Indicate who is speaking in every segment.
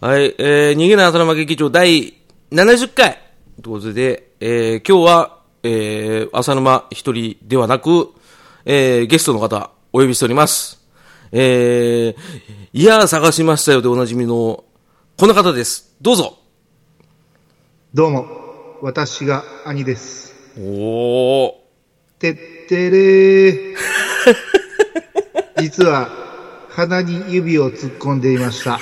Speaker 1: はい、えー、逃げない朝の間劇場第70回ということで、えー、今日は、えー、浅沼一人ではなく、えー、ゲストの方、お呼びしております。えー、いやー探しましたよでおなじみの、この方です。どうぞ。
Speaker 2: どうも、私が兄です。
Speaker 1: おー。
Speaker 2: てってれー。実は、鼻に指を突っ込んでいました。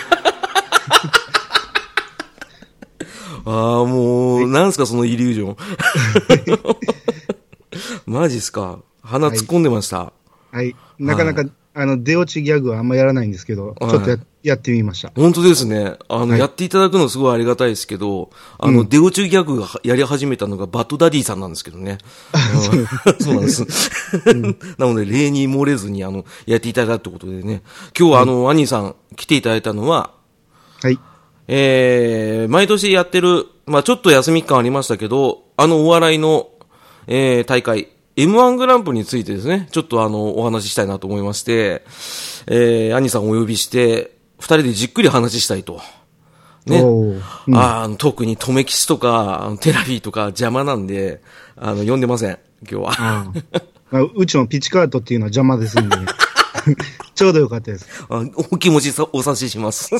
Speaker 1: ああ、もう、なんすか、そのイリュージョン。 マジっすか。鼻突っ込んでました。
Speaker 2: はい。なかなか、あの、出落ちギャグはあんまやらないんですけど、ちょっとややってみました。
Speaker 1: 本当ですね。あの、やっていただくのすごいありがたいですけど、あの、出落ちギャグがやり始めたのがバッドダディさんなんですけどね。うん そうなんです。 なので、例に漏れずに、あの、やっていただいたということでね。今日は、あの、兄さん来ていただいたのは、
Speaker 2: はい。
Speaker 1: えー、毎年やってる、まあちょっと休み期間ありましたけど、あのお笑いの、えー、大会、M1 グランプリについてですね、ちょっとあの、お話ししたいなと思いまして、えー、兄さんをお呼びして、二人でじっくり話したいと。ね。
Speaker 2: おー
Speaker 1: あー特に、留吉とか、あのテラフィーとか邪魔なんで、あの、呼んでません、今日は。
Speaker 2: まあ、うちのピチカートっていうのは邪魔ですんで、ね、ちょうどよかったです。
Speaker 1: あお気持ちさお察しします。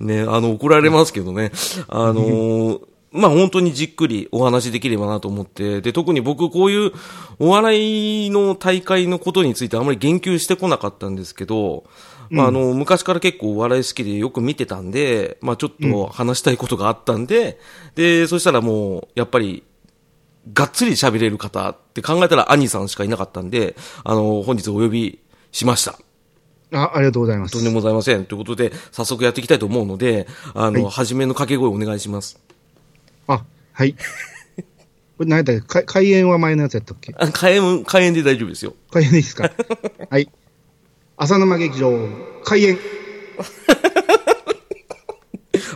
Speaker 1: ね、あの、怒られますけどね。あのーまあ、本当にじっくりお話できればなと思って、で、特に僕、こういうお笑いの大会のことについてあまり言及してこなかったんですけど、まあ、あの、昔から結構お笑い好きでよく見てたんで、まあ、ちょっと話したいことがあったんで、で、そしたらもう、やっぱり、がっつり喋れる方って考えたら兄さんしかいなかったんで、あの、本日お呼びしました。
Speaker 2: あ、ありがとうございま。
Speaker 1: とんですもございません。ということで、早速やっていきたいと思うので、あの、初めの掛け声お願いします。
Speaker 2: あ、はい。これ何やったっけか開演は前のやつやったっけ
Speaker 1: あ、開演、開演で大丈夫ですよ。
Speaker 2: 開演でいいで すかはい。浅沼劇場、開演。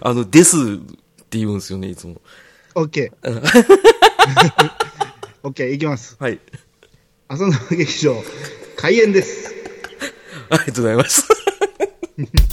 Speaker 1: あの、ですって言うんですよね、いつも。
Speaker 2: オッケ ー。オッケー、いきます。
Speaker 1: はい。
Speaker 2: 浅沼劇場、開演です。
Speaker 1: ありがとうございます。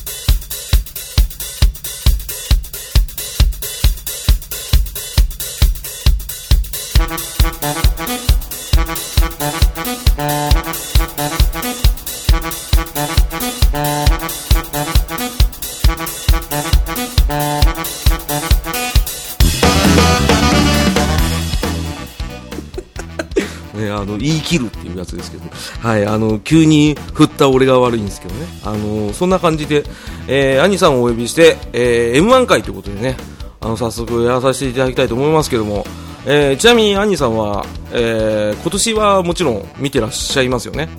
Speaker 1: ね、あの言い切るっていうやつですけど、はい、あの急に振った俺が悪いんですけどね、あのそんな感じで、えー、兄さんをお呼びして、えー、M1 回ということでね、あの早速やらさせていただきたいと思いますけども、えー、ちなみに兄さんは、えー、今年はもちろん見てらっしゃいますよね。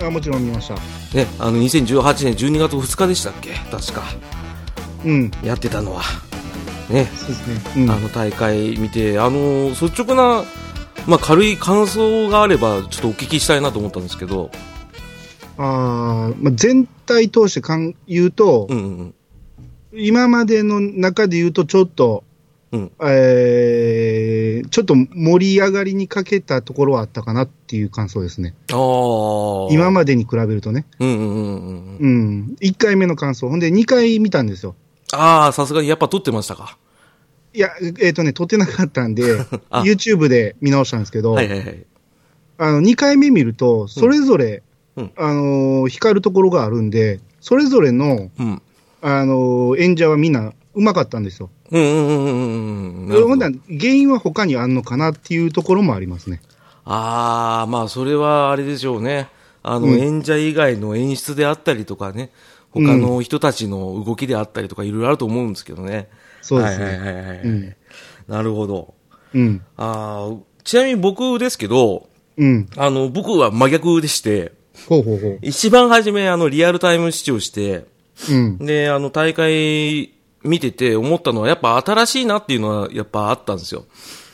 Speaker 2: あ、もちろん見ました。
Speaker 1: ね、あの2018年12月2日でしたっけ確か
Speaker 2: うん、
Speaker 1: やってたのはね
Speaker 2: そうですね。うん、
Speaker 1: あの大会見て、あの率直な、まあ、軽い感想があればちょっとお聞きしたいなと思ったんですけど、
Speaker 2: あーまあ、全体通してかん言うと、
Speaker 1: うんうんうん、
Speaker 2: 今までの中で言うと、ちょっと、
Speaker 1: うん
Speaker 2: えーちょっと盛り上がりにかけたところはあったかなっていう感想ですね。
Speaker 1: ああ
Speaker 2: 今までに比べるとね。
Speaker 1: うんうんうんうん
Speaker 2: うん。1回目の感想。ほんで、2回見たんですよ。
Speaker 1: ああさすがにやっぱ撮ってましたか
Speaker 2: いや、えっ、とね、撮ってなかったんで
Speaker 1: あ、
Speaker 2: YouTube で見直したんですけど、
Speaker 1: はいはいはい
Speaker 2: あの、2回目見ると、それぞれ、
Speaker 1: うん
Speaker 2: あのー光るところがあるんで、それぞれの、
Speaker 1: うん
Speaker 2: あのー演者はみんなうまかったんですよ。
Speaker 1: うんうんうんうんうんうんなるほど
Speaker 2: ほんなら原因は他にあんのかなっていうところもありますね。
Speaker 1: ああまあそれはあれでしょうねあの、
Speaker 2: うん
Speaker 1: 演者以外の演出であったりとかね他の人たちの動きであったりとかいろいろあると思うんですけどね、
Speaker 2: そうですね。
Speaker 1: はいはいはいはい、
Speaker 2: うん
Speaker 1: なるほど
Speaker 2: うん。
Speaker 1: あーちなみに僕ですけど、
Speaker 2: うん。
Speaker 1: あの、僕は真逆でして、
Speaker 2: ほうほうほう。
Speaker 1: 一番初め、あの、リアルタイム視聴して、
Speaker 2: うん。
Speaker 1: で、あの、大会見てて思ったのは、やっぱ新しいなっていうのは、やっぱあったんですよ。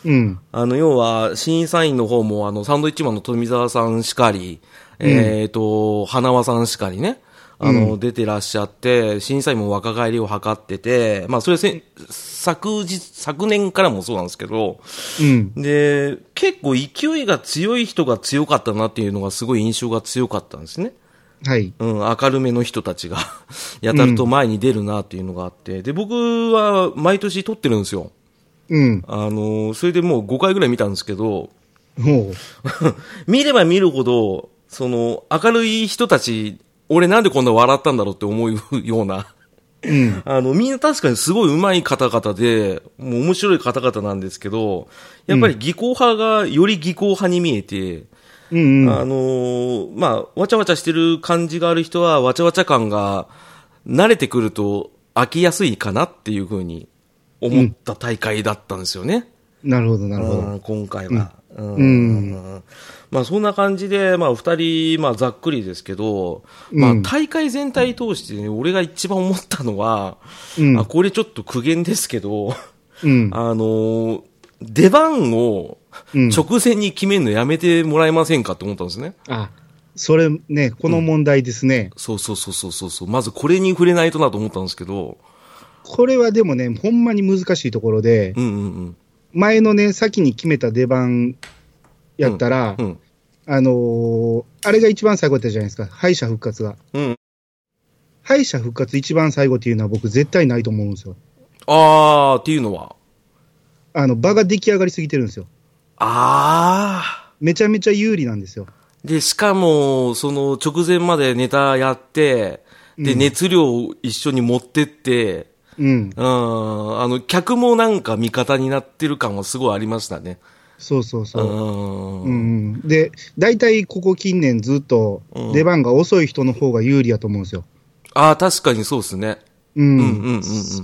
Speaker 2: うん。
Speaker 1: あの、要は、審査員の方も、あの、サンドイッチマンの富澤さんしかり、えっ、と、花輪さんしかりね、あの、出てらっしゃって、審査員も若返りを図ってて、まあ、それせ、昨日、昨年からもそうなんですけど、
Speaker 2: うん。
Speaker 1: で、結構勢いが強い人が強かったなっていうのがすごい印象が強かったんですね。
Speaker 2: はい。
Speaker 1: うん、明るめの人たちが、やたると前に出るなっていうのがあって、で、僕は毎年撮ってるんですよ。
Speaker 2: うん。
Speaker 1: あの、それでもう5回ぐらい見たんですけど、
Speaker 2: ほう。
Speaker 1: 見れば見るほど、その、明るい人たち、俺なんでこんな笑ったんだろうって思うような、
Speaker 2: うん。
Speaker 1: あの、みんな確かにすごい上手い方々で、もう面白い方々なんですけど、やっぱり技巧派がより技巧派に見えて、
Speaker 2: うんうん。
Speaker 1: あのーまあ、わちゃわちゃしてる感じがある人は、わちゃわちゃ感が慣れてくると飽きやすいかなっていうふうに思った大会だったんですよね。
Speaker 2: なるほど、なるほ
Speaker 1: う
Speaker 2: ど。
Speaker 1: ん今回は。うん
Speaker 2: うん
Speaker 1: まあそんな感じで、まあ2人、まあざっくりですけど、まあ
Speaker 2: うん
Speaker 1: 大会全体通してね、俺が一番思ったのは、
Speaker 2: うん
Speaker 1: あこれちょっと苦言ですけど、
Speaker 2: うん。
Speaker 1: あのー出番を
Speaker 2: うん
Speaker 1: 直前に決めるのやめてもらえませんかって思ったんですね。
Speaker 2: あ、それね、この問題ですね。
Speaker 1: そうそうそうそうそうそう。まずこれに触れないとなと思ったんですけど、
Speaker 2: これはでもね、ほんまに難しいところで、
Speaker 1: うんうん
Speaker 2: 前のね、先に決めた出番やったら、
Speaker 1: うん。うん。
Speaker 2: あのーあれが一番最後だったじゃないですか。敗者復活が。
Speaker 1: うん。
Speaker 2: 敗者復活一番最後っていうのは僕絶対ないと思うんですよ。
Speaker 1: あーっていうのは、
Speaker 2: あの、場が出来上がりすぎてるんですよ。
Speaker 1: あー。
Speaker 2: めちゃめちゃ有利なんですよ。
Speaker 1: で、しかも、その直前までネタやって、で、
Speaker 2: うん
Speaker 1: 熱量を一緒に持ってって、
Speaker 2: うん。
Speaker 1: うん、あの、客もなんか味方になってる感はすごいありましたね。
Speaker 2: そうそう
Speaker 1: う
Speaker 2: そう。
Speaker 1: ん。
Speaker 2: う
Speaker 1: うん。
Speaker 2: ん、で、大体ここ近年ずっと
Speaker 1: うん
Speaker 2: 出番が遅い人の方が有利やと思うんですよ。
Speaker 1: ああ、確かにそうですね。
Speaker 2: う。
Speaker 1: うん、うんん、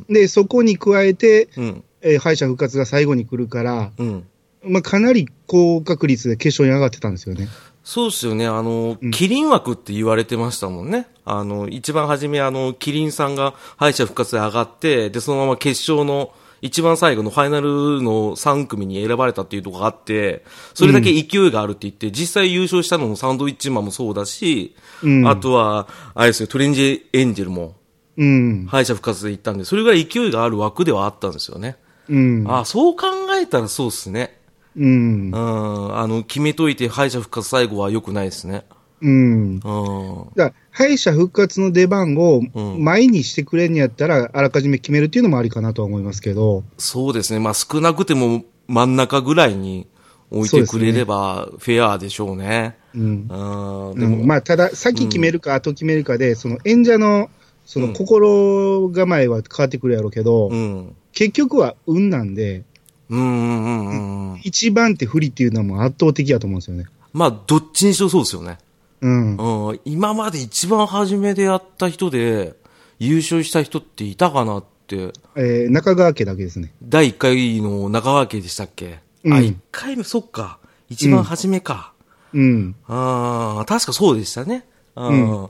Speaker 2: で、そこに加えて、
Speaker 1: うん、うん。
Speaker 2: えー敗者復活が最後に来るから、
Speaker 1: うん。
Speaker 2: まあ、かなり高確率で決勝に上がってたんですよね。
Speaker 1: そうっすよね。あの、
Speaker 2: うん
Speaker 1: キリン枠って言われてましたもんね。あの、一番初め、あの、キリンさんが敗者復活で上がって、で、そのまま決勝の、一番最後のファイナルの3組に選ばれたっていうとこがあって、それだけ勢いがあるって言って、実際優勝したのもサンドウィッチマンもそうだし、
Speaker 2: うん
Speaker 1: あとは、あれですよ、トレンジエンジェルも
Speaker 2: うん。
Speaker 1: 敗者復活で行ったんで、それぐらい勢いがある枠ではあったんですよね。
Speaker 2: うん。
Speaker 1: あ、そう考えたらそうっすね。
Speaker 2: うん
Speaker 1: う。ん、あの、決めといて敗者復活最後は良くないですね。
Speaker 2: うん。だ
Speaker 1: うん。
Speaker 2: から敗者復活の出番を
Speaker 1: うん
Speaker 2: 前にしてくれんやったら、あらかじめ決めるっていうのもありかなとは思いますけど、
Speaker 1: そうですね。まあ少なくても真ん中ぐらいに置いてくれればフェアでしょうね。
Speaker 2: うん。
Speaker 1: あー
Speaker 2: う
Speaker 1: でも、
Speaker 2: ん、まあ、ただ、先決めるか後決めるかで、その演者の、その心構えは変わってくるやろうけど、
Speaker 1: うん。
Speaker 2: 結局は運なんで、
Speaker 1: うんうんうんうん。
Speaker 2: 一番手不利っていうのはもう圧倒的やと思うんですよね。
Speaker 1: まあどっちにしろそうですよね。
Speaker 2: うん。
Speaker 1: うん。今まで一番初めでやった人で優勝した人っていたかなって。
Speaker 2: えー中川家だけですね。
Speaker 1: 第1回の中川家でしたっけ、
Speaker 2: うん
Speaker 1: あ、1回目、そっか。一番初めか。
Speaker 2: うん。
Speaker 1: ああ、確かそうでしたね。うん。あ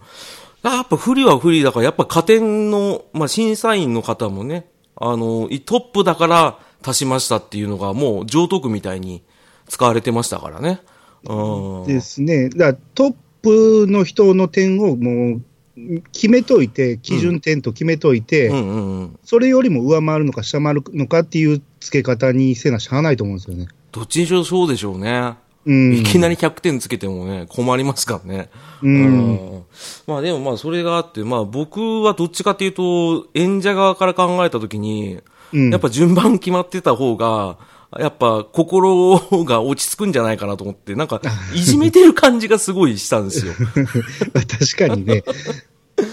Speaker 1: やっぱ不利は不利だから、やっぱ加点の、まあ、審査員の方もね、あの、いトップだから足しましたっていうのが、もう上徳みたいに使われてましたからね。うん。
Speaker 2: ですね。だからトップの人の点をもう決めといて、基準点と決めといて、
Speaker 1: うんうんうん。
Speaker 2: それよりも上回るのか下回るのかっていう付け方にせなしゃあないと思うんですよね。
Speaker 1: どっちにしろそうでしょうね。
Speaker 2: うん。
Speaker 1: い きなり100点つけてもね、困りますからね。
Speaker 2: うん。
Speaker 1: うんまあでもまあそれがあって、まあ僕はどっちかっていうと、演者側から考えたときに、
Speaker 2: うん
Speaker 1: やっぱ順番決まってた方が、やっぱ心が落ち着くんじゃないかなと思って、なんかいじめてる感じがすごいしたんです よ。
Speaker 2: 確かにね。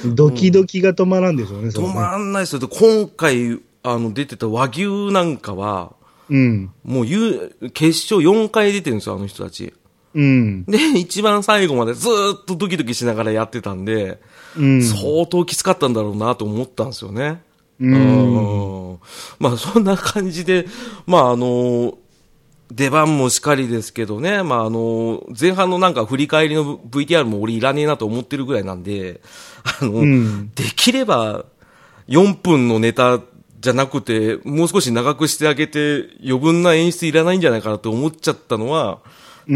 Speaker 2: ドキドキが止まらんでしょうね、それ
Speaker 1: 止
Speaker 2: ね
Speaker 1: まんないですよ。で今回、あの出てた和牛なんかは、
Speaker 2: うん。
Speaker 1: もう言う、決勝4回出てるんですよ、あの人たち。
Speaker 2: うん。
Speaker 1: で、一番最後までずーっとドキドキしながらやってたんで、
Speaker 2: うん。
Speaker 1: 相当きつかったんだろうなと思ったんですよね。
Speaker 2: うん
Speaker 1: うんまあそんな感じで、まああの、出番もしかりですけどね、まああの、前半のなんか振り返りの VTR も俺いらねえなと思ってるぐらいなんで、あの、
Speaker 2: うん
Speaker 1: できれば4分のネタじゃなくて、もう少し長くしてあげて余分な演出いらないんじゃないかなと思っちゃったのは、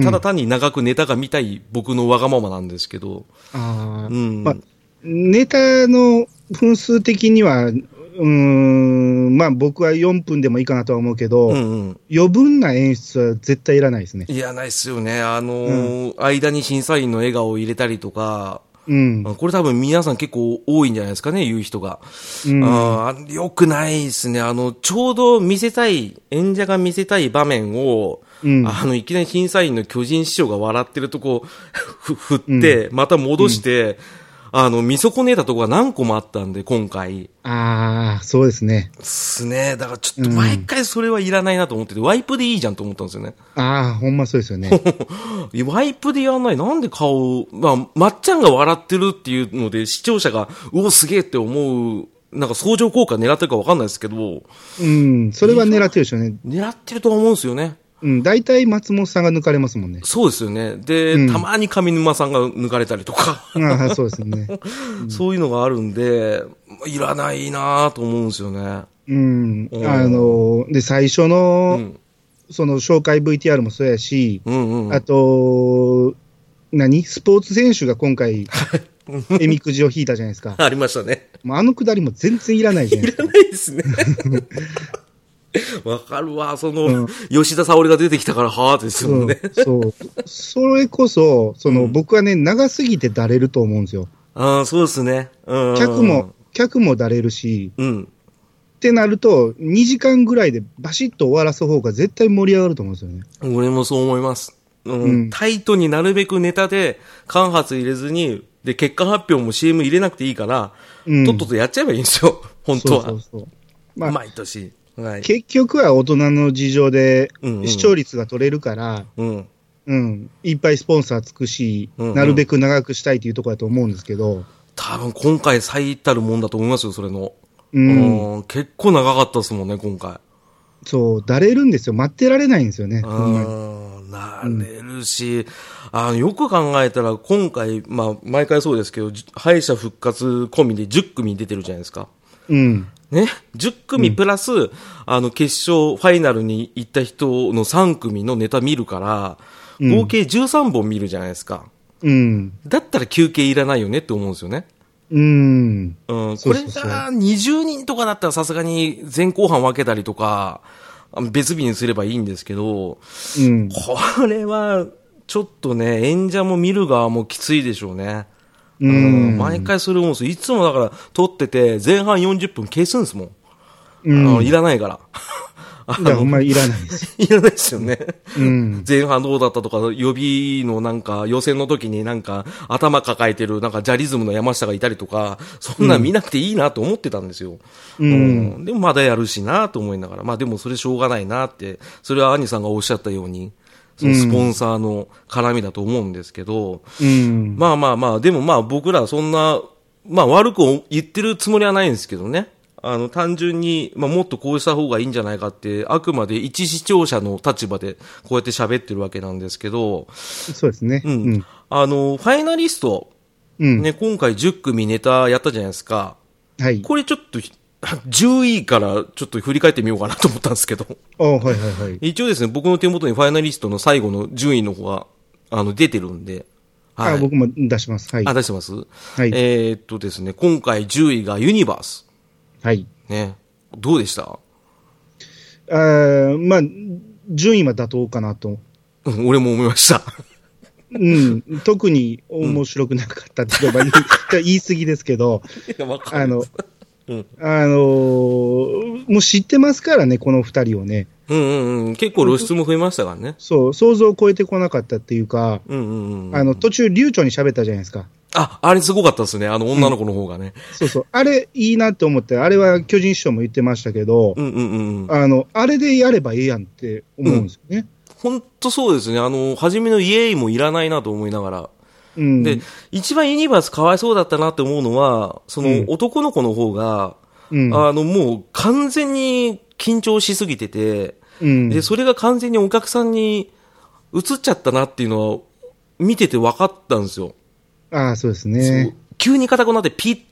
Speaker 1: ただ単に長くネタが見たい僕のわがままなんですけど、
Speaker 2: ああ、
Speaker 1: うん
Speaker 2: まあ、ネタの分数的には、うーん、まあ僕は4分でもいいかなとは思うけど、
Speaker 1: うんうん。
Speaker 2: 余分な演出は絶対いらないですね。
Speaker 1: いや、ないっすよね。あのー間に審査員の笑顔を入れたりとか、
Speaker 2: うん。
Speaker 1: これ多分皆さん結構多いんじゃないですかね、言う人が。
Speaker 2: うん
Speaker 1: あーよくないですね。あの、ちょうど見せたい、演者が見せたい場面を、
Speaker 2: うん
Speaker 1: あの、いきなり審査員の巨人師匠が笑ってるとこ、ふ 振って、また戻して、あの、見損ねたとこが何個もあったんで、今回。
Speaker 2: ああ、そうですね。
Speaker 1: ですね。だからちょっと毎回それはいらないなと思ってて、ワイプでいいじゃんと思ったんですよね。
Speaker 2: ああ、ほんまそうですよ ね。
Speaker 1: ワイプでやんない。なんで顔、まあ、まっちゃんが笑ってるっていうので、視聴者が、うお、すげえって思う、なんか相乗効果狙ってるかわかんないですけど、
Speaker 2: うん。それは狙ってるでしょうね。
Speaker 1: 狙ってるとは思うんですよね。。
Speaker 2: うん。大体松本さんが抜かれますもん ね
Speaker 1: そうですよね。で、
Speaker 2: うん
Speaker 1: たまに上沼さんが抜かれたりとか、
Speaker 2: ああ、そうですよね。
Speaker 1: そういうのがあるんで、いらないなと思うんですよね。
Speaker 2: うん
Speaker 1: お。ー
Speaker 2: あの、で、最初
Speaker 1: う
Speaker 2: の、
Speaker 1: ん。
Speaker 2: その紹介 VTR もそうやし、
Speaker 1: うん うん。
Speaker 2: あと、何スポーツ選手が今回、えみくじを引いたじゃないですか。
Speaker 1: ありましたね。
Speaker 2: もうあのくだりも全然いらないじゃな
Speaker 1: い。
Speaker 2: いですから
Speaker 1: ないですね。わかるわ、その、吉田沙織が出てきたから、はーですよね。
Speaker 2: そう。それこそ、その、僕はね、長すぎてだれると思うんですよ。
Speaker 1: ああ、そうですね。うん。
Speaker 2: 客も、客もだれるし、
Speaker 1: うん。
Speaker 2: ってなると、2時間ぐらいでバシッと終わらす方が絶対盛り上がると思うんですよね。
Speaker 1: 俺もそう思います。うん。
Speaker 2: うん
Speaker 1: タイトになるべくネタで、間髪入れずに、で、結果発表も CM 入れなくていいから、
Speaker 2: うん
Speaker 1: とっととやっちゃえばいいんですよ。 本当は。
Speaker 2: そうそうそう。まあ、
Speaker 1: 毎年。はい。
Speaker 2: 結局は大人の事情で
Speaker 1: うんうん
Speaker 2: 視聴率が取れるから、
Speaker 1: うん。
Speaker 2: うん、いっぱいスポンサーつくし、
Speaker 1: うんうん
Speaker 2: なるべく長くしたいというところだと思うんですけど、
Speaker 1: 多分今回最たるもんだと思いますよ、それの。
Speaker 2: うん、
Speaker 1: うん結構長かったですもんね、今回。
Speaker 2: そう、だれるんですよ。待ってられないんですよね。ほんまに
Speaker 1: うん、なれるし、あのよく考えたら今回、まあ、毎回そうですけど、じ敗者復活込みで10組出てるじゃないですか。
Speaker 2: うん。
Speaker 1: ね、10組プラス、あの、決勝、ファイナルに行った人の3組のネタ見るから、合計13本見るじゃないですか。
Speaker 2: うん。
Speaker 1: だったら休憩いらないよねって思うんですよね。
Speaker 2: うん。
Speaker 1: うん、
Speaker 2: そ
Speaker 1: こ
Speaker 2: う
Speaker 1: れ
Speaker 2: そうそう
Speaker 1: が20人とかだったらさすがに前後半分けたりとか、あ別日にすればいいんですけど、
Speaker 2: うん。
Speaker 1: これは、ちょっとね、演者も見る側もきついでしょうね。
Speaker 2: うん
Speaker 1: うん毎回それ思うんですよ。いつもだから、撮ってて、前半40分消すんですもん。
Speaker 2: うん
Speaker 1: あのいらないから。あ
Speaker 2: いや、ほん
Speaker 1: の、
Speaker 2: まいらないです。
Speaker 1: いらないですよね。
Speaker 2: うん。
Speaker 1: 前半どうだったとか、予備のなんか、予選の時になんか、頭抱えてる、なんか、ジャリズムの山下がいたりとか、そんなん見なくていいなと思ってたんですよ。
Speaker 2: うん
Speaker 1: でもまだやるしなと思いながら、まあでもそれしょうがないなって、それは兄さんがおっしゃったように、そのスポンサーの絡みだと思うんですけど、
Speaker 2: うん。
Speaker 1: まあまあまあ、でもまあ僕らそんな、まあ悪く言ってるつもりはないんですけどね。あの、単純に、まあもっとこうした方がいいんじゃないかって、あくまで一視聴者の立場でこうやって喋ってるわけなんですけど、
Speaker 2: そうですね。う
Speaker 1: うん
Speaker 2: ん。
Speaker 1: あの、ファイナリスト、
Speaker 2: うん。
Speaker 1: ね、今回10組ネタやったじゃないですか。
Speaker 2: はい。
Speaker 1: これちょっと、10位からちょっと振り返ってみようかなと思ったんですけど。
Speaker 2: あはいはいはい。
Speaker 1: 一応ですね、僕の手元にファイナリストの最後の順位の方が、あの、出てるんで。はい。
Speaker 2: あ僕も出します。はい
Speaker 1: あ、。出してます
Speaker 2: い
Speaker 1: えーっとですね、今回10位がユニバース。
Speaker 2: はい。
Speaker 1: ね。どうでした
Speaker 2: あーまあ、順位は妥当かなと。
Speaker 1: うん俺も思いました。
Speaker 2: うん。特に面白くなかったって言えばいい言 い過ぎですけど、
Speaker 1: いや、わか
Speaker 2: あの、
Speaker 1: うん
Speaker 2: あのーもう知ってますからね、この二人をね。
Speaker 1: うんうんうん。結構露出も増えましたからね。
Speaker 2: そう、想像を超えてこなかったっていうか、
Speaker 1: うんうんうん。
Speaker 2: あの、途中流暢に喋ったじゃないですか。
Speaker 1: あ、あれすごかったですね。あの、女の子の方がね。
Speaker 2: そうそう。あれ、いいなって思って、あれは巨人師匠も言ってましたけど、
Speaker 1: うんうんうんうん。
Speaker 2: あの、あれでやればええやんって思うんですよね。
Speaker 1: ほんとそうですね。あの、初めのイエーイもいらないなと思いながら。
Speaker 2: うん。
Speaker 1: で、一番ユニバースかわいそうだったなって思うのは、その男の子の方が、
Speaker 2: うん。
Speaker 1: あの、もう完全に緊張しすぎてて、
Speaker 2: うん。
Speaker 1: で、それが完全にお客さんに移っちゃったなっていうのは、見てて分かったんですよ。
Speaker 2: ああ、そうです
Speaker 1: そ
Speaker 2: ね
Speaker 1: う。急に硬くなってピッて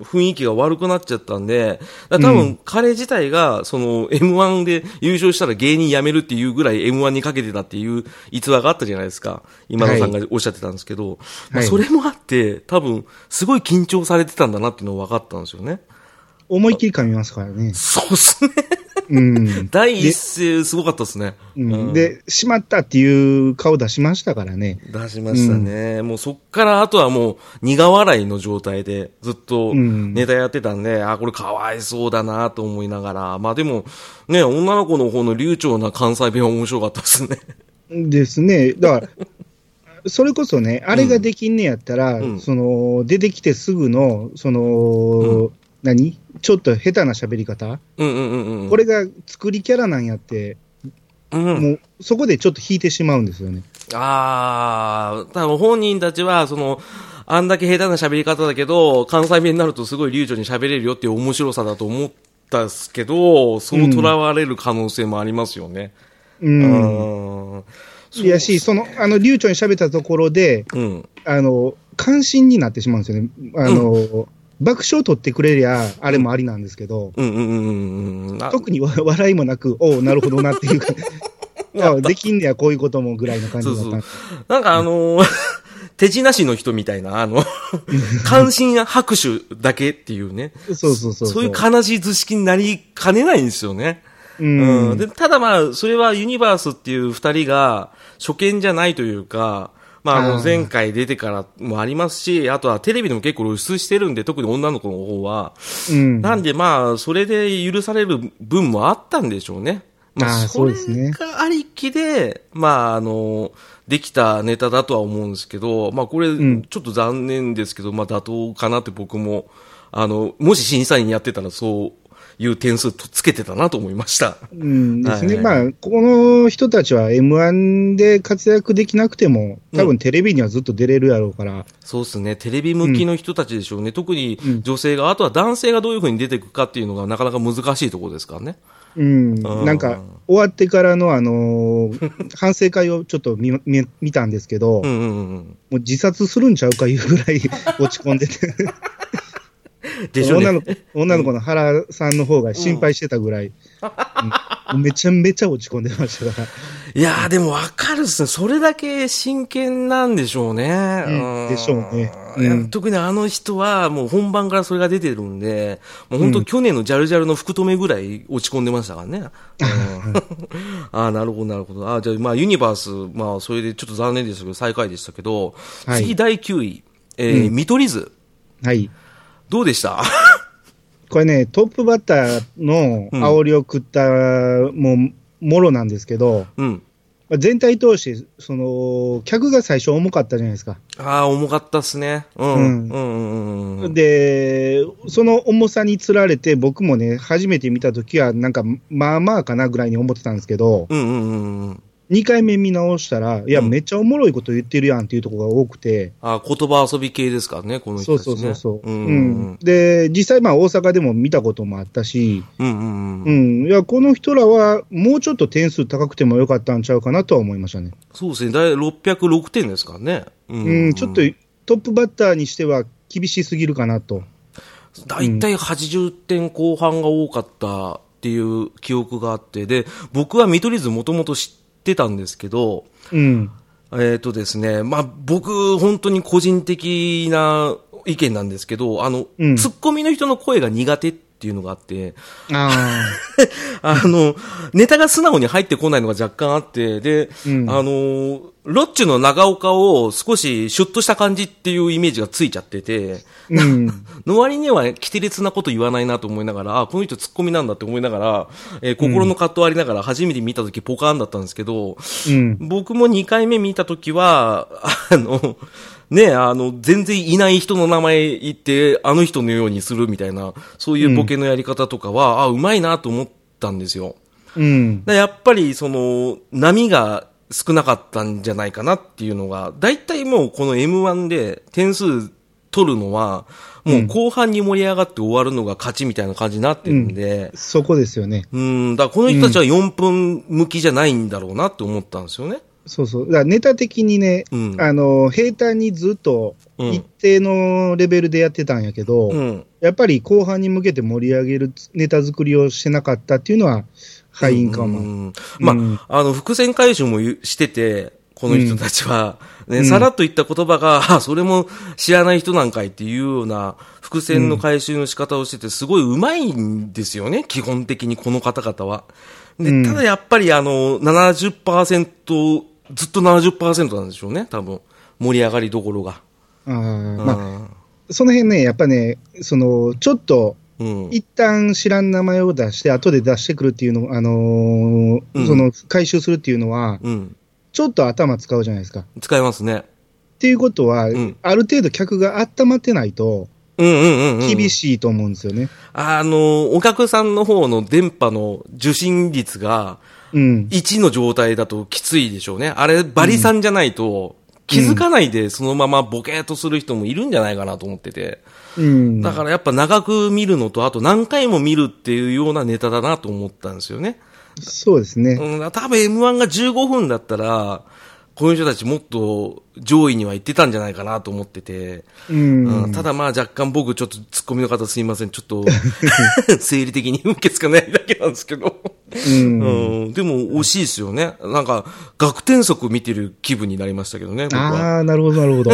Speaker 1: 雰囲気が悪くなっちゃったんで、だから多分彼自体が、その M1 で優勝したら芸人辞めるっていうぐらい M1 にかけてたっていう逸話があったじゃないですか。今田さんがおっしゃってたんですけど、まあ
Speaker 2: はい
Speaker 1: それもあって、多分すごい緊張されてたんだなっていうのが分かったんですよね。
Speaker 2: 思いっきり噛みますからね。
Speaker 1: そうっすね。
Speaker 2: うん。
Speaker 1: 第一声すごかったですね。
Speaker 2: うん、で、しまったっていう顔出しましたからね。
Speaker 1: 出しましたね。もうそっからあとはもう苦笑いの状態でずっと
Speaker 2: うん
Speaker 1: ネタやってたんで、あ、これかわいそうだなと思いながら。まあでも、ね、女の子の方の流暢な関西弁は面白かったですね。
Speaker 2: ですね。だから、それこそね、あれができんねやったら、
Speaker 1: うん
Speaker 2: その、出てきてすぐの、その、何ちょっと下手な喋り方、
Speaker 1: うんうんうんうん。
Speaker 2: これが作りキャラなんやって、
Speaker 1: うん。
Speaker 2: もうそこでちょっと引いてしまうんですよね。
Speaker 1: ああ、多分本人たちは、その、あんだけ下手な喋り方だけど、関西弁になるとすごい流暢に喋れるよっていう面白さだと思ったっすけど、そう囚われる可能性もありますよね。
Speaker 2: うん。
Speaker 1: うん。
Speaker 2: いやし、その、あの、流暢に喋ったところで、
Speaker 1: うん。
Speaker 2: あの、関心になってしまうんですよね。あの、爆笑取ってくれりゃ、あれもありなんですけど、
Speaker 1: うんうんうんうんうん。あ
Speaker 2: 特にわ 笑いもなく、おうなるほどなっ ていうか、あできんねや、こういうこともぐらいの感じ
Speaker 1: そ
Speaker 2: だ
Speaker 1: う
Speaker 2: ったん
Speaker 1: そ
Speaker 2: で
Speaker 1: う。なんかあのー 手品師の人みたいな、あ の、関心や拍手だけっていうね。
Speaker 2: そうそうそう。
Speaker 1: そういう悲しい図式になりかねないんですよね。
Speaker 2: う
Speaker 1: うん
Speaker 2: ん。
Speaker 1: でただまあ、それはユニバースっていう二人が初見じゃないというか、まあ、あ
Speaker 2: あ
Speaker 1: の
Speaker 2: ー
Speaker 1: 前回出てからもありますし、あとはテレビでも結構露出してるんで、特に女の子の方は。
Speaker 2: うん。
Speaker 1: なんでまあ、それで許される分もあったんでしょうね。ま
Speaker 2: あーそうですね
Speaker 1: それがありきで、まあ、あの、できたネタだとは思うんですけど、まあこれ、
Speaker 2: ん
Speaker 1: ちょっと残念ですけど、まあ妥当かなって僕も、あの、もし審査員やってたらそういう点数とつけてたなと思いました。
Speaker 2: うんですね。
Speaker 1: はいは
Speaker 2: まあ、この人たちは M1 で活躍できなくても、多分テレビにはずっと出れるやろうから、
Speaker 1: そうですね。テレビ向きの人たちでしょうね。特に女性が、あとは男性がどういうふうに出ていくかっていうのがなかなか難しいところですからね。
Speaker 2: うん。
Speaker 1: あー
Speaker 2: なんか、終わってからのあのー反省会をちょっと見、見、見たんですけど、
Speaker 1: う
Speaker 2: も
Speaker 1: んうんうん
Speaker 2: う自殺するんちゃうかいうぐらい落ち込んでて、
Speaker 1: うん。でしょう
Speaker 2: 女
Speaker 1: ね
Speaker 2: の。子、女の子の原さんの方が心配してたぐ らい、うんめちゃめちゃ落ち込んでましたから。
Speaker 1: いやーでもわかるっすね。それだけ真剣なんでしょうね。
Speaker 2: うん
Speaker 1: ん
Speaker 2: でしょうねうん
Speaker 1: いや特にあの人はもう本番からそれが出てるんで、もう本当去年のジャルジャルの福留ぐらい落ち込んでましたから ね。うんああ、なるほど、なるほど。ああ、じゃあまあユニバース、まあそれでちょっと残念でしたけど、最下位でしたけど、
Speaker 2: はい
Speaker 1: 次第9位、えー見取り図。
Speaker 2: はい。
Speaker 1: どうでした
Speaker 2: これね、トップバッターの煽りを食った、もう、もろなんですけど、
Speaker 1: うん。
Speaker 2: まあ全体通して、その、客が最初重かったじゃないですか。
Speaker 1: ああ、重かったっすね。うん。うん、
Speaker 2: ん
Speaker 1: うん、うん。
Speaker 2: で、その重さにつられて、僕もね、初めて見たときは、なんか、まあまあかなぐらいに思ってたんですけど、
Speaker 1: うん、うん、うんうん。
Speaker 2: 2回目見直したら、いや、
Speaker 1: うん
Speaker 2: めっちゃおもろいこと言ってるやんっていうところが多くて、
Speaker 1: あー言葉遊び系ですからね、この
Speaker 2: そ
Speaker 1: 人
Speaker 2: う
Speaker 1: たち、ね。
Speaker 2: そうそうそう。
Speaker 1: うん
Speaker 2: うんで、実際、まあ、大阪でも見たこともあったし、
Speaker 1: うんうんう。
Speaker 2: うんん、いや、この人らは、もうちょっと点数高くてもよかったんちゃうかなとは思いましたね。
Speaker 1: そうですね。だい606点ですからね。う
Speaker 2: うん、ちょっとトップバッターにしては厳しすぎるかなと。
Speaker 1: だいたい80点後半が多かったっていう記憶があって、で、僕は見取り図もともと知ってたんですけど、
Speaker 2: うん。
Speaker 1: えっ、とですね、まあ、僕、本当に個人的な意見なんですけど、あの、
Speaker 2: うん
Speaker 1: ツッコミの人の声が苦手っていうのがあって、
Speaker 2: あ
Speaker 1: あの、ネタが素直に入ってこないのが若干あって、で、
Speaker 2: うん
Speaker 1: あの、ロッチの長岡を少しシュッとした感じっていうイメージがついちゃってて、
Speaker 2: あ。 うん。
Speaker 1: の割には、キテレツなこと言わないなと思いながら、あ、この人ツッコミなんだって思いながら、えー心の葛藤ありながら初めて見た時ポカーンだったんですけど、
Speaker 2: うん。
Speaker 1: 僕も2回目見たときは、あの、ね、あの、全然いない人の名前言って、あの人のようにするみたいな、そういうボケのやり方とかは、あ、うまいなと思ったんですよ。
Speaker 2: うん。
Speaker 1: だやっぱり、その、波が少なかったんじゃないかなっていうのが、大体もうこの M1 で点数取るのは、もう後半に盛り上がって終わるのが勝ちみたいな感じになってるんで、
Speaker 2: そこですよね。
Speaker 1: うん、だからこの人たちは4分向きじゃないんだろうなって思ったんですよね。
Speaker 2: そうそう。だからネタ的にね、
Speaker 1: うん
Speaker 2: あの、平坦にずっと
Speaker 1: うん
Speaker 2: 一定のレベルでやってたんやけど、
Speaker 1: うん。
Speaker 2: やっぱり後半に向けて盛り上げるネタ作りをしてなかったっていうのは、敗因か
Speaker 1: う
Speaker 2: も。
Speaker 1: んまあ、
Speaker 2: うん
Speaker 1: あの、伏線回収もゆしてて、この人たちは。ね、さらっと言った言葉が、あ それも知らない人なんかいっていうような伏線の回収の仕方をしてて、すごい上手いんですよね、基本的にこの方々は。で、ただやっぱりあの、70%、ずっと70%なんでしょうね、多分。盛り上がりどころが。
Speaker 2: あーまあ、その辺ね、やっぱね、その、ちょっと、
Speaker 1: うん。
Speaker 2: 一旦知らん名前を出して、後で出してくるっていうの、あのー
Speaker 1: うん
Speaker 2: その、回収するっていうのは、
Speaker 1: うん。
Speaker 2: ちょっと頭使うじゃないですか。っ
Speaker 1: 使いますね。
Speaker 2: ていうことは、
Speaker 1: ん
Speaker 2: ある程度客が温まってないと、
Speaker 1: うんうんうん、うん。
Speaker 2: 厳しいと思うんですよね。
Speaker 1: あの、お客さんの方の電波の受信率が
Speaker 2: うん。
Speaker 1: 1の状態だときついでしょうね。あれ、バリさんじゃないと気づかないでそのままボケーっとする人もいるんじゃないかなと思ってて。
Speaker 2: うん。
Speaker 1: だからやっぱ長く見るのと、あと何回も見るっていうようなネタだなと思ったんですよね。
Speaker 2: そうですね。
Speaker 1: うん、多分 M1 が15分だったら、こういう人たちもっと上位には行ってたんじゃないかなと思ってて。
Speaker 2: うん。
Speaker 1: うんただまあ若干僕ちょっとツッコミの方すいません。ちょっ と生理的に受け付かないだけなんですけど。
Speaker 2: うん
Speaker 1: うん、でも惜しいですよね。なんか学天則見てる気分になりましたけどね、僕は。
Speaker 2: ああ、なるほど、なる ほど。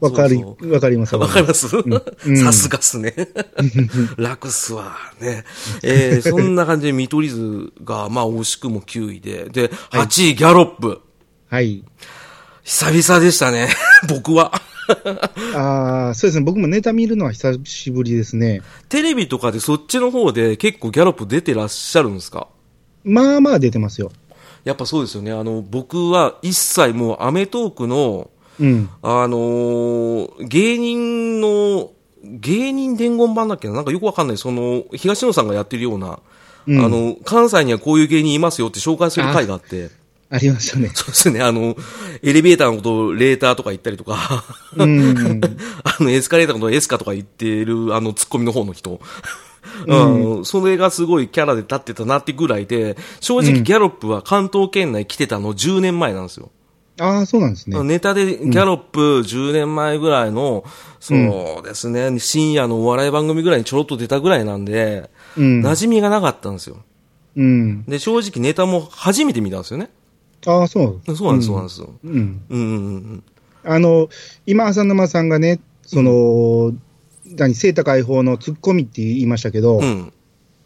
Speaker 2: わかり
Speaker 1: そ、う
Speaker 2: わかります。
Speaker 1: わかります、 さすがっ すね。楽っすわ。ね。えー、そんな感じで見取り図が、まあ惜しくも9位で。で、8位ギャロップ。
Speaker 2: はい。
Speaker 1: 久々でしたね。 僕は。
Speaker 2: ああ、そうですね。僕もネタ見るのは久しぶりですね。
Speaker 1: テレビとかでそっちの方で結構ギャロップ出てらっしゃるんですか
Speaker 2: まあまあ出てますよ。
Speaker 1: やっぱそうですよね。あの、僕は一切もうアメトークの、
Speaker 2: うん。
Speaker 1: あのー芸人の、芸人伝言版だっけななんかよくわかんない。その、東野さんがやってるような、
Speaker 2: うん
Speaker 1: あの、関西にはこういう芸人いますよって紹介する回があって、
Speaker 2: ありましたね。
Speaker 1: そうですね、あの、エレベーターのことをレーターとか言ったりとか、
Speaker 2: うん。
Speaker 1: あの、エスカレーターのことエスカとか言ってる、あの、ツッコミの方の人。うん、それがすごいキャラで立ってたなってぐらいで、正直ギャロップは関東圏内来てたの10年前なんですよ。
Speaker 2: ああ、そうなんですね。
Speaker 1: ネタでギャロップ10年前ぐらいの、そうですね、深夜のお笑い番組ぐらいにちょろっと出たぐらいなんで、
Speaker 2: うん。
Speaker 1: 馴染みがなかったんですよ。
Speaker 2: うん。
Speaker 1: で、正直ネタも初めて見たんですよね。
Speaker 2: ああ、そう。
Speaker 1: そうなんです、そうなんですよ。
Speaker 2: うん。
Speaker 1: うんうんうん
Speaker 2: あの、今、浅沼さんがね、その、何、生高い方のツッコミって言いましたけど、
Speaker 1: うん。うん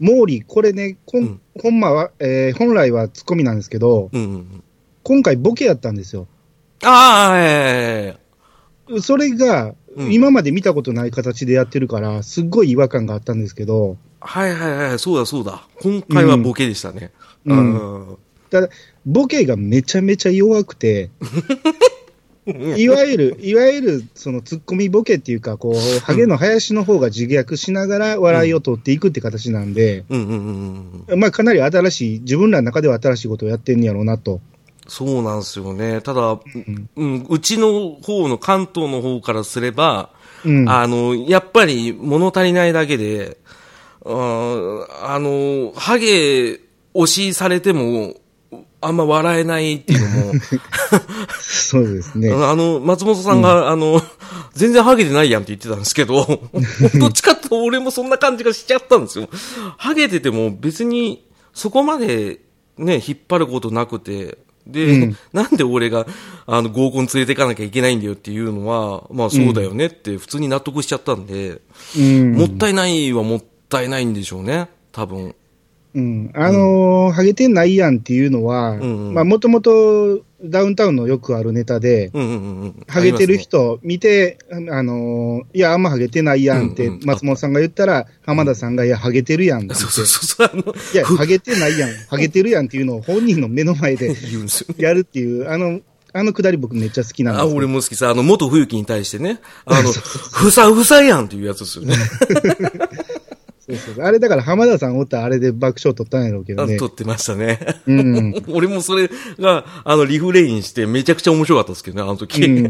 Speaker 2: 毛利、これね、こん、
Speaker 1: うん
Speaker 2: ほんまは、えー本来はツッコミなんですけど、
Speaker 1: うんうん。
Speaker 2: 今回ボケやったんですよ。
Speaker 1: ああ、ええ。
Speaker 2: それが、
Speaker 1: うん
Speaker 2: 今まで見たことない形でやってるから、すっごい違和感があったんですけど、
Speaker 1: はいはいはい、そうだそうだ。今回はボケでしたね。
Speaker 2: う
Speaker 1: うんん。
Speaker 2: ただ、ボケがめちゃめちゃ弱 くて、いわゆる、いわゆる、そのツッコミボケっていうか、こう、ハゲの林の方が自虐しながら笑いを取っていくって形なんで、
Speaker 1: うんうんうんうん。
Speaker 2: まあ、かなり新しい、自分らの中では新しいことをやってんやろうなと。
Speaker 1: そうなんですよね。ただ、うん、うちの方の関東の方からすれば、
Speaker 2: うん。
Speaker 1: あの、やっぱり物足りないだけで、うんあの、ハゲ押しされても、あんま笑えないっていう のも、
Speaker 2: そうですね。
Speaker 1: あの、松本さんが、あの、全然ハゲてないやんって言ってたんですけど、 どっちかっていうと俺もそんな感じがしちゃったんですよ。ハゲてても別にそこまでね、引っ張ることなくて、で、
Speaker 2: うん
Speaker 1: なんで俺が、あの、合コン連れてかなきゃいけないんだよっていうのは、まあそうだよねって普通に納得しちゃったんで、
Speaker 2: うん。
Speaker 1: もったいないはもったいないんでしょうね、多分。
Speaker 2: うん、あのーハゲてないやんっていうのは、
Speaker 1: んうん
Speaker 2: まあ、もともとダウンタウンのよくあるネタで、
Speaker 1: うんうんうんうん。
Speaker 2: ハゲてる人見て、あのーいや、あんまハゲてないやんって
Speaker 1: うんうん
Speaker 2: 松本さんが言ったら、浜田さんが、いや、ハゲてるやんって
Speaker 1: ありますね。そうそうそうそう、あの、
Speaker 2: いや、ハゲてないやん、ハゲてるやんっていうのを本人の目の前 で
Speaker 1: 言うんですよね
Speaker 2: やるっていう、あの、あのくだり僕めっちゃ好きなんで
Speaker 1: あ、
Speaker 2: すけど
Speaker 1: 俺も好きさ、あの、元冬木に対してね、あの、ふさふさやんっていうやつですよね。
Speaker 2: そうそうそうあれだから浜田さんおったらあれで爆笑取ったんやろうけどね。
Speaker 1: 撮ってましたね。
Speaker 2: うん。
Speaker 1: 俺もそれが、あの、リフレインしてめちゃくちゃ面白かったですけどね、あの時。
Speaker 2: うん。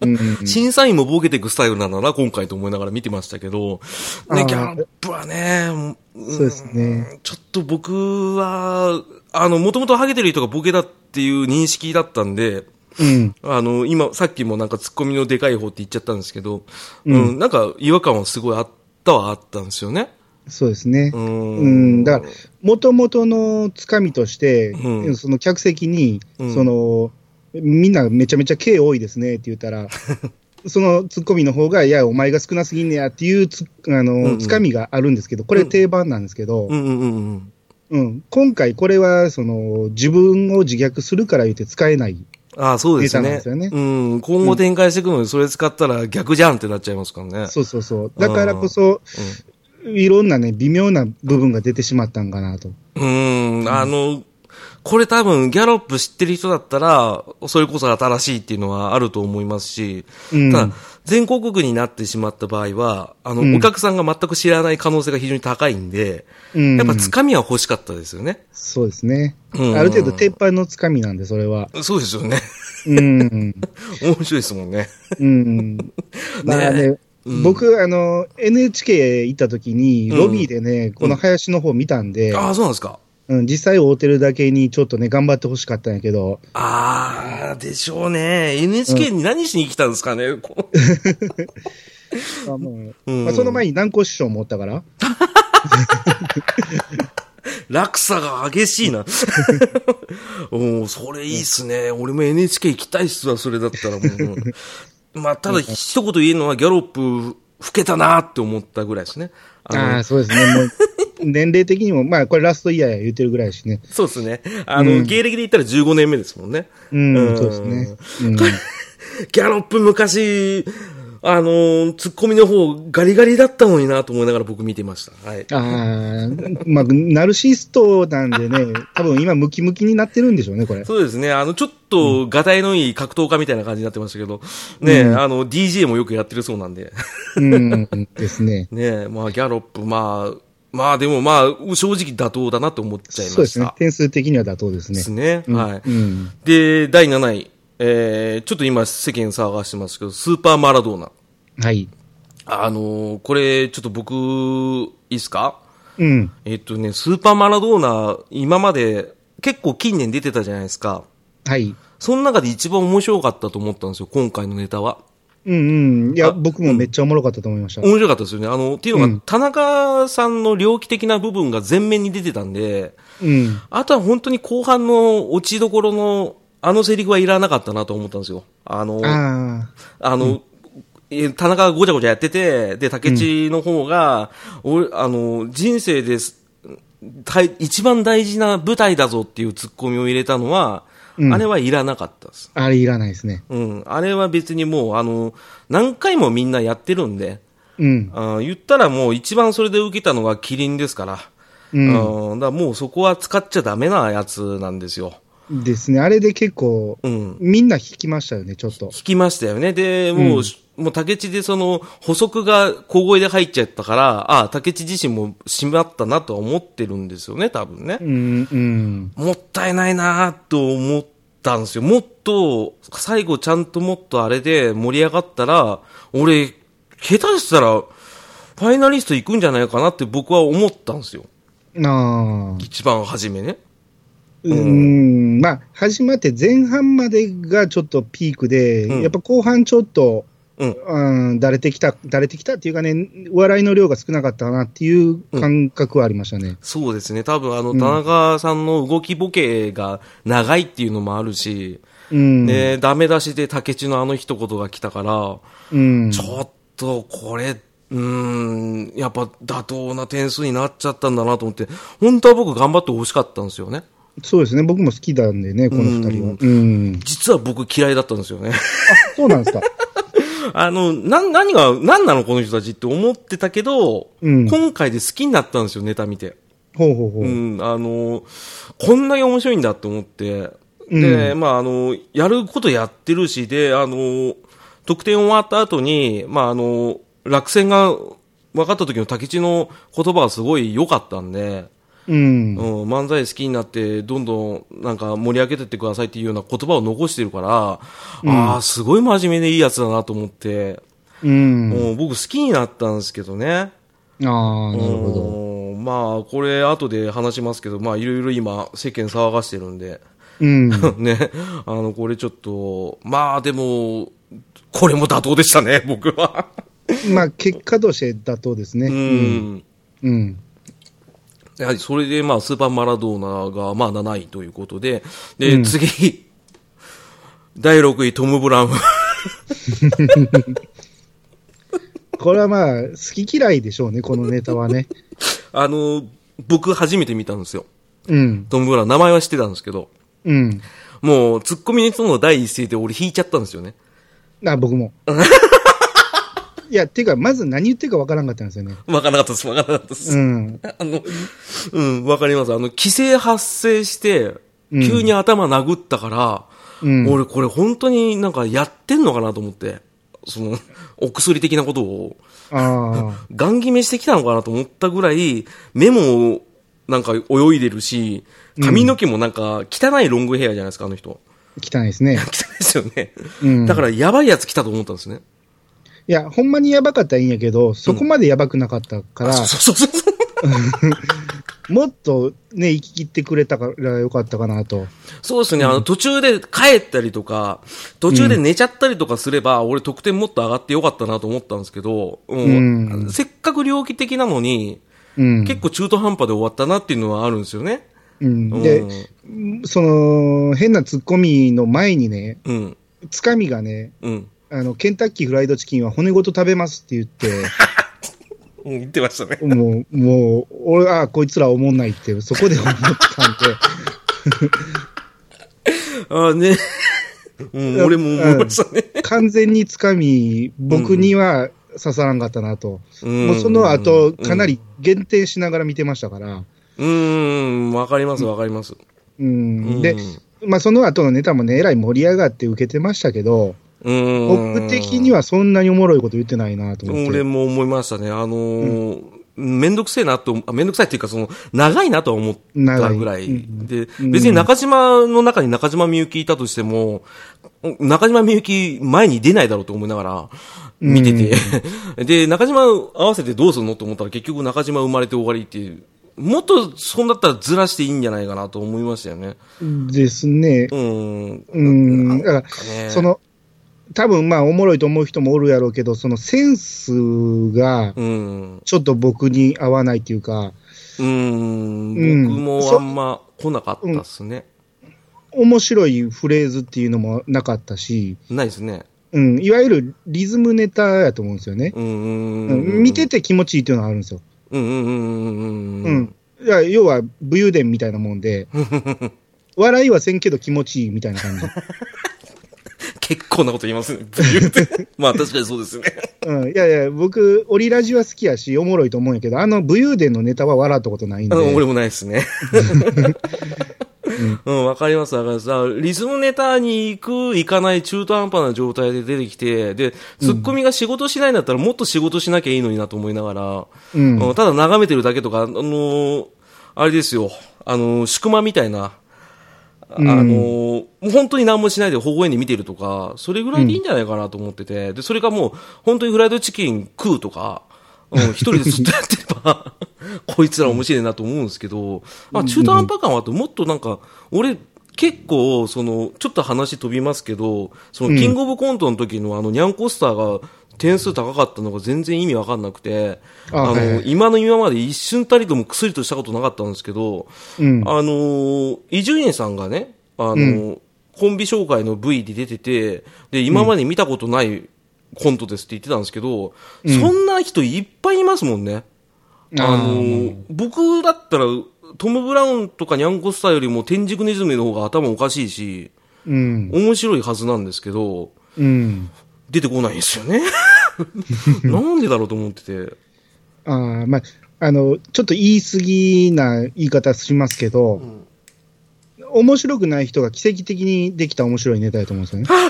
Speaker 2: うんうん
Speaker 1: 審査員もボケていくスタイルなんだな、今回と思いながら見てましたけど、
Speaker 2: あー
Speaker 1: ね、ギャップはね、うん
Speaker 2: そうですね
Speaker 1: ちょっと僕は、あの、もともとハゲてる人がボケだっていう認識だったんで、
Speaker 2: うん。
Speaker 1: あの、今、さっきもなんかツッコミのでかい方って言っちゃったんですけど、うん、なんか違和感はすごいあったはあったんですよね。
Speaker 2: そうですね。
Speaker 1: うーん
Speaker 2: うん、だから、もともとのつかみとして、
Speaker 1: うん
Speaker 2: その客席に、
Speaker 1: うん
Speaker 2: その、みんなめちゃめちゃ刑多いですねって言っ たら、そのツッコミの方が、いや、お前が少なすぎんねやっていうつ、あの、
Speaker 1: うんうん
Speaker 2: つかみがあるんですけど、これ定番なんですけど、
Speaker 1: うんうんうんうん。
Speaker 2: うん、今回これは、その、自分を自虐するから言って使えない。
Speaker 1: ああ、そうです
Speaker 2: データなん
Speaker 1: ね
Speaker 2: ですよね
Speaker 1: うん。今後展開していくのにそれ使ったら逆じゃんってなっちゃいますからね。
Speaker 2: そうそうそう。だからこそ、いろんなね、微妙な部分が出てしまったんかなと。
Speaker 1: うん。あの、これ多分ギャロップ知ってる人だったら、それこそ新しいっていうのはあると思いますし、
Speaker 2: うん
Speaker 1: ただ、全国区になってしまった場合は、あの、
Speaker 2: うん
Speaker 1: お客さんが全く知らない可能性が非常に高いんで、
Speaker 2: うん。
Speaker 1: やっぱつかみは欲しかったですよね。
Speaker 2: そうですね。
Speaker 1: うん
Speaker 2: ある程度、鉄板のつかみなんで、それは。
Speaker 1: そうですよね。
Speaker 2: うん。
Speaker 1: 面白いですもん ね。
Speaker 2: うん。まあね、
Speaker 1: うん
Speaker 2: 僕、あの、NHK 行った時に、
Speaker 1: うん
Speaker 2: ロビーでね、この林の方見たんで、
Speaker 1: ああ、そうなんですか。
Speaker 2: うん、実際会うてるだけにちょっとね、頑張ってほしかったんやけど、
Speaker 1: ああ、でしょうね。NHK に何しに来たんですかね。こ
Speaker 2: まあも
Speaker 1: う
Speaker 2: う
Speaker 1: ん
Speaker 2: まあ、その前に南光師匠もおったから、
Speaker 1: う落差が激しいな。 おお、それいいっすね。俺も NHK 行きたいっすわ、それだったらもう。まあ、ただ一言言えるのはギャロップ、老けたなって思ったぐらいですね。あの
Speaker 2: ああー、そうですね、もう、年齢的にも、まあ、これラストイヤーや言ってるぐらいやしね。
Speaker 1: そうですね。あの、芸歴で言ったら15年目ですもんね。
Speaker 2: うん、
Speaker 1: うん
Speaker 2: そうですね。
Speaker 1: ギャロップ昔、あのー、ツッコミの方ガリガリだったのになと思いながら僕見てました。はい。
Speaker 2: うん、ああ、 まあ、ナルシストなんでね、多分今ムキムキになってるんでしょう ね、これ。
Speaker 1: そうですね。あの、ちょっと、がたいのいい格闘家みたいな感じになってましたけど、ね、あの、DJ もよくやってるそうなんで。
Speaker 2: うん、ですね。
Speaker 1: ねまあ、ギャロップ、まあ、まあでもまあ、正直妥当だなと思っちゃいました。
Speaker 2: そうですね。点数的には妥当ですね
Speaker 1: で。すね。はい。
Speaker 2: うん。
Speaker 1: で、第7位。えー、ちょっと今世間騒がしてますけど、スーパーマラドーナ。
Speaker 2: はい。
Speaker 1: あのーこれ、ちょっと僕、いいっすか
Speaker 2: うん。
Speaker 1: えっとね、スーパーマラドーナ、今まで結構近年出てたじゃないですか。
Speaker 2: はい。
Speaker 1: その中で一番面白かったと思ったんですよ、今回のネタは。
Speaker 2: うんうん。い
Speaker 1: あ
Speaker 2: や、僕もめっちゃおもろかったと思いました。
Speaker 1: 面白かったですよね。あの、っていうのが、
Speaker 2: うん
Speaker 1: 田中さんの猟奇的な部分が前面に出てたんで、
Speaker 2: うん。
Speaker 1: あとは本当に後半の落ちどころの、あのセリフはいらなかったなと思ったんですよ。あの、あ
Speaker 2: あ
Speaker 1: の、えー田中がごちゃごちゃやってて、で、竹内の方が、俺、あの、人生です、大一番大事な舞台だぞっていうツッコミを入れたのは、
Speaker 2: うん
Speaker 1: あれはいらなかったです。
Speaker 2: あ、あれいらないですね。
Speaker 1: うん。あれは別にもう、あの、何回もみんなやってるんで、
Speaker 2: うん。
Speaker 1: あー言ったらもう一番それで受けたのがキリンですから。
Speaker 2: うん。
Speaker 1: うん。だからもうそこは使っちゃダメなやつなんですよ。
Speaker 2: ですね。あれで結構、
Speaker 1: うん。
Speaker 2: みんな引きましたよね、ちょっと。
Speaker 1: 聞きましたよね。で、もう、もう竹地でその補足が小声で入っちゃったから、ああ、竹地自身もしまったなとは思ってるんですよね、多分ね。
Speaker 2: うん、うん。
Speaker 1: もったいないなと思ったんですよ。もっと、最後ちゃんともっとあれで盛り上がったら、俺、下手したら、ファイナリスト行くんじゃないかなって僕は思ったんですよ。
Speaker 2: ああ。
Speaker 1: 一番初めね。
Speaker 2: うん。まあ、始まって前半までがちょっとピークで、
Speaker 1: うん
Speaker 2: やっぱ後半ちょっと、
Speaker 1: うん。
Speaker 2: うん、だれてきた、だれてきたっていうかね、笑いの量が少なかったなっていう感覚はありましたね。
Speaker 1: そうですね。多分あの、田中さんの動きボケが長いっていうのもあるし、
Speaker 2: うん。
Speaker 1: ね、ダメ出しで竹地のあの一言が来たから、
Speaker 2: うん。
Speaker 1: ちょっとこれ、うーん、やっぱ妥当な点数になっちゃったんだなと思って、本当は僕頑張ってほしかったんですよね。
Speaker 2: そうですね。僕も好きなんでね、この二人は。うん。
Speaker 1: 実は僕嫌いだったんです よね。
Speaker 2: あ、そうなんですか。
Speaker 1: あの、な、何が、何なのこの人たちって思ってたけど、
Speaker 2: うん
Speaker 1: 今回で好きになったんですよ、ネタ見て。
Speaker 2: ほうほうほう。
Speaker 1: うん、あの、こんなに面白いんだって思って、で、まあ、あの、やることやってるし、で、あの、得点終わった後に、まあ、あの、落選が分かった時の竹地の言葉がすごい良かったんで、
Speaker 2: うん。
Speaker 1: うん、漫才好きになって、どんどんなんか盛り上げてってくださいっていうような言葉を残してるから、ああ、すごい真面目でいいやつだなと思って、
Speaker 2: うん。
Speaker 1: もう僕好きになったんですけどね。
Speaker 2: ああ、なるほど。
Speaker 1: うんまあ、これ後で話しますけど、まあ、いろいろ今世間騒がしてるんで、
Speaker 2: うん。
Speaker 1: ね、あの、これちょっと、まあでも、これも妥当でしたね、 僕は。
Speaker 2: まあ、結果として妥当です
Speaker 1: う
Speaker 2: ね。
Speaker 1: ん。
Speaker 2: うん。
Speaker 1: やはりそれで、まあ、スーパーマラドーナが、まあ、7位ということで、で、次、第6位、トム・ブラウン。
Speaker 2: これはまあ、好き嫌いでしょうね、このネタはね。
Speaker 1: あの、僕初めて見たんですよ。
Speaker 2: うん。
Speaker 1: トム・ブラウン、名前は知ってたんですけど、
Speaker 2: うん。
Speaker 1: もう、ツッコミの人の第一声で俺引いちゃったんですよね。
Speaker 2: あ、僕 も。いや、ていうか、まず何言ってるかわからんかったんですよね。
Speaker 1: わからなかったです、わからなかったです。
Speaker 2: うん。
Speaker 1: あの、うん、わかります。あの、規制発生して、
Speaker 2: うん
Speaker 1: 急に頭殴ったから、
Speaker 2: うん
Speaker 1: 俺これ本当になんかやってんのかなと思って、その、 お薬的なことを、
Speaker 2: ああ。
Speaker 1: ガン決めしてきたのかなと思ったぐらい、目もなんか泳いでるし、髪の毛もなんか汚いロングヘアじゃないですか、あの人。
Speaker 2: 汚いですね。
Speaker 1: 汚いですよね。
Speaker 2: うん
Speaker 1: だからやばいやつ来たと思ったんですね。
Speaker 2: いや、ほんまにやばかったらいいんやけど、そこまでやばくなかったから、
Speaker 1: そうそうそうそう。
Speaker 2: もっとね、生き切ってくれたからよかったかなと。
Speaker 1: そうですね、あの途中で帰ったりとか、途中で寝ちゃったりとかすれば、俺、得点もっと上がってよかったなと思ったんですけど、もう
Speaker 2: うん
Speaker 1: せっかく猟奇的なのに、
Speaker 2: うん。
Speaker 1: 結構中途半端で終わったなっていうのはあるんですよね。
Speaker 2: うん、
Speaker 1: うん
Speaker 2: で、その、変なツッコミの前にね、
Speaker 1: うん、
Speaker 2: つかみがね、
Speaker 1: うん、
Speaker 2: あの、ケンタッキーフライドチキンは骨ごと食べますって 言っ
Speaker 1: うん、言ってましたね。
Speaker 2: て、もう、もう、俺、ああ、こいつら思んないって、そこで思ったん
Speaker 1: ああね、うん、俺も思いましたね。
Speaker 2: で、完全につかみ、僕には刺さらんかったなと。
Speaker 1: うん
Speaker 2: もうその後、
Speaker 1: うん
Speaker 2: かなり減点しながら見てましたから。
Speaker 1: うーん、わかります、わかります。
Speaker 2: うん。
Speaker 1: う
Speaker 2: で
Speaker 1: ん、
Speaker 2: まあ、その後のネタもね、えらい盛り上がって受けてましたけど、
Speaker 1: うーん
Speaker 2: 僕的にはそんなにおもろいこと言ってないなと思って。
Speaker 1: 俺も思いましたね。あのーめんどくせえなと、あめんどくさいっていうか、その、長いなとは思ったぐら
Speaker 2: 長
Speaker 1: い。
Speaker 2: いうん
Speaker 1: で、
Speaker 2: うん
Speaker 1: 別に中島の中に中島みゆきいたとしても、中島みゆき前に出ないだろうと思いながら、見てて。で、中島合わせてどうするのと思ったら結局中島生まれて終わりっていう。もっと、そんだったらずらしていいんじゃないかなと思いましたよね。
Speaker 2: ですね
Speaker 1: う。ん。
Speaker 2: うん。だから、
Speaker 1: ね
Speaker 2: そ、の、多分まあ、おもろいと思う人もおるやろうけど、そのセンスが、
Speaker 1: うん。
Speaker 2: ちょっと僕に合わないっていうか、
Speaker 1: うん。
Speaker 2: うん
Speaker 1: 僕もあんま来なかったっすね。
Speaker 2: 面白いフレーズっていうのもなかったし、
Speaker 1: ないですね。
Speaker 2: うん、いわゆるリズムネタやと思うんですよね。
Speaker 1: うんうん
Speaker 2: う
Speaker 1: うんうん
Speaker 2: ん、見てて気持ちいいっていうのはあるんですよ。
Speaker 1: うんうんうんうんう
Speaker 2: うんん。いや要は、武勇伝みたいなもんで、笑いはせんけど気持ちいいみたいな感じ。
Speaker 1: 結構なこと言いますね。 武勇伝まあ確かにそうですね。
Speaker 2: うん、いやいや、僕、オリラジは好きやし、おもろいと思うんやけど、あの武勇伝のネタは笑ったことないん
Speaker 1: あ
Speaker 2: で。
Speaker 1: の俺もないですね。 うん、わかります。だからさ、リズムネタに行く、行かない中途半端な状態で出てきて、で、ツッコミが仕事しないんだったらもっと仕事しなきゃいいのになと思いながら、
Speaker 2: うん
Speaker 1: うんただ眺めてるだけとか、あのーあれですよ、あのー、宿間みたいな、ああ
Speaker 2: うん
Speaker 1: のーもう本当に何もしないで微笑んで見てるとか、それぐらいでいいんじゃないかなと思ってて、で、それがもう、本当にフライドチキン食うとか、 うん、一人でずっとやってれば、 こいつら面白いなと思うんですけど、まあ、中途半端感はあと、もっとなんか、俺、結構、その、ちょっと話飛びますけど、その、キングオブコントの時のあの、ニャンコスターが点数高かったのが全然意味わかんなくて、
Speaker 2: あ
Speaker 1: あの、
Speaker 2: はいはい
Speaker 1: 今の今まで一瞬たりとも薬としたことなかったんですけど、
Speaker 2: うん。
Speaker 1: あのー伊集院さんがね、あのーコンビ紹介の V で出てて、で、今まで見たことないコントですって言ってたんですけど、そんな人いっぱいいますもんね。あのー僕だったら、トム・ブラウンとかニャンコスターよりも天竺ネズミの方が頭おかしいし、
Speaker 2: うん。
Speaker 1: 面白いはずなんですけど、
Speaker 2: うん。
Speaker 1: 出てこないんですよ ね。なんでだろうと思ってて。
Speaker 2: あーまあ、あの、ちょっと言い過ぎな言い方しますけど、面白くない人が奇跡的にできた面白いネタだと思うんです よね。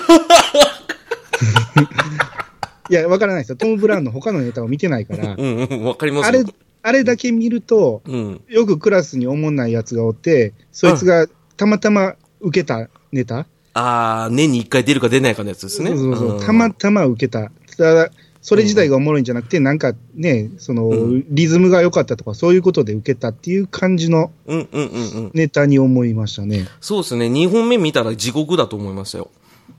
Speaker 2: いや、わからないですよ。トム・ブラウンの他のネタを見てないから、
Speaker 1: うんうん、わかります
Speaker 2: あれ、あれだけ見ると、
Speaker 1: うん。
Speaker 2: よくクラスにおもんないやつがおって、そいつがたまたま受けたネタ、
Speaker 1: ああ、年に一回出るか出ないかのやつですね。
Speaker 2: そうそう
Speaker 1: うん
Speaker 2: たまたま受けた。ただ、それ自体がおもろいんじゃなくて、なんかね、その、リズムが良かったとか、そういうことで受けたっていう感じの
Speaker 1: うんうんうんうん。
Speaker 2: ネタに思いましたね。
Speaker 1: そうですね。2本目見たら地獄だと思いましたよ。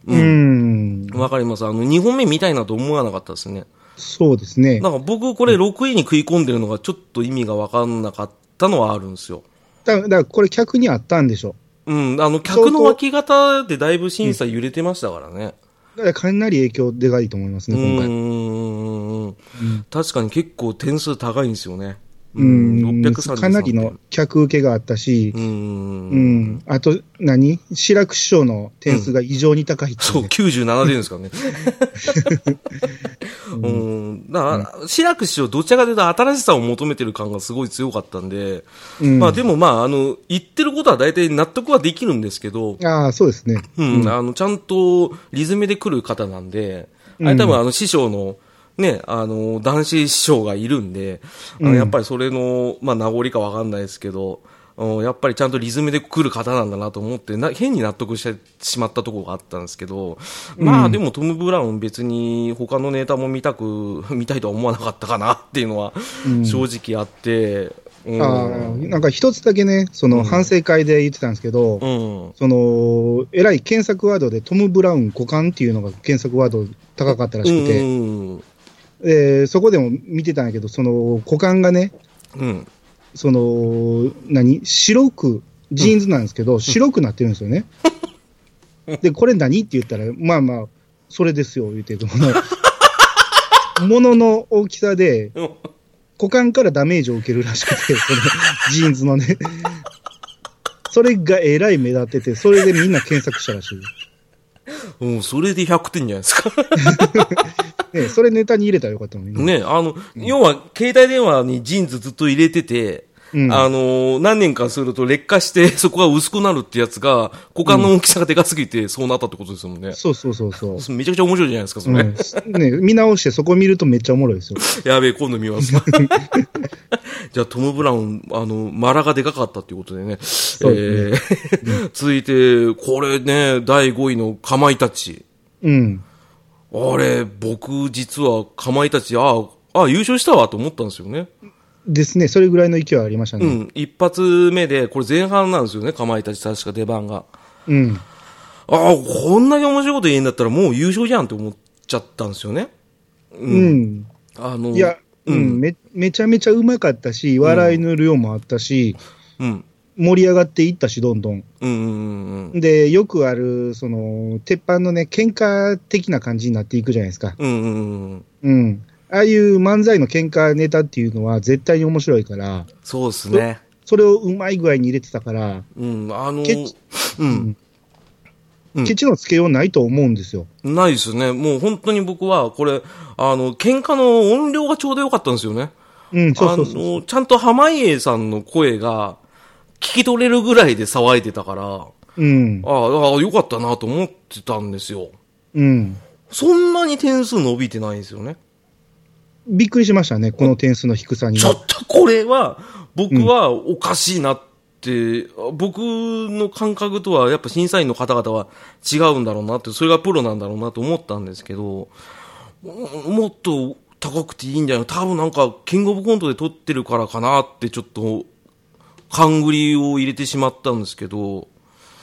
Speaker 2: うーん。
Speaker 1: わかります。あの、2本目見たいなと思わなかったですね。
Speaker 2: そうですね。
Speaker 1: なんか僕これ6位に食い込んでるのがちょっと意味がわかんなかったのはあるんですよ。
Speaker 2: だだから、これ客にあったんでしょ
Speaker 1: うん、あの、客の脇型でだいぶ審査揺れてましたからね。
Speaker 2: だからかなり影響でかいと思います
Speaker 1: う
Speaker 2: ね、今回。
Speaker 1: んうん。確かに結構点数高いんですよね。
Speaker 2: うん、
Speaker 1: 633
Speaker 2: かなりの客受けがあったし
Speaker 1: う、ん
Speaker 2: う。ん、あと何、志らく師匠の点数が異常に高いってい
Speaker 1: そう、
Speaker 2: ね
Speaker 1: 97点ですからね。 うん。だから、志らく師匠、どちらかというと新しさを求めてる感がすごい強かったんで、
Speaker 2: うん
Speaker 1: まあでもまあ、あの、言ってることは大体納得はできるんですけど、
Speaker 2: ああ、そうですね。
Speaker 1: うん、あの、ちゃんとリズムで来る方なんで、あれ多分あの師匠の、ね、あの、男子師匠がいるんで、あのやっぱりそれの、まあ名残かわかんないですけど、うんやっぱりちゃんとリズムで来る方なんだなと思って、な変に納得してしまったところがあったんですけど、まあでもトム・ブラウン別に他のネタも見たく、 見たいとは思わなかったかなっていうのは正直あって、うん。
Speaker 2: ああなんか一つだけね、その反省会で言ってたんですけど、
Speaker 1: うん。
Speaker 2: その、えらい検索ワードでトム・ブラウン股間っていうのが検索ワード高かったら
Speaker 1: う
Speaker 2: しくて、
Speaker 1: ん。
Speaker 2: えーそこでも見てたんやけど、その股間がね、
Speaker 1: うん。
Speaker 2: その、何白く、ジーンズなんですけど、白くなってるんですよ ね。で、これ何って言ったら、まあまあ、それですよ、言って、も の、ものの大きさで、
Speaker 1: うん
Speaker 2: 股間からダメージを受けるらしくて、そのジーンズのね。それがえらい目立ってて、それでみんな検索したらしい。
Speaker 1: うん、それで100点じゃないですか。
Speaker 2: ね、それネタに入れたらよかったのに。
Speaker 1: ね、あの、要は、携帯電話にジーンズずっと入れてて、
Speaker 2: うん
Speaker 1: あの、何年かすると劣化して、 そこが薄くなるってやつが、股間の大きさがでかすぎて、そうなったってことですもんね。
Speaker 2: そうそうそうそう。
Speaker 1: めちゃくちゃ面白いじゃないですか、それ。
Speaker 2: うん、ね、見直してそこ見るとめっちゃおもろいですよ。
Speaker 1: やべえ、今度見 ます。じゃあ、トム・ブラウン、あの、マラがでかかったっていうことでね。
Speaker 2: う
Speaker 1: え
Speaker 2: で
Speaker 1: ー続いて、これね、第5位のかまいたち。
Speaker 2: うん。
Speaker 1: あれ、僕、実は、かまいたち、ああ、ああ、優勝したわ、と思ったんですよね。
Speaker 2: ですね、それぐらいの勢いありました
Speaker 1: う
Speaker 2: ね。
Speaker 1: ん、一発目で、これ前半なんですよね、かまいたち確か出番が。
Speaker 2: うん。
Speaker 1: ああ、こんなに面白いこと言えんだったらもう優勝じゃんって思っちゃったんですよね。
Speaker 2: うん。
Speaker 1: あの、
Speaker 2: いや、うん、め、めちゃめちゃうまかったし、笑いの量もあったし、
Speaker 1: うん、
Speaker 2: 盛り上がっていったし、どんどん。
Speaker 1: うん、うん、うん、
Speaker 2: で、よくある、その、鉄板のね、喧嘩的な感じになっていくじゃないですか。
Speaker 1: うん、うん、うん、
Speaker 2: うん。ああいう漫才の喧嘩ネタっていうのは絶対に面白いから、
Speaker 1: そうですね。
Speaker 2: それをうまい具合に入れてたから、
Speaker 1: うん、あの
Speaker 2: ケチ、
Speaker 1: うん、うん
Speaker 2: ケチのつけようないと思うんですよ。
Speaker 1: ないですね。もう本当に僕は、これ、あの、喧嘩の音量がちょうどよかったんですよね。
Speaker 2: うん、そうそうそう。
Speaker 1: あの、ちゃんと濱家さんの声が、聞き取れるぐらいで騒いでたから、あ
Speaker 2: うん、
Speaker 1: あ、ああよかったなと思ってたんですよ。
Speaker 2: うん。
Speaker 1: そんなに点数伸びてないんですよね。
Speaker 2: びっくりしましたね、この点数の低さに
Speaker 1: ちょ。っとこれは、僕はおかしいなって、僕の感覚とはやっぱ審査員の方々は違うんだろうなって、それがプロなんだろうなと思ったんですけど、ももっと高くていいんじゃない多分なんか、キングオブコントで撮ってるからかなってちょっと、勘繰りを入れてしまったんですけど、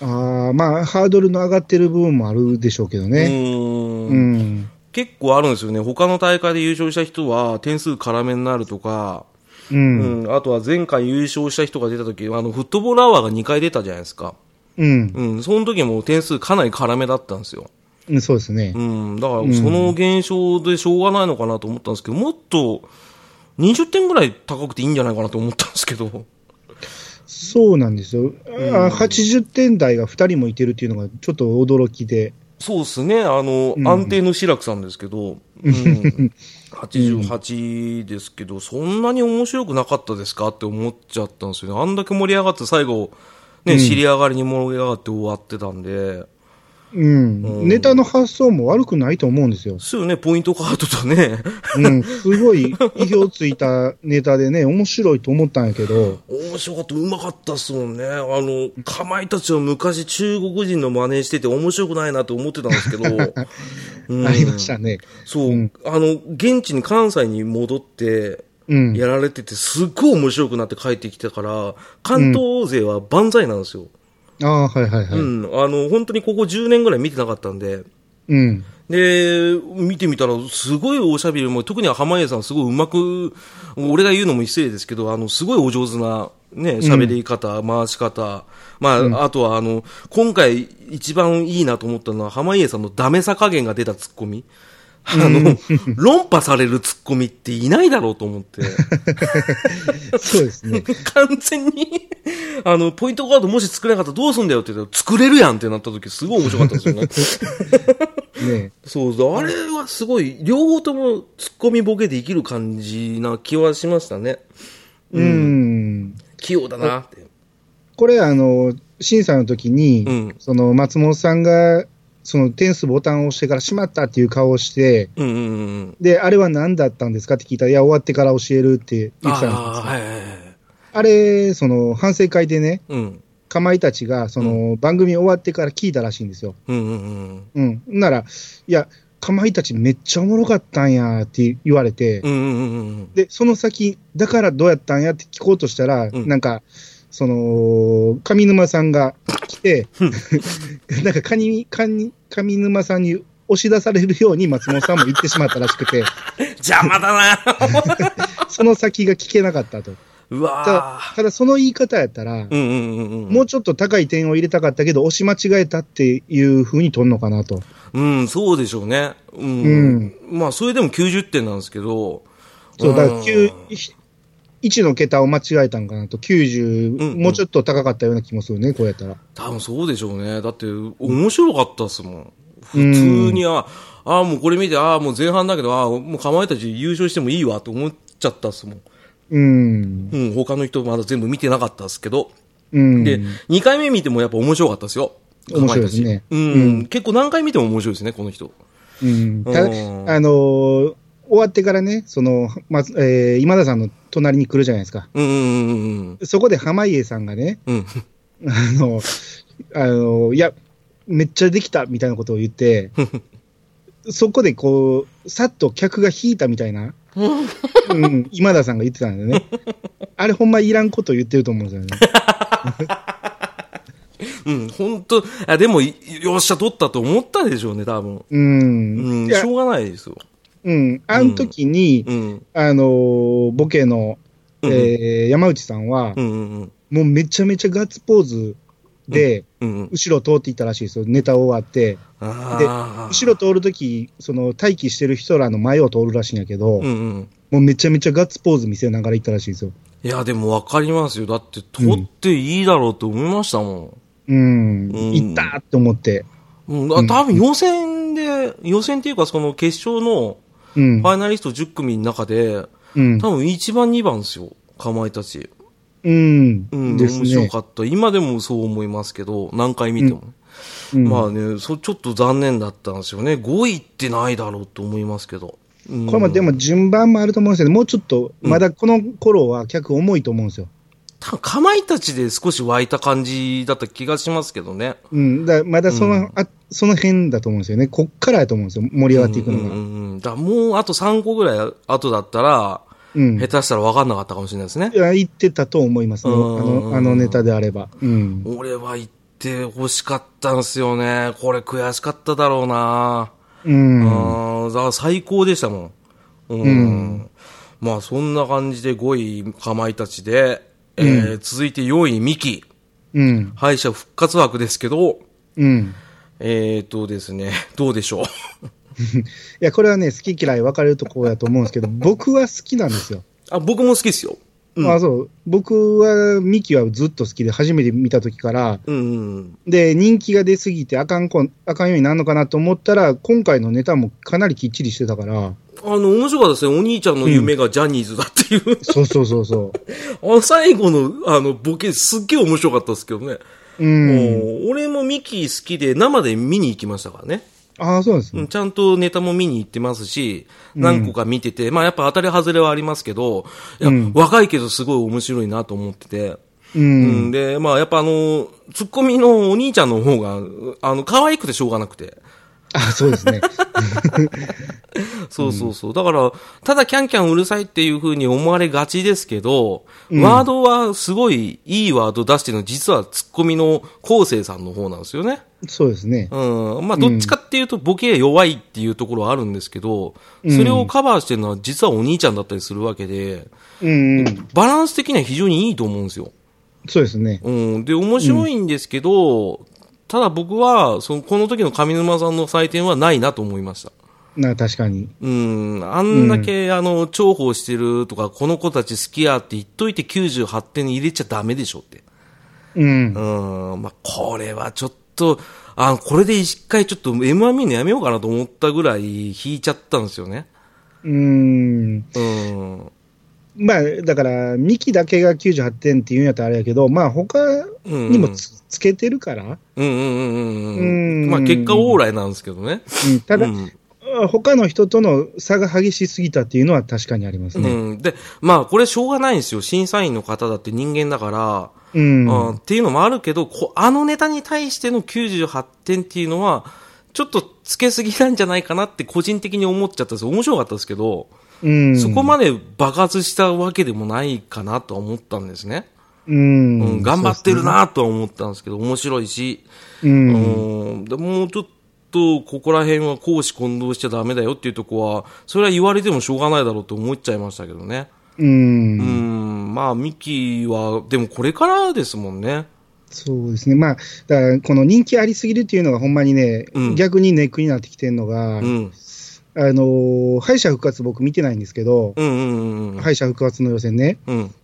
Speaker 2: ああ、まあ、ハードルの上がってる部分もあるでしょうけど
Speaker 1: う
Speaker 2: ね。
Speaker 1: ーん
Speaker 2: うん。
Speaker 1: 結構あるんですよね。他の大会で優勝した人は点数絡めになるとか、
Speaker 2: うん。
Speaker 1: うん、あとは前回優勝した人が出た時、あの、フットボールアワーが2回出たじゃないですか。
Speaker 2: うん。
Speaker 1: うん、その時も点数かなり絡めだったんですよ。
Speaker 2: うんそうですね。
Speaker 1: うん、だからその現象でしょうがないのかなと思ったんですけど、もっと20点ぐらい高くていいんじゃないかなと思ったんですけど。
Speaker 2: そうなんですよ。あ80点台が2人もいてるっていうのがちょっと驚きで。
Speaker 1: そうですね、あの、安定の志らくさんですけど、 うん、88ですけど、そんなに面白くなかったですかって思っちゃったんですよね。あんだけ盛り上がって最後、ね、尻上がりに盛り上がって終わってたんで、
Speaker 2: うん。ネタの発想も悪くないと思うんですよ。
Speaker 1: すよね、ポイントカードとね、
Speaker 2: うん。すごい意表をついたネタでね、面白いと思ったんやけど。
Speaker 1: 面白かった、うまかったっすもんね。あの、かまいたちは昔中国人の真似してて面白くないなと思ってたん ですけど、うん
Speaker 2: ありましたね。
Speaker 1: そう、あの、現地に関西に戻って、
Speaker 2: うん。
Speaker 1: やられてて、すっごい面白くなって帰ってきたから、関東勢は万歳なんですよ。
Speaker 2: ああ、はいはいは
Speaker 1: う
Speaker 2: い。
Speaker 1: ん、あの、本当にここ10年ぐらい見てなかったんで、
Speaker 2: うん。
Speaker 1: で、見てみたら、すごいおしゃべりも、特に濱家さん、すごい上手く、俺が言うのも失礼ですけど、あの、すごいお上手なね、喋り方、回し方。まあ、あとは、あの、今回一番いいなと思ったのは、濱家さんのダメさ加減が出たツッコミ。あの、論破されるツッコミっていないだろうと思 って。
Speaker 2: そうですね。
Speaker 1: 完全に、あの、ポイントカードもし作れなかったらどうすんだよって言ったら、作れるやんってなった時すごい面白かったですよね。
Speaker 2: ね
Speaker 1: そうそう、あれはすごい、両方ともツッコミボケできる感じな気はしましたね。
Speaker 2: うん。
Speaker 1: 器用だなって。
Speaker 2: これ、あの、審査の時に、
Speaker 1: うん
Speaker 2: その松本さんが、その点数ボタンを押してからしまったっていう顔をして、
Speaker 1: うんうんうん。
Speaker 2: で、あれは何だったんですかって聞いたら、いや、終わってから教えるって言ってたんですよ
Speaker 1: ああー、はいはいはい。
Speaker 2: あれ、その、反省会でね、
Speaker 1: うん。
Speaker 2: かまいたちが、その、番組終わってから聞いたらしいんですよ。
Speaker 1: うんうんうん。
Speaker 2: うん。なら、いや、かまいたちめっちゃおもろかったんやって言われて、
Speaker 1: うんうんうんうん。
Speaker 2: で、その先、だからどうやったんやって聞こうとしたら、
Speaker 1: うん
Speaker 2: なんか、その、上沼さんが来て、 なんかカニ、カニ、上沼さんに押し出されるように松本さんも言ってしまったらし くて、
Speaker 1: 邪魔だな
Speaker 2: その先が聞けなかったと。
Speaker 1: う
Speaker 2: た
Speaker 1: わ
Speaker 2: だ
Speaker 1: ー、
Speaker 2: ただその言い方やったら、
Speaker 1: うんうんうんうん。
Speaker 2: もうちょっと高い点を入れたかったけど、押し間違えたっていう風に取るのかなと。
Speaker 1: うん、そうでしょうね。うん。まあ、それでも90点なんですけど。
Speaker 2: そう、だか
Speaker 1: ん
Speaker 2: ら9、1の桁を間違えたんかなと、90、
Speaker 1: うんうん
Speaker 2: もうちょっと高かったような気もするね、こうやったら。
Speaker 1: 多分そうでしょうね。だって、面白かったっすもん。普通に、ああ、もうこれ見て、ああ、もう前半だけど、ああ、もうかまいたち優勝してもいいわと思っちゃったっすもん。
Speaker 2: うん。
Speaker 1: うん、他の人まだ全部見てなかったっすけど。
Speaker 2: うん。
Speaker 1: で、2回目見てもやっぱ面白かったですよ。
Speaker 2: 面白いですね
Speaker 1: かまいたちうん、結構何回見ても面白いですね、この人。
Speaker 2: うん、ただ、あ
Speaker 1: うん
Speaker 2: のー終わってからね、その、まず、えー今田さんの隣に来るじゃないですか。
Speaker 1: うん、うん、うん
Speaker 2: そこで濱家さんがね、
Speaker 1: うん、うん。
Speaker 2: あの、あのいや、めっちゃできたみたいなことを言 って、そこでこう、さっと客が引いたみたいな、うん、今田さんが言ってたんだよ ね。あれほんまいらんこと言ってると思うんですよね。
Speaker 1: うん、本当あ、でも、いよっしゃ、取ったと思ったでしょうね、多分。
Speaker 2: うん。
Speaker 1: うん、
Speaker 2: い
Speaker 1: し
Speaker 2: や
Speaker 1: ょうがないですよ。
Speaker 2: うん。あの時に、
Speaker 1: うん、
Speaker 2: あのーボケの、え
Speaker 1: うん
Speaker 2: ー山内さんは、
Speaker 1: うん、うん、うん
Speaker 2: もうめちゃめちゃガッツポーズで、
Speaker 1: うんうん。
Speaker 2: 後ろ通っていったらしいですよ。ネタ終わって。
Speaker 1: ああ。
Speaker 2: 後ろ通るとき、その待機してる人らの前を通るらしいんやけど、
Speaker 1: うんうん。
Speaker 2: もうめちゃめちゃガッツポーズ見せながら行ったらしいですよ。
Speaker 1: いや、でもわかりますよ。だって、取っていいだろうと思いましたも
Speaker 2: う
Speaker 1: う
Speaker 2: ん。
Speaker 1: ん
Speaker 2: 行ったって思って。
Speaker 1: ん。うん、あ多分予選で、予選っていうか、その決勝の
Speaker 2: うん。
Speaker 1: ファイナリスト10組の中で、
Speaker 2: うん。
Speaker 1: 多分1番、2番ですよ。かまいたち。
Speaker 2: うん。
Speaker 1: うん、
Speaker 2: です
Speaker 1: 面白
Speaker 2: ね。
Speaker 1: かった。今でもそう思いますけど、何回見ても。
Speaker 2: うん
Speaker 1: まあね、そ、ちょっと残念だったんですよね。5位ってないだろうと思いますけど。うん
Speaker 2: これもでも順番もあると思うんですけど、もうちょっと、まだこの頃は客重いと思うんですよ。
Speaker 1: 多分かまいたちで少し湧いた感じだった気がしますけどね。
Speaker 2: うん。だまだその、あ、その辺だと思うんですよね。こっからやと思うんですよ。盛り上がっていくのが。
Speaker 1: うんうんうん、だからもうあと3個ぐらい後だったら、
Speaker 2: うん
Speaker 1: 下手したら分かんなかったかもしれないですね
Speaker 2: い。や、言ってたと思いますね。あ
Speaker 1: うん
Speaker 2: の、あのネタであれば。うん。
Speaker 1: 俺は言って欲しかったんですよね。これ悔しかっただろうな。
Speaker 2: うん。
Speaker 1: うん、だから最高でしたもん。うん。まあそんな感じで5位かまいたちで、えー続いて4位ミキ。
Speaker 2: うん。
Speaker 1: 敗者復活枠ですけど、
Speaker 2: うん。
Speaker 1: えー、とですね、どうでしょう。
Speaker 2: いや、これはね、好き嫌い分かれるところだと思うんです けど、僕は好きなんですよ。
Speaker 1: あ、僕も好きですよ。
Speaker 2: あそう。僕は、ミキはずっと好きで、初めて見た時から、
Speaker 1: うんうん。
Speaker 2: で、人気が出すぎて、あかんこん、あかんようになるのかなと思ったら、今回のネタもかなりきっちりしてたから、
Speaker 1: あの、面白かったですね。お兄ちゃんの夢がジャニーズだっていう。
Speaker 2: そうそうそうそ
Speaker 1: あ最後の、あの、ボケ、すっげえ面白かったですけどね。
Speaker 2: う。うん。
Speaker 1: もう俺もミキー好きで、生で見に行きましたからね。
Speaker 2: ああ、そうです
Speaker 1: う
Speaker 2: ね。
Speaker 1: んちゃんとネタも見に行ってますし、何個か見てて、まあやっぱ当たり外れはありますけど、いや
Speaker 2: うん
Speaker 1: 若いけどすごい面白いなと思ってて。
Speaker 2: う
Speaker 1: うん
Speaker 2: ん。
Speaker 1: で、まあやっぱあの、ツッコミのお兄ちゃんの方が、うあの、可愛くてしょうがなくて。
Speaker 2: ああ、そうです ね。
Speaker 1: そうそうそう。だから、ただキャンキャンうるさいっていう風に思われがちですけど、ワードはすごいいいワード出してるの、実はツッコミの昴生さんの方なんですよね。
Speaker 2: そうですね。
Speaker 1: うん。まあ、どっちかっていうと、ボケ弱いっていうところはあるんですけど、それをカバーしてるのは実はお兄ちゃんだったりするわけで、
Speaker 2: うんうん。
Speaker 1: バランス的には非常にいいと思うんですよ。
Speaker 2: そうですね。
Speaker 1: うん。で、面白いんですけど、ただ僕は、その、この時の上沼さんの採点はないなと思いました。
Speaker 2: な、確かに。
Speaker 1: うん。あんだけ、あの、重宝してるとか、この子たち好きやって言っといて98点入れちゃダメでしょって。
Speaker 2: うん。
Speaker 1: うん。まあ、これはちょっと、あ、これで一回ちょっと M1 見るのやめようかなと思ったぐらい引いちゃったんですよね。
Speaker 2: うん。
Speaker 1: うん。
Speaker 2: まあ、だから、ミキだけが98点って言うんやったらあれやけど、まあ、他にもつ,、つけてるから、
Speaker 1: うんうんうんうんう。
Speaker 2: うんん
Speaker 1: まあ、結果オーライなんですけどね。
Speaker 2: うん、ただ、
Speaker 1: うん
Speaker 2: 他の人との差が激しすぎたっていうのは確かにあります
Speaker 1: う
Speaker 2: ね。
Speaker 1: ん。で、まあ、これしょうがないんですよ。審査員の方だって人間だから、
Speaker 2: うん。
Speaker 1: うんっていうのもあるけどこ、あのネタに対しての98点っていうのは、ちょっとつけすぎなんじゃないかなって個人的に思っちゃったんですよ面白かったですけど、
Speaker 2: うん。
Speaker 1: そこまで爆発したわけでもないかなとは思ったんですね。
Speaker 2: うん。
Speaker 1: うん、頑張ってるなとは思ったんですけど、面白いし、
Speaker 2: そうですね。うん。
Speaker 1: うん、でもうちょっと、ここら辺は公私混同しちゃダメだよっていうとこは、それは言われてもしょうがないだろうと思っちゃいましたけどね。
Speaker 2: うん。
Speaker 1: うん、まあ、ミキは、でもこれからですもんね。
Speaker 2: そうですね。まあ、だから、この人気ありすぎるっていうのがほんまにね、
Speaker 1: うん
Speaker 2: 逆にネックになってきてるのが、
Speaker 1: うん。
Speaker 2: あのー敗者復活僕見てないんですけど、
Speaker 1: うんうんうんうん。
Speaker 2: 敗者復活の予選ね、
Speaker 1: うん。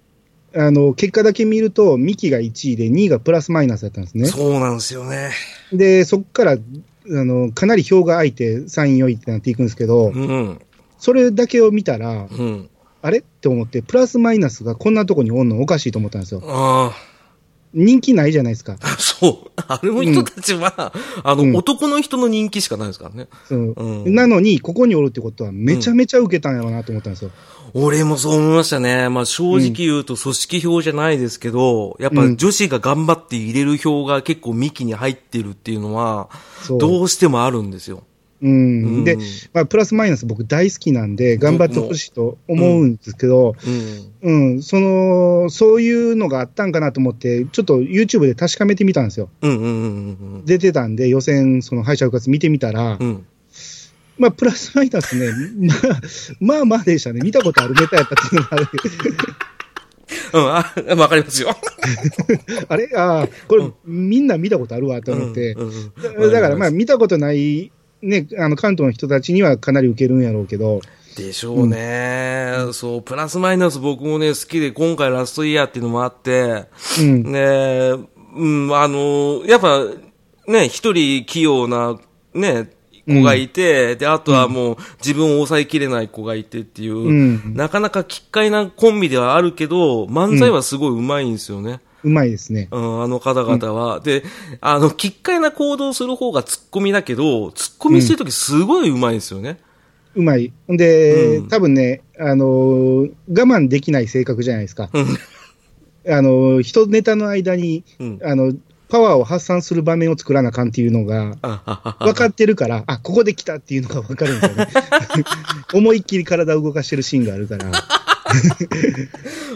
Speaker 2: あの結果だけ見ると、ミキが1位で、2位がプラスマイナスだったんですね。
Speaker 1: そうなんですよね。
Speaker 2: で、そこから、あのかなり票が空いて、3位、4位ってなっていくんですけど、
Speaker 1: うん。
Speaker 2: それだけを見たら、
Speaker 1: うん。
Speaker 2: あれって思って、プラスマイナスがこんなとこにおんのおかしいと思ったんですよ。
Speaker 1: あ
Speaker 2: 人気ないじゃないですか。
Speaker 1: あ。 そう。あれの人たちは、あの、
Speaker 2: うん
Speaker 1: 男の人の人気しかないですからね。
Speaker 2: その
Speaker 1: うん
Speaker 2: なのに、ここにおるってことは、めちゃめちゃ受けたんやろうなと思ったんですよ。
Speaker 1: 俺もそう思いましたね。まあ正直言うと組織票じゃないですけど、やっぱ女子が頑張って入れる票が結構幹に入ってるっていうのは、
Speaker 2: そう
Speaker 1: どうしてもあるんですよ。
Speaker 2: うん、
Speaker 1: う
Speaker 2: で
Speaker 1: ん、
Speaker 2: まあ、プラスマイナス僕大好きなんで、頑張ってほしいと思うんですけど、
Speaker 1: うん。
Speaker 2: うん、その、そういうのがあったんかなと思って、ちょっと YouTube で確かめてみたんですよ。
Speaker 1: うんうんうん
Speaker 2: 出てたんで、予選、その敗者復活見てみたら、
Speaker 1: うん。うん。
Speaker 2: まあ、プラスマイナスね、 まあ、まあまあでしたね。見たことあるネタやったっていうのがある。
Speaker 1: うん、あ、わかりますよ。
Speaker 2: あれああ、これ、みんな見たことあるわと思って。
Speaker 1: うんうん
Speaker 2: だだから、まあ、
Speaker 1: わり
Speaker 2: 見たことない、ね、あの、関東の人たちにはかなり受けるんやろうけど、
Speaker 1: ますでしょうね、そう、プラスマイナス僕もね、好きで、今回ラストイヤーっていうのもあって、
Speaker 2: うん、
Speaker 1: ねえ、うん、あの、やっぱ、ね、一人器用な、ね、子がいて、で、あとはもう、自分を抑えきれない子がいてっていう、
Speaker 2: うん
Speaker 1: なかなか奇怪なコンビではあるけど、漫才はすごい上手いんですよね。
Speaker 2: うまいですね。
Speaker 1: うん、あの方々は。で、あの、奇怪な行動する方がツッコミだけど、ツッコミしてるときすごい上手いんですよね。
Speaker 2: うまい。んで、
Speaker 1: うん
Speaker 2: 多分ね、あのー我慢できない性格じゃないですか。
Speaker 1: うん
Speaker 2: あのー人ネタの間に、
Speaker 1: うん
Speaker 2: あの、パワーを発散する場面を作らなあかんっていうのが、
Speaker 1: あははは
Speaker 2: 分かってるから、あ、ここで来たっていうのが分かるんです よね。思いっきり体を動かしてるシーンがあるから。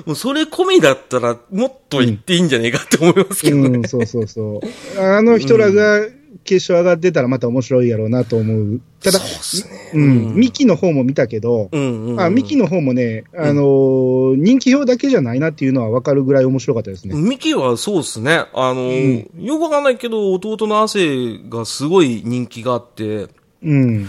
Speaker 1: もうそれ込みだったら、もっと言っていいんじゃねえかって思いますけど
Speaker 2: う
Speaker 1: ね。
Speaker 2: ん、そうそうそう。あの人らが決勝上がってたらまた面白いやろうなと思う。ただ、
Speaker 1: そうっすね。
Speaker 2: うん、ミキの方も見たけど、
Speaker 1: うんうんうん
Speaker 2: あミキの方もね、あのー人気票だけじゃないなっていうのは分かるぐらい面白かったですね。
Speaker 1: ミキはそうですね。あの、よくわかんないけど、弟の亜生がすごい人気があって、
Speaker 2: うん。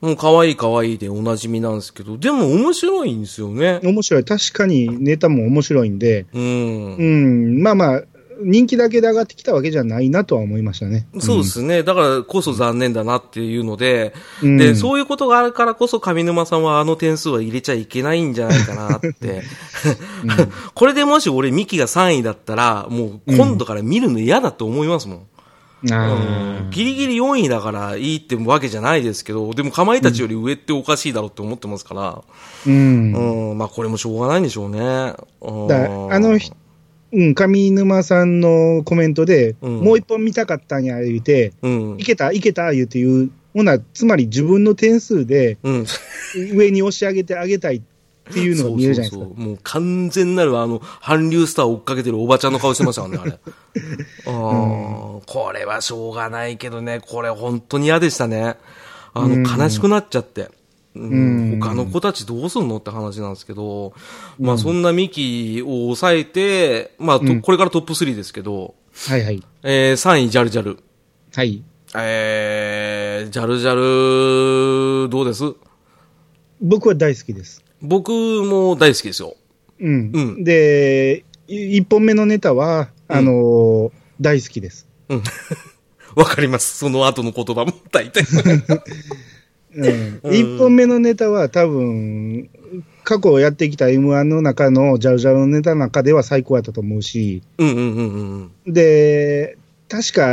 Speaker 1: もう可愛い可愛いでおなじみなんですけど、でも面白いんですよね。
Speaker 2: 面白い。確かにネタも面白いんで、
Speaker 1: うん。
Speaker 2: うん、まあまあ、人気だけで上がってきたわけじゃないなとは思いましたね。
Speaker 1: そうですね。だからこそ残念だなっていうので、
Speaker 2: うん
Speaker 1: で、そういうことがあるからこそ上沼さんはあの点数は入れちゃいけないんじゃないかなって。 これでもし俺ミキが3位だったら、もう今度から見るの嫌だと思いますもん。
Speaker 2: あ
Speaker 1: ギリギリ4位だからいいってわけじゃないですけど、でもかまいたちより上っておかしいだろうって思ってますから、
Speaker 2: ーうん。だ
Speaker 1: うん、まあこれもしょうがないんでしょうね。うん
Speaker 2: あのひ、うん、上沼さんのコメントで、
Speaker 1: うん
Speaker 2: もう一本見たかったんや、言うて、
Speaker 1: うん
Speaker 2: い。けた、いけた、言うて言う。ほな、つまり自分の点数で
Speaker 1: うん。
Speaker 2: 上に押し上げてあげたいっていうのが見えるじゃないですか。
Speaker 1: そうそうそうもう完全なるあの、韓流スターを追っかけてるおばちゃんの顔してましたからね、あ れ。あーこれはしょうがないけどね、これ本当に嫌でしたね。あの、悲しくなっちゃって。うん
Speaker 2: うん
Speaker 1: 他の子たちどうすんのって話なんですけど、まあそんなミキを抑えて、まあと
Speaker 2: うん
Speaker 1: これからトップ3ですけど、
Speaker 2: はいはい。
Speaker 1: えー3位ジャルジャル。
Speaker 2: はい。
Speaker 1: えー、ジャルジャル、どうです
Speaker 2: 僕は大好きです。
Speaker 1: 僕も大好きですよ。
Speaker 2: うん。
Speaker 1: うん
Speaker 2: で、い一本目のネタは、あのー大好きです。
Speaker 1: うん。 わかります。その後の言葉も大 体。
Speaker 2: うん。一本目のネタは多分、過去やってきた M1 の中のジャルジャルのネタの中では最高やったと思うし、
Speaker 1: うんうんうんうん
Speaker 2: で、確か、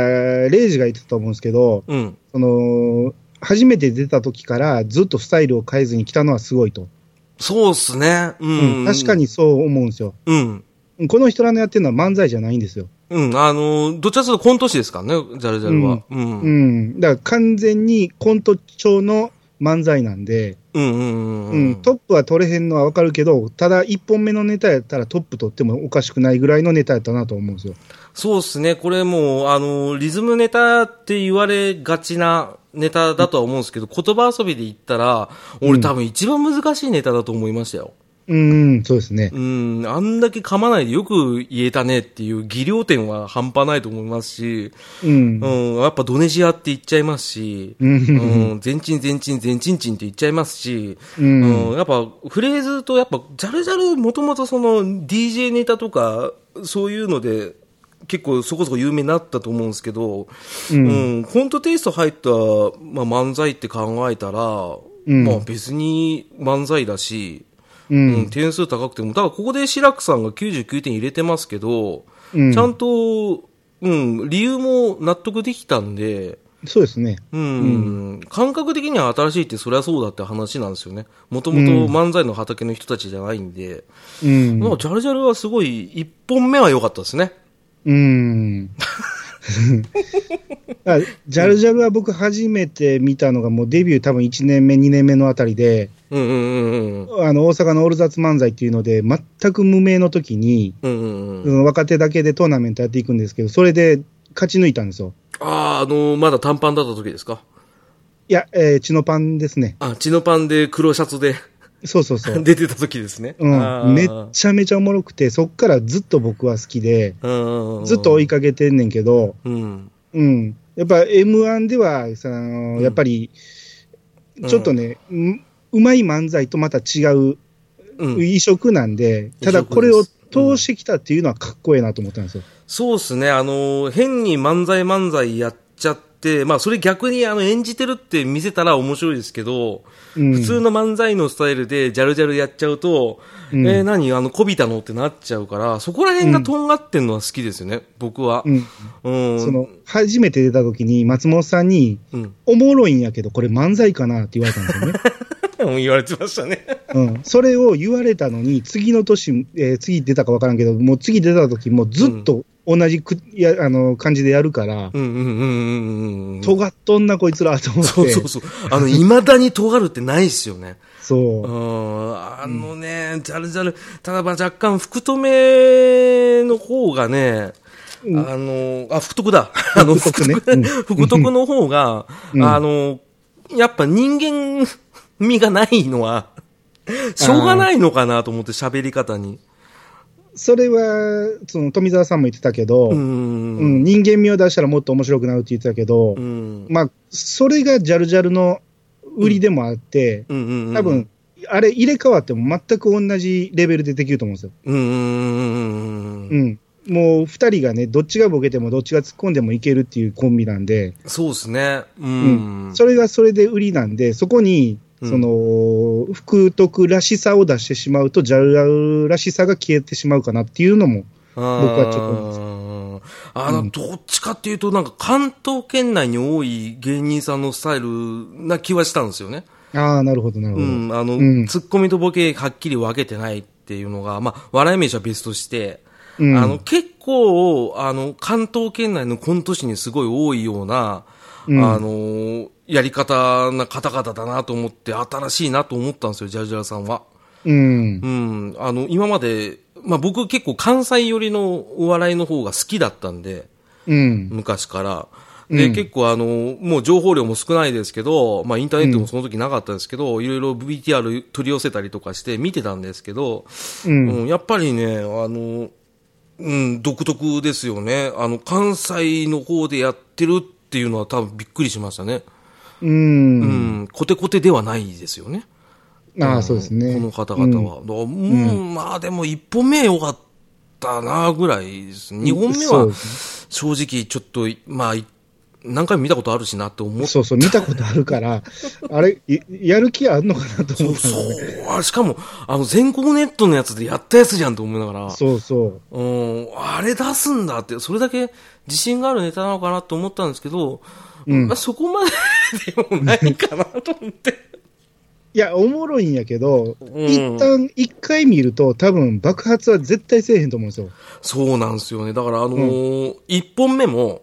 Speaker 2: レイジが言ってたと思うんですけど、
Speaker 1: うん。うん。
Speaker 2: その、初めて出た時からずっとスタイルを変えずに来たのはすごいと。
Speaker 1: そうっすね。うん。
Speaker 2: 確か。にそう思うんですよ。
Speaker 1: うん。
Speaker 2: この人らのやってるのは漫才じゃないんですよ。
Speaker 1: うん。あのーどちらかというとコント師ですからね、ジャルジャルは。う。
Speaker 2: うんん。だから完全にコント調の漫才なんで、
Speaker 1: うんうんうん
Speaker 2: うん、トップは取れへんのはわかるけど、ただ一本目のネタやったらトップ取ってもおかしくないぐらいのネタやったなと思うんですよ。
Speaker 1: そうっすね。これもう、あのーリズムネタって言われがちなネタだとは思うんですけど、言葉遊びで言ったら、俺多分一番難しいネタだと思いましたよ。
Speaker 2: うん、そうですね。
Speaker 1: うん、あんだけ噛まないでよく言えたねっていう技量点は半端ないと思いますし、
Speaker 2: うん。
Speaker 1: うん、やっぱドネシアって言っちゃいますし、
Speaker 2: う
Speaker 1: うんん、全チン全チン全チンチンって言っちゃいますし、
Speaker 2: うん
Speaker 1: やっぱフレーズとやっぱジャルジャルもともとその DJ ネタとかそういうので結構そこそこ有名になったと思うんですけど、
Speaker 2: うん
Speaker 1: うんコントテイスト入った、まあ、漫才って考えたら、
Speaker 2: うん
Speaker 1: まあ別に漫才だし、
Speaker 2: う。
Speaker 1: うんん、点数高くても、だからここで白くさんが99点入れてますけど、
Speaker 2: うん
Speaker 1: ちゃんと、うん、理由も納得できたんで、
Speaker 2: そうですね。
Speaker 1: うん、感覚的には新しいってそりゃそうだって話なんですよね。もともと漫才の畑の人たちじゃないんで、
Speaker 2: うん。
Speaker 1: まあジャルジャルはすごい、一本目は良かったですね。
Speaker 2: うーん。 あジャルジャルは僕初めて見たのがもうデビュー多分1年目2年目のあたりで、
Speaker 1: うんうんうんうん。
Speaker 2: あの大阪のオールザッツ漫才っていうので全く無名の時に、
Speaker 1: うんうんう
Speaker 2: そ
Speaker 1: ん、
Speaker 2: の若手だけでトーナメントやっていくんですけど、それで勝ち抜いたんですよ。
Speaker 1: ああ、あのまだ短パンだった時ですか
Speaker 2: いや、えー、血のパンですね。
Speaker 1: あ、血のパンで黒シャツで
Speaker 2: そうそうそ う。
Speaker 1: 出てた時ですね。
Speaker 2: うん、めっ
Speaker 1: あー
Speaker 2: ちゃめちゃおもろくて、そっからずっと僕は好きで、
Speaker 1: うんうんうん
Speaker 2: ずっと追いかけてんねんけど、
Speaker 1: うん。
Speaker 2: うん。やっぱ M1 では、その、やっぱり、
Speaker 1: ん
Speaker 2: ちょっとね、うんうまい漫才とまた違う
Speaker 1: うん。
Speaker 2: 異色なんで、た
Speaker 1: 異色で
Speaker 2: だ
Speaker 1: す
Speaker 2: これを通してきたっていうのはかっこええなと思ったんですよ。
Speaker 1: そうっすね、あの、変に漫才漫才やっちゃって、まあ、それ逆にあの演じてるって見せたら面白いですけど、
Speaker 2: うん
Speaker 1: 普通の漫才のスタイルでジャルジャルやっちゃうと、
Speaker 2: うん
Speaker 1: えー何あの、こびたのってなっちゃうから、そこら辺がとんがってんのは好きですよね、僕は。
Speaker 2: うん。
Speaker 1: うん。
Speaker 2: その、初めて出た時に松本さんに、
Speaker 1: うん。
Speaker 2: おもろいんやけど、これ漫才かなって言われたんですよ ね。
Speaker 1: 言われてましたね。
Speaker 2: うん。それを言われたのに、次の年、えー次出たかわからんけど、もう次出た時もずっと同じく、や、あの、感じでやるから、
Speaker 1: うんうんうんうんうんうん。
Speaker 2: 尖っとんなこいつらと思って。
Speaker 1: そうそうそう。あの、未だに尖るってないっすよね。
Speaker 2: そう
Speaker 1: う。んあのね、ジャルジャル、ただまあ若干、福留の方がね、あの、あ、福徳だ。あの、
Speaker 2: 福徳ね
Speaker 1: 福福徳の方が、
Speaker 2: うん
Speaker 1: あの、やっぱ人間味がないのは、しょうがないのかなと思って喋り方に。
Speaker 2: それは、その富澤さんも言ってたけど、
Speaker 1: う
Speaker 2: うん
Speaker 1: ん。
Speaker 2: 人間味を出したらもっと面白くなるって言ってたけど、
Speaker 1: うん。
Speaker 2: まあ、それがジャルジャルの売りでもあって、
Speaker 1: うんうんうん。
Speaker 2: 多分、あれ入れ替わっても全く同じレベルでできると思うんですよ。
Speaker 1: うんうんうん。
Speaker 2: うん。もう二人がね、どっちがボケてもどっちが突っ込んでもいけるっていうコンビなんで、
Speaker 1: そうですね。う。
Speaker 2: うんそれがそれで売りなんで、そこに、
Speaker 1: うん
Speaker 2: その、福徳らしさを出してしまうと、ジャルジャルらしさが消えてしまうかなっていうのも、
Speaker 1: 僕
Speaker 2: はちょっと思います
Speaker 1: あの、どっちかっていうと、なんか関東圏内に多い芸人さんのスタイルな気はしたんですよね。
Speaker 2: ああ、なるほど、なるほ
Speaker 1: う
Speaker 2: ど。
Speaker 1: ん、あの、
Speaker 2: うん
Speaker 1: ツッコミとボケはっきり分けてないっていうのが、まあ、笑い飯は別として、
Speaker 2: うん
Speaker 1: あの、結構、あの、関東圏内のコント師にすごい多いような、
Speaker 2: うん
Speaker 1: あの、やり方な方々だなと思って、新しいなと思ったんですよ、ジャルジャルさんは。
Speaker 2: うん
Speaker 1: う。ん、あの、今まで、まあ、僕結構関西寄りのお笑いの方が好きだったんで、
Speaker 2: うん。
Speaker 1: 昔から。で、
Speaker 2: うん
Speaker 1: 結構あの、もう情報量も少ないですけど、まあインターネットもその時なかったですけど、いろいろ VTR 取り寄せたりとかして見てたんですけど、
Speaker 2: うん
Speaker 1: うんやっぱりね、あの、うん、独特ですよね。あの、関西の方でやってるっていうのは多分びっくりしましたね。
Speaker 2: う。
Speaker 1: うんん、コテコテではないですよね。
Speaker 2: ああ、そうですね。
Speaker 1: この方々は。だからうん、まあでも一本目良かったなぐらいです。二本目
Speaker 2: そう
Speaker 1: は
Speaker 2: で
Speaker 1: 正直ちょっと、まあ、い何回も見たことあるしなって思っ
Speaker 2: そうそう、見たことあるから、あれ、いやる気あんのかなと思ったんだよね。
Speaker 1: そう。あしかも、あの、全国ネットのやつでやったやつじゃんと思いながら。
Speaker 2: そうそう。
Speaker 1: うん、あれ出すんだって、それだけ自信があるネタなのかなと思ったんですけど、まあ、そこまで でもないかなと思って。
Speaker 2: いや、おもろいんやけど、
Speaker 1: ん
Speaker 2: 一旦一回見ると、多分爆発は絶対せえへんと思うんですよ。
Speaker 1: そうなんですよね。だから、あのー一本目も、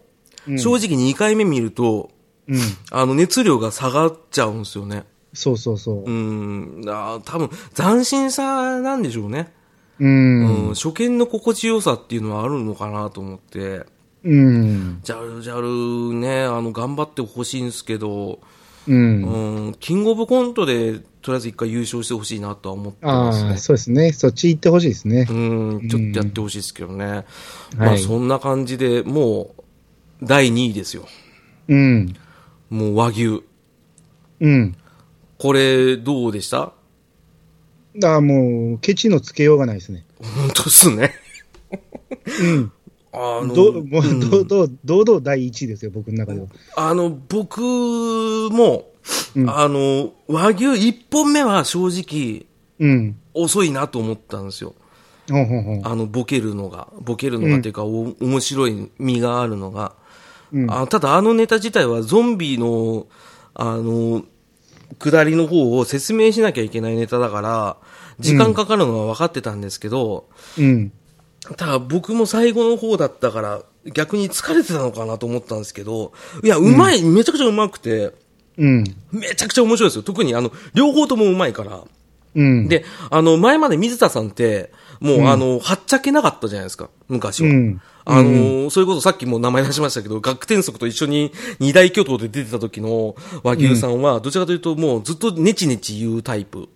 Speaker 1: 正直二回目見ると、
Speaker 2: うん。
Speaker 1: あの、熱量が下がっちゃうんですよね。
Speaker 2: そうそうそう
Speaker 1: う。ん、あー多分、斬新さなんでしょうね。
Speaker 2: うん。
Speaker 1: うん、初見の心地よさっていうのはあるのかなと思って。
Speaker 2: うん。
Speaker 1: ジャルジャルね、あの、頑張ってほしいんですけど、
Speaker 2: うん。
Speaker 1: うん、キングオブコントで、とりあえず一回優勝してほしいなとは思ってます
Speaker 2: ああ、
Speaker 1: ね。
Speaker 2: そうですね。そっち行ってほしいですね
Speaker 1: う。ん、ちょっとやってほしいですけどね。ま
Speaker 2: は
Speaker 1: あ、
Speaker 2: い
Speaker 1: そんな感じで、もう、第2位ですよ。
Speaker 2: うん。
Speaker 1: もう和牛。
Speaker 2: うん。
Speaker 1: これ、どうでした
Speaker 2: だからもう、ケチのつけようがないですね。
Speaker 1: 本当っすね。あの、
Speaker 2: どう、もう、どう、どう、堂々第一位ですよ、僕の中では。
Speaker 1: あの、僕も、あの、和牛一本目は正直
Speaker 2: うん。
Speaker 1: 遅いなと思ったんですよ。
Speaker 2: ほうほうほう。
Speaker 1: あの、ボケるのが、ボケるのがっていうか、お面白い身があるのが、あ。ただあのネタ自体はゾンビの、あの、下りの方を説明しなきゃいけないネタだから、時間かかるのは分かってたんですけど、
Speaker 2: うん。
Speaker 1: ただ僕も最後の方だったから、逆に疲れてたのかなと思ったんですけど、いや、うまい、めちゃくちゃうまくて、
Speaker 2: うん。
Speaker 1: めちゃくちゃ面白いですよ。特にあの、両方ともうまいから。
Speaker 2: うん。
Speaker 1: で、あの、前まで水田さんって、もう、あの、はっちゃけなかったじゃないですか、昔は。
Speaker 2: うん
Speaker 1: あのそれこそさっきも名前出しましたけど、学天則と一緒に二大巨頭で出てた時の和牛さんは、どちらかというともうずっとネチネチ言うタイプ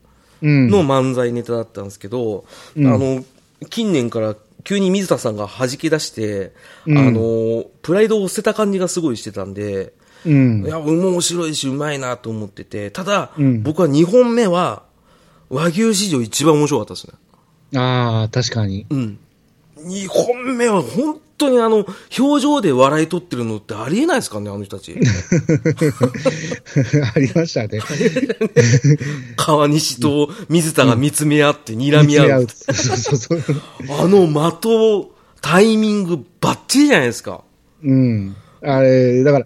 Speaker 2: うん。
Speaker 1: の漫才ネタだったんですけど、あの、近年から急に水田さんが弾け出して、あの、プライドを捨てた感じがすごいしてたんで、
Speaker 2: うん
Speaker 1: い。や、面白いし、うまいなと思ってて、ただ、
Speaker 2: うん
Speaker 1: 僕は2本目は、和牛史上一番面白かったですね。
Speaker 2: ああ、確かに。
Speaker 1: うん。2本目は本当にあの、表情で笑い取ってるのってありえないですかね、あの人たち。
Speaker 2: ありましたね。
Speaker 1: 川西と水田が見つめ合って睨み合う。
Speaker 2: 見つめ合うそうそうそう。
Speaker 1: あの的を、タイミングバッチリじゃないですか。
Speaker 2: うん。あれ、だから、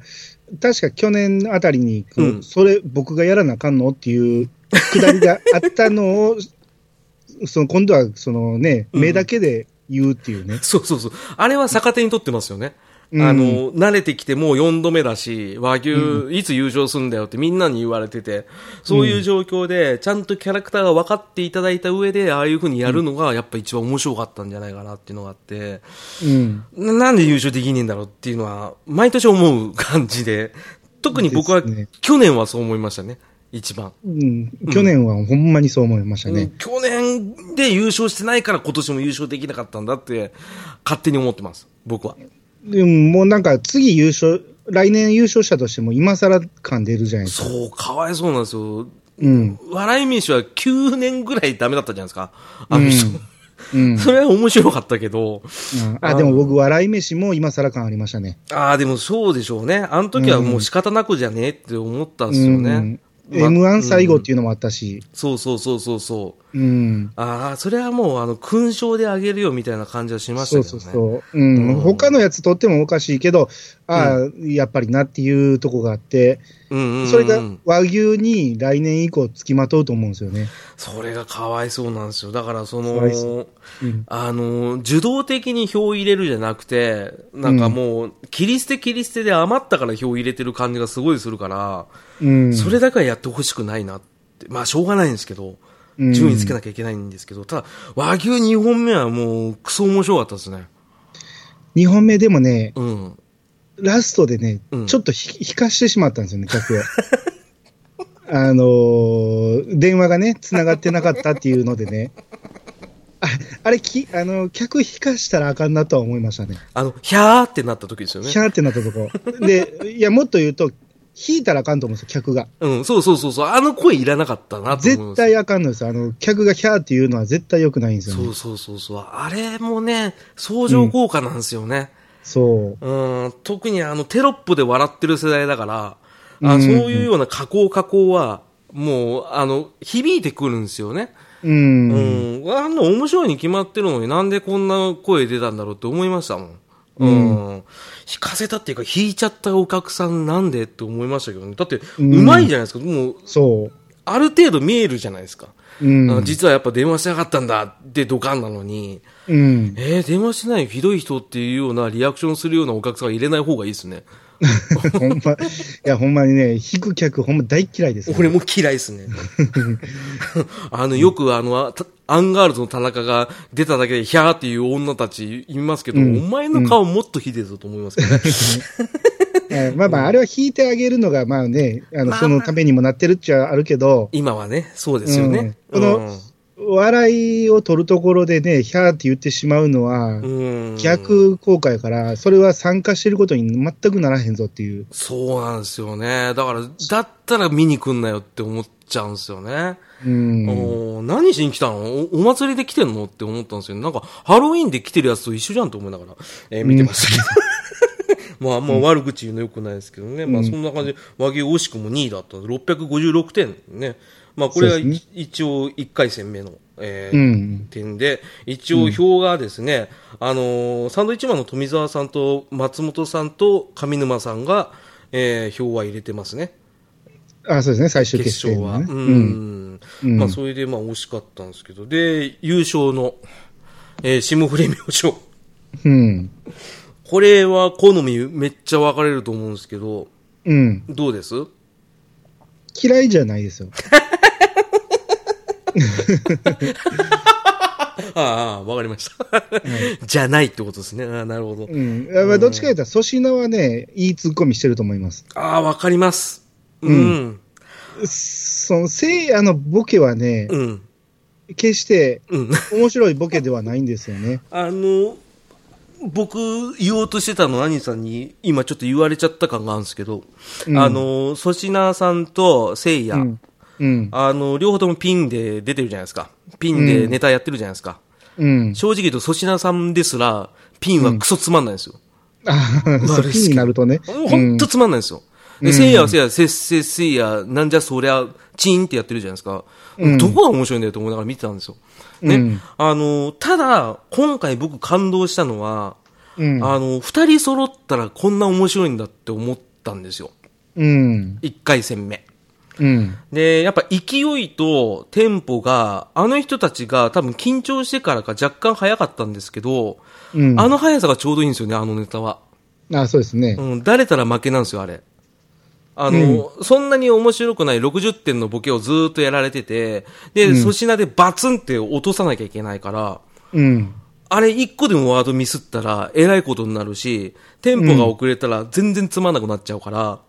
Speaker 2: 確か去年あたりに、こう
Speaker 1: うん
Speaker 2: それ僕がやらなあかんのっていうくだりがあったのを、その今度はそのね、目だけで言うっていうね。
Speaker 1: そうそうそう。あれは逆手に取ってますよね。
Speaker 2: うん
Speaker 1: あの、慣れてきてもう4度目だし、和牛、いつ優勝するんだよってみんなに言われてて、そういう状況で、ちゃんとキャラクターが分かっていただいた上で、ああいう風にやるのが、やっぱ一番面白かったんじゃないかなっていうのがあって、
Speaker 2: うん。
Speaker 1: ななんで優勝できねえんだろうっていうのは、毎年思う感じで、特に僕は、
Speaker 2: ですね
Speaker 1: 去年はそう思いましたね、一番。
Speaker 2: うん、去年はほんまにそう思いました
Speaker 1: う
Speaker 2: ね
Speaker 1: ん。去年で優勝してないから今年も優勝できなかったんだって、勝手に思ってます、僕は。
Speaker 2: でももうなんか次優勝、来年優勝したとしても今更感出るじゃないですか。
Speaker 1: そう、かわいそうなんですよ。
Speaker 2: うん。
Speaker 1: 笑い飯は9年ぐらいダメだったじゃないですか。あの人。
Speaker 2: うん。
Speaker 1: それは面白かったけど。
Speaker 2: あ、でも僕、笑い飯も今更感ありましたね。
Speaker 1: ああ、でもそうでしょうね。あの時はもう仕方なくじゃねえって思ったんですよね。ま
Speaker 2: M1 最後っていうのもあったし。
Speaker 1: そうそうそうそうそう。
Speaker 2: うん。
Speaker 1: ああ、それはもうあの、勲章であげるよみたいな感じはしましたけ
Speaker 2: そう
Speaker 1: どね。
Speaker 2: そうそう。うん。他のやつ取ってもおかしいけど、ああ、やっぱりなっていうとこがあって、
Speaker 1: うんうん、うん。
Speaker 2: それが和牛に来年以降付きまとうと思うんですよね。
Speaker 1: それがかわいそうなんですよ。だから、その、
Speaker 2: かわいそうん
Speaker 1: あの、受動的に票を入れるじゃなくて、なんかもう、切り捨て切り捨てで余ったから票を入れてる感じがすごいするから、
Speaker 2: うん。
Speaker 1: それだけはやってほしくないなって。まあ、しょうがないんですけど、
Speaker 2: うん
Speaker 1: 順位つけなきゃいけないんですけど、ただ、和牛2本目はもう、クソ面白かったですね。
Speaker 2: 2本目でもね、
Speaker 1: うん。
Speaker 2: ラストでね、
Speaker 1: うん
Speaker 2: ちょっとひ引かしてしまったんですよね、客を。 あのー電話がね、繋がってなかったっていうのでね。ああれき、あの、客引かしたらあかんなとは思いましたね。
Speaker 1: あの、ひゃーってなった時ですよね
Speaker 2: ひ。ゃーってなったとこ。で、いや、もっと言うと、引いたらあかんと思うんですよ、客が。
Speaker 1: うん、そうそうそうそう。あの声いらなかったなと思いま
Speaker 2: 絶
Speaker 1: す。
Speaker 2: 対あかんのですよ。あの、客がひゃーっていうのは絶対良くないんですよね。
Speaker 1: そうそうそうそう。あれもね、相乗効果なんですよね。
Speaker 2: そう。
Speaker 1: うん、特にあのテロップで笑ってる世代だから、あ
Speaker 2: うん
Speaker 1: そういうような加工加工は、もう、あの、響いてくるんですよね。
Speaker 2: うん。
Speaker 1: うん。あんな面白いに決まってるのになんでこんな声出たんだろうって思いましたもん。うん。弾かせたっていうか、弾いちゃったお客さんなんでって思いましたけどね。だって、う
Speaker 2: うん
Speaker 1: まいじゃないですか。もう、
Speaker 2: そ
Speaker 1: ある程度見えるじゃないですか。
Speaker 2: う。うん。
Speaker 1: あ実はやっぱ電話しなかったんだってドカンなのに、
Speaker 2: うん。
Speaker 1: えー、電話しないひどい人っていうようなリアクションするようなお客さんは入れない方がいいですね。
Speaker 2: ほんま、いや、ほんまにね、引く客、ほんま大嫌いです、ね。
Speaker 1: 俺も嫌いですね。あの、よくあの、あたアンガールズの田中が出ただけで、ヒャーっていう女たちいますけど、お前の顔もっとひでえぞと思いますけどね。
Speaker 2: えーまあまあ、あれは引いてあげるのが、まあね、あの、
Speaker 1: まあ
Speaker 2: そのためにもなってるっちゃあるけど、
Speaker 1: 今はね、そうですよね。
Speaker 2: う
Speaker 1: うんん。
Speaker 2: 笑いを取るところでね、ひゃーって言ってしまうのは、
Speaker 1: うん。
Speaker 2: 逆効果やから、それは参加してることに全くならへんぞっていう。
Speaker 1: そうなんですよね。だから、だったら見に来んなよって思っちゃうんですよね。
Speaker 2: うん。
Speaker 1: おー何しに来たのおお祭りで来てんのって思ったんですけど、なんかハロウィンで来てるやつと一緒じゃんと思いながら、えー見てましたけど。まあ、 まあ悪口言うのよくないですけどね。まあそんな感じで、和牛惜しくも2位だったんで、656点ね。まあこれが
Speaker 2: そうです
Speaker 1: 一応1回戦目の、えー
Speaker 2: うん。
Speaker 1: 点で、一応票がですね、あのーサンドイッチマンの富澤さんと松本さんと上沼さんが、えー票は入れてますね。
Speaker 2: あ、そうですね、最終決
Speaker 1: 決
Speaker 2: 戦
Speaker 1: 勝
Speaker 2: の
Speaker 1: は。
Speaker 2: ね。
Speaker 1: うん。
Speaker 2: うん
Speaker 1: まあ、それで、まあ、惜しかったんですけど。で、優勝の、えー、霜降り明星。
Speaker 2: うん。
Speaker 1: これは好みめっちゃ分かれると思うんですけど、
Speaker 2: うん。
Speaker 1: どうです
Speaker 2: 嫌いじゃないですよ。
Speaker 1: ああ、分かりました。じゃないってことですね。ああ、なるほど。
Speaker 2: うん。あまあ、どっちか言ったら、粗品はね、いいツッコミしてると思います。
Speaker 1: ああ、分かります。うん。
Speaker 2: その、せいやのボケはね、
Speaker 1: うん。
Speaker 2: 決して
Speaker 1: うん。
Speaker 2: 面白いボケではないんですよね。
Speaker 1: あの、僕、言おうとしてたの、兄さんに、今ちょっと言われちゃった感があるんですけど、
Speaker 2: うん
Speaker 1: あの、粗品さんと聖
Speaker 2: う
Speaker 1: 夜、
Speaker 2: ん。うん。
Speaker 1: あの、両方ともピンで出てるじゃないですか。ピンでネタやってるじゃないですか。
Speaker 2: うん。
Speaker 1: 正直言うと粗品さんですら、ピンはクソつまんないんですよ。
Speaker 2: ああ、 そっちになるとね。
Speaker 1: もうほんとつまんないんですよ。で、せいやはせいや、せっせっせいや、なんじゃそりゃ、チーンってやってるじゃないですか。どこが面白いんだよと思いながら見てたんですよ。ね。
Speaker 2: うん
Speaker 1: あの、ただ、今回僕感動したのは、
Speaker 2: うん。
Speaker 1: あの、二人揃ったらこんな面白いんだって思ったんですよ。
Speaker 2: うん。
Speaker 1: 一回戦目。
Speaker 2: うん。
Speaker 1: で、やっぱ勢いとテンポが、あの人たちが多分緊張してからか若干早かったんですけど、
Speaker 2: うん。
Speaker 1: あの速さがちょうどいいんですよね、あのネタは。
Speaker 2: あそうですね。
Speaker 1: うん、誰たら負けなんですよ、あれ。あの、そんなに面白くない60点のボケをずーっとやられてて、で、粗品でバツンって落とさなきゃいけないから、
Speaker 2: うん。
Speaker 1: あれ一個でもワードミスったら、えらいことになるし、テンポが遅れたら全然つまんなくなっちゃうから、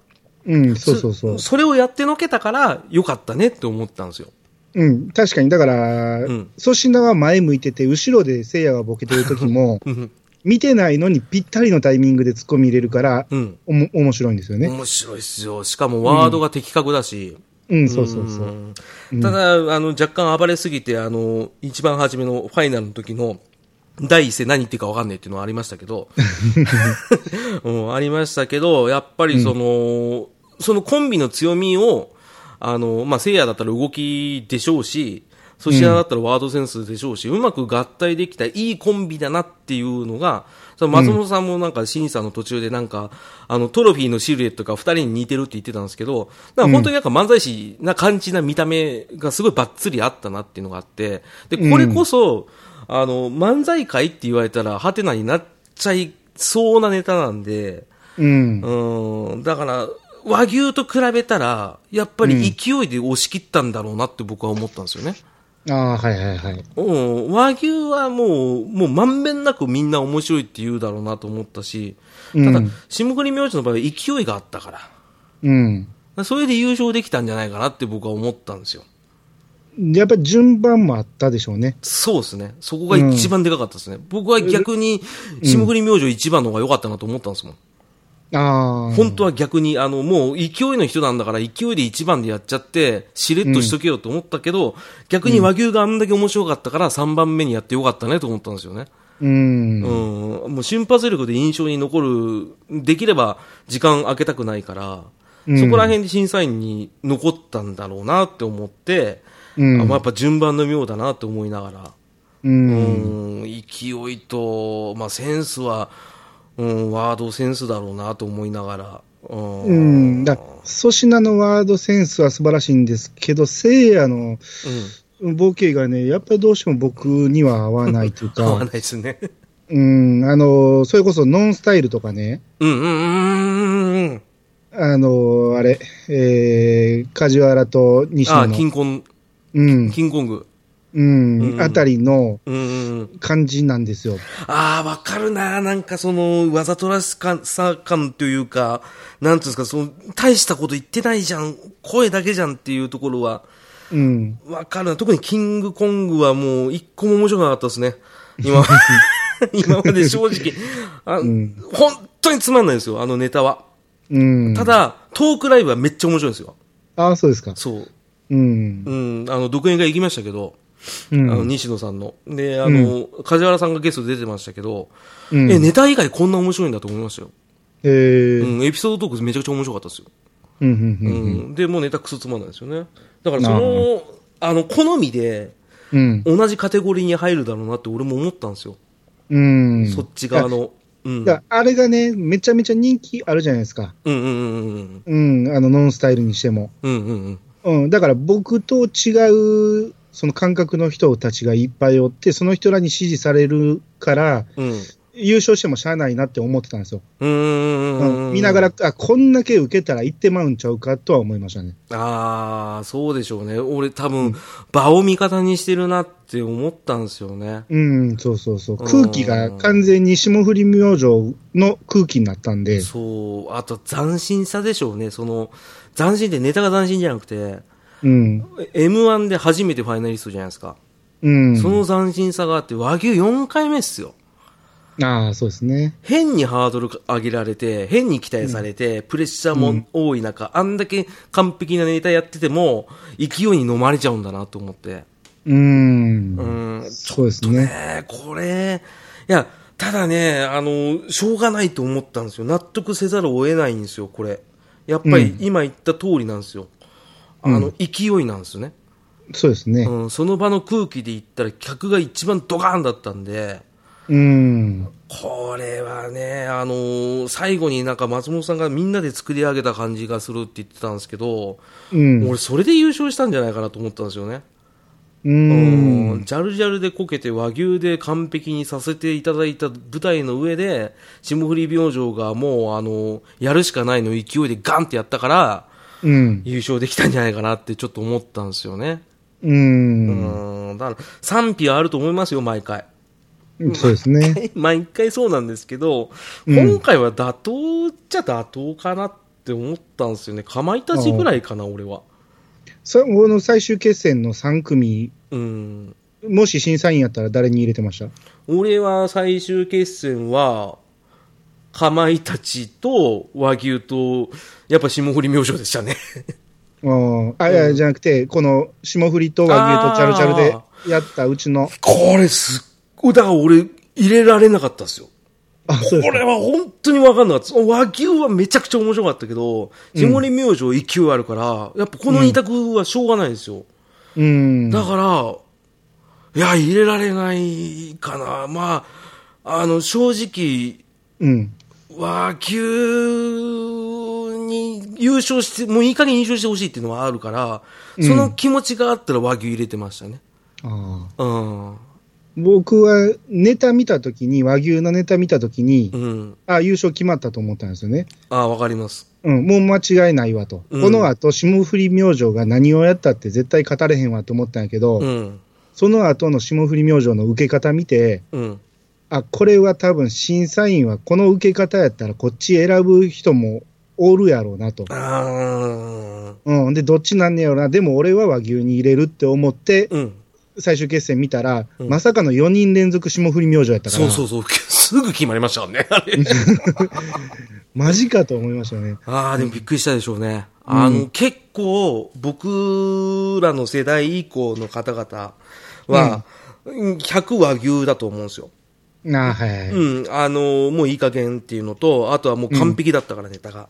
Speaker 2: うん。そうそうそう。
Speaker 1: それをやってのけたから、よかったねって思ったんですよ。
Speaker 2: うん。確かに、だから
Speaker 1: ん、
Speaker 2: 粗品は前向いてて、後ろで聖夜がボケてる時も、見てないのにぴったりのタイミングで突っ込み入れるから
Speaker 1: うん、
Speaker 2: おも面白いんですよね。
Speaker 1: 面白いっすよ。しかもワードが的確だし、
Speaker 2: うん、そうそうそうう。
Speaker 1: んただ、あの、若干暴れすぎて、あの、一番初めのファイナルの時の、第一声何言ってるか分かんないっていうのはありましたけ ど、うん、ありましたけど、やっぱりその、そのコンビの強みを、あの、まあ、聖夜だったら動きでしょうし、粗品だったらワードセンスでしょうし、うまく合体できたいいコンビだなっていうのが、その松本さんもなんか審査の途中でなんか、あの、トロフィーのシルエットが二人に似てるって言ってたんですけど、なんか本当になんか漫才師な感じな見た目がすごいバッツリあったなっていうのがあって、で、これこそ、あの、漫才界って言われたら、ハテナになっちゃいそうなネタなんで、
Speaker 2: うん。
Speaker 1: うん、だから、和牛と比べたら、やっぱり勢いで押し切ったんだろうなって僕は思ったんですよね。
Speaker 2: ああ、はいはいはい。
Speaker 1: うん、和牛はもう、もうまんべんなくみんな面白いって言うだろうなと思ったし、
Speaker 2: う
Speaker 1: ただ
Speaker 2: ん、
Speaker 1: 下国明治の場合は勢いがあったから、
Speaker 2: うん。
Speaker 1: それで優勝できたんじゃないかなって僕は思ったんですよ。
Speaker 2: やっぱり順番もあったでしょうね。
Speaker 1: そうですね。そこが一番でかかったですね。僕は逆に、下国明星一番の方が良かったなと思ったんですもん。
Speaker 2: ああ。
Speaker 1: 本当は逆に、あの、もう勢いの人なんだから、勢いで一番でやっちゃって、しれっとしとけよと思ったけど、逆に和牛があんだけ面白かったから、3番目にやってよかったねと思ったんですよね。
Speaker 2: うん。
Speaker 1: うん、もう瞬発力で印象に残る、できれば時間空けたくないから、
Speaker 2: うん
Speaker 1: そこら辺で審査員に残ったんだろうなって思って、
Speaker 2: うん
Speaker 1: あまあ、やっぱ順番の妙だなって思いながら、
Speaker 2: う。
Speaker 1: うんん、勢いと、まあ、センスは、うん、ワードセンスだろうなと思いながら、うん、
Speaker 2: う
Speaker 1: うん
Speaker 2: ん。だ粗品のワードセンスは素晴らしいんですけど、せいやのボケがね、やっぱりどうしても僕には合わないという
Speaker 1: 合わな
Speaker 2: か
Speaker 1: い、ですね。
Speaker 2: うん。あの、それこそノンスタイルとかね、
Speaker 1: うんうんうんうんうん。
Speaker 2: あの、あれ、えー、梶原と西
Speaker 1: あ
Speaker 2: 野
Speaker 1: あ、キ
Speaker 2: の、
Speaker 1: ンコン、
Speaker 2: うん、
Speaker 1: キンコング。
Speaker 2: う
Speaker 1: うん
Speaker 2: ん、あたりの
Speaker 1: うんうんうん。
Speaker 2: 感じなんですよ。
Speaker 1: ああ、わかるな。なんかその、わざとらしさ感というか、なんていうんですか、その、大したこと言ってないじゃん、声だけじゃんっていうところは、
Speaker 2: うん。
Speaker 1: わかるな。特にキングコングはもう、一個も面白くなかったですね。 今、今まで正直あ、本当につまんないですよ、あのネタは。
Speaker 2: うん。
Speaker 1: ただ、トークライブはめっちゃ面白いんですよ。
Speaker 2: ああ、そうですか。
Speaker 1: そう。
Speaker 2: うん。
Speaker 1: うん、あの、独演会行きましたけど、
Speaker 2: う
Speaker 1: あの、
Speaker 2: ん。
Speaker 1: 西野さんの。で、あの、梶原さんがゲストで出てましたけど、
Speaker 2: うん
Speaker 1: え、ネタ以外こんな面白いんだと思いましたよ。
Speaker 2: えー
Speaker 1: うん、エピソードトークめちゃくちゃ面白かったですよ。
Speaker 2: うんうんう
Speaker 1: うんん。で、もうネタクソつまんないですよね。だからその、あの、好みで、
Speaker 2: うん。
Speaker 1: 同じカテゴリーに入るだろうなって俺も思ったんですよ。
Speaker 2: うん。
Speaker 1: そっち側の。うん。
Speaker 2: いや。あれがね、めちゃめちゃ人気あるじゃないですか。
Speaker 1: うんうんうんうん
Speaker 2: うん。あの、ノンスタイルにしても。
Speaker 1: うんうんうん。
Speaker 2: うん。だから僕と違う、その感覚の人たちがいっぱいおって、その人らに支持されるから、
Speaker 1: うん。
Speaker 2: 優勝してもしゃあないなって思ってたんですよ。
Speaker 1: うんうん
Speaker 2: う
Speaker 1: うんん。うん。
Speaker 2: 見なが。ら、あ、こんだけ受けたら行ってまうんちゃうかとは思いましたね。
Speaker 1: ああ、そうでしょうね。俺多分、場を味方にしてるなって思ったんですよね。
Speaker 2: うん、そうそうそう。
Speaker 1: うん
Speaker 2: 空気が完全に霜降り明星の空気になったんで。
Speaker 1: そう。あと、斬新さでしょうね。その、斬新ってネタが斬新じゃなくて、
Speaker 2: うん。
Speaker 1: M1 で初めてファイナリストじゃないですか。
Speaker 2: うん。
Speaker 1: その斬新さがあって、和牛4回目っすよ。
Speaker 2: ああ、そうですね。
Speaker 1: 変にハードル上げられて、変に期待されて、プレッシャーも多い中、あんだけ完璧なネタやってても、勢いに飲まれちゃうんだなと思って。
Speaker 2: うん。
Speaker 1: うん。
Speaker 2: そうですね。
Speaker 1: えーこれ、いや、ただね、あの、しょうがないと思ったんですよ。納得せざるを得ないんですよ、これ。やっぱり今言った通りなんですよ。あの、勢いなんですよね。
Speaker 2: そうですね。
Speaker 1: うん、その場の空気で言ったら客が一番ドカーンだったんで、
Speaker 2: うん。
Speaker 1: これはね、あのー最後になんか松本さんがみんなで作り上げた感じがするって言ってたんですけど、
Speaker 2: うん。
Speaker 1: 俺それで優勝したんじゃないかなと思ったんですよね。
Speaker 2: う。
Speaker 1: うんん、ジャルジャルでこけて和牛で完璧にさせていただいた舞台の上で、霜降り明星がもうあのーやるしかないの勢いでガンってやったから、
Speaker 2: うん。
Speaker 1: 優勝できたんじゃないかなってちょっと思ったんですよね。
Speaker 2: うん。
Speaker 1: うん、だから賛否はあると思いますよ、毎回。
Speaker 2: そうですね。
Speaker 1: 毎回そうなんですけど、
Speaker 2: うん
Speaker 1: 今回は妥当っちゃ妥当かなって思ったんですよね。かまいたちぐらいかな、俺は。
Speaker 2: さこの最終決戦の3組、
Speaker 1: うん。
Speaker 2: もし審査員やったら誰に入れてました
Speaker 1: 俺は最終決戦は、かまいたちと和牛と、やっぱ霜降り明星でしたね。
Speaker 2: うんあ、いや、じゃなくて、この霜降りと和牛とチャルチャルでやったうちの。
Speaker 1: これすっごい、だから俺入れられなかったんですよ。
Speaker 2: あ、そうです
Speaker 1: こ
Speaker 2: か。
Speaker 1: れは本当に分かんなかった。和牛はめちゃくちゃ面白かったけど、霜降り明星勢いあるから、やっぱこの二択はしょうがないんですよ。
Speaker 2: うん。
Speaker 1: だから、いや、入れられないかな。まあ、あの、正
Speaker 2: うん。
Speaker 1: 直、和牛に優勝して、もういい加減優勝してほしいっていうのはあるから、その気持ちがあったら和牛入れてましたね。
Speaker 2: ああ
Speaker 1: うん。
Speaker 2: 僕はネタ見たときに、和牛のネタ見たときに
Speaker 1: う、ん。
Speaker 2: あ、優勝決まったと思ったんですよね。
Speaker 1: ああ、わかります。
Speaker 2: うん、もう間違いないわと。
Speaker 1: うん
Speaker 2: この後、霜降り明星が何をやったって絶対語れへんわと思ったんやけど、
Speaker 1: うん。
Speaker 2: その後の霜降り明星の受け方見て、
Speaker 1: うん。
Speaker 2: あ、これは多分審査員はこの受け方やったらこっち選ぶ人もおるやろうなと。
Speaker 1: あー。
Speaker 2: うん。で、どっちなんねやろな。でも俺は和牛に入れるって思って、
Speaker 1: うん。
Speaker 2: 最終決戦見たら、
Speaker 1: うん
Speaker 2: まさかの4人連続霜降り明星やったから、
Speaker 1: そうそう そう。すぐ決まりましたね。あれ
Speaker 2: マジかと思いましたね。
Speaker 1: ああ、でもびっくりしたでしょうね。あの、結構、僕らの世代以降の方々は、100和牛だと思うんですよ。
Speaker 2: ああ、はい、はい
Speaker 1: うん、あの、もういい加減っていうのと、あとはもう完璧だったから、ネタが。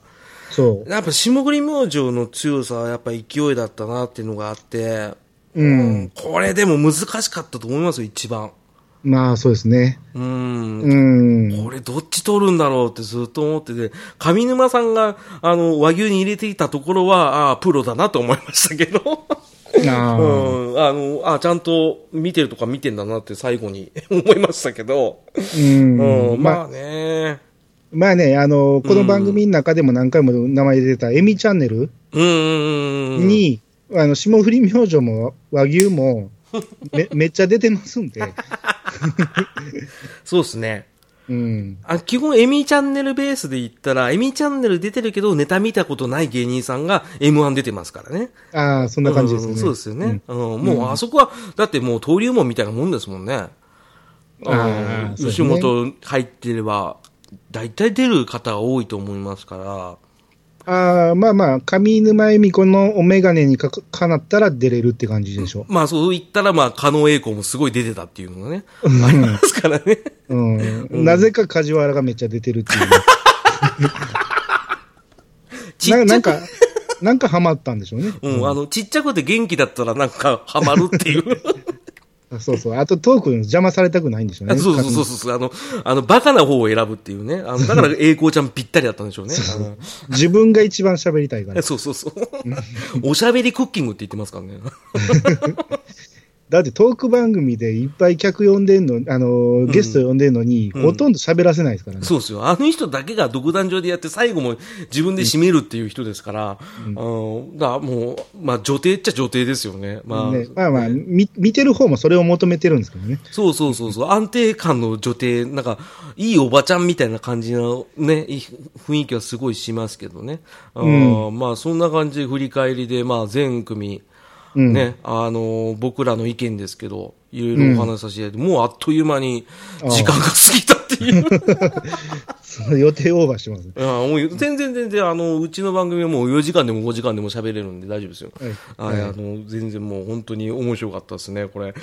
Speaker 2: そう。
Speaker 1: やっぱ、霜降り明星の強さは、やっぱ勢いだったなっていうのがあって、
Speaker 2: うん
Speaker 1: これでも難しかったと思いますよ、一番。
Speaker 2: まあ、そうですね。
Speaker 1: うん。
Speaker 2: うん。
Speaker 1: これどっち取るんだろうってずっと思ってて、上沼さんが、あの、和牛に入れていたところは、ああ、プロだなと思いましたけど。
Speaker 2: あ
Speaker 1: う
Speaker 2: あ、
Speaker 1: ん、あの、あ、ちゃんと見てるとか見てんだなって最後に 思いましたけど。
Speaker 2: うん。
Speaker 1: うん、
Speaker 2: まあ
Speaker 1: まあね。
Speaker 2: まあね、あの、この番組の中でも何回も名前出てた、エミチャンネル
Speaker 1: うんうんうん。
Speaker 2: に、あの、霜降り明星も和牛 も、め、めっちゃ出てますんで。
Speaker 1: そうですね。
Speaker 2: うん。
Speaker 1: あ基本、エミチャンネルベースで言ったら、エミチャンネル出てるけど、ネタ見たことない芸人さんが M1 出てますからね。
Speaker 2: ああ、そんな感じですね。
Speaker 1: うんそうですよね。うんもう、あそこは、だってもう登竜門みたいなもんですもんね。
Speaker 2: あ
Speaker 1: うん
Speaker 2: ーそうで
Speaker 1: 吉
Speaker 2: すね
Speaker 1: 本入ってれば、大体出る方が多いと思いますから。
Speaker 2: ああ、まあまあ、上沼恵美子のお眼鏡にかかかなったら出れるって感じでしょ。
Speaker 1: まあそう言ったら、まあ、加納栄光もすごい出てたっていうのがね、ありますからね。
Speaker 2: うん。なぜか梶原がめっちゃ出てるっ ていう。
Speaker 1: ちっちゃ
Speaker 2: な
Speaker 1: く
Speaker 2: なんか、なんかハマったんでしょうね。
Speaker 1: うん、あの、ちっちゃくて元気だったらなんかハマるって いう。
Speaker 2: あそうそう。あとトークの邪魔されたくないんでしょう
Speaker 1: あ
Speaker 2: ね。
Speaker 1: そうそうそうそう。あの、あの、バカな方を選ぶっていうね。 あの、だから栄光ちゃんぴったりだったんでしょうね。
Speaker 2: 自分が一番喋りたいか
Speaker 1: うん
Speaker 2: ら。
Speaker 1: そうそう そう。おしゃべりクッキングって言ってますからね。
Speaker 2: だってトーク番組でいっぱい客呼んでんの、あの、ゲスト呼んでんのに、ほとんど喋らせないですからね。
Speaker 1: そうですよ。あの人だけが独壇場でやって、最後も自分で締めるっていう人ですから、うん、だからもう、まあ、女帝っちゃ女帝ですよね。まあ、
Speaker 2: ね、まあまあ、み見てる方もそれを求めてるんですけどね。
Speaker 1: そうそうそうそう、安定感の女帝、なんか、いいおばちゃんみたいな感じのね、いい雰囲気はすごいしますけどね。あーまあ、そんな感じで振り返りで、まあ、全組、
Speaker 2: うん
Speaker 1: ね、あのー僕らの意見ですけど、いろいろお話しさせていただいて、もうあっという間に時間が過ぎたっていう。
Speaker 2: その予定オーバーしてます。
Speaker 1: あーもう全然全然、あの、うちの番組はもう4時間でも5時間でも喋れるんで大丈夫ですよ。
Speaker 2: は
Speaker 1: はいい、あの、全然もう本当に面白かったですね、これ。
Speaker 2: ん
Speaker 1: あ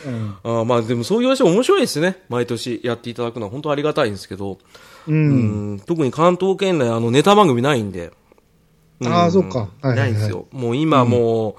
Speaker 1: ーまあでもそういう話面白いですね。毎年やっていただくのは本当ありがたいんですけど。
Speaker 2: う。
Speaker 1: うんん、特に関東圏内、あの、ネタ番組ないんで。うん
Speaker 2: ああ、そっか。はいはいは
Speaker 1: な
Speaker 2: い
Speaker 1: いんです。よ。もう今も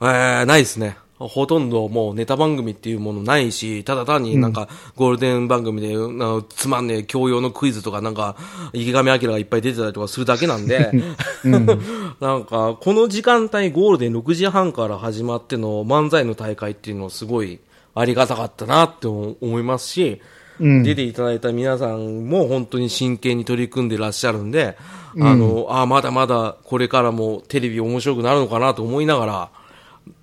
Speaker 1: う、えーないですね。ほとんどもうネタ番組っていうものないし、ただ単になんかゴールデン番組で、あのつまんねえ教養のクイズとかなんか、池上彰がいっぱい出てたりとかするだけなんで、 なんかこの時間帯ゴールデン6時半から始まっての漫才の大会っていうのはすごいありがたかったなって思いますし、
Speaker 2: うん
Speaker 1: 出ていただいた皆さんも本当に真剣に取り組んでらっしゃるんで、あの、あまだまだこれからもテレビ面白くなるのかなと思いながら、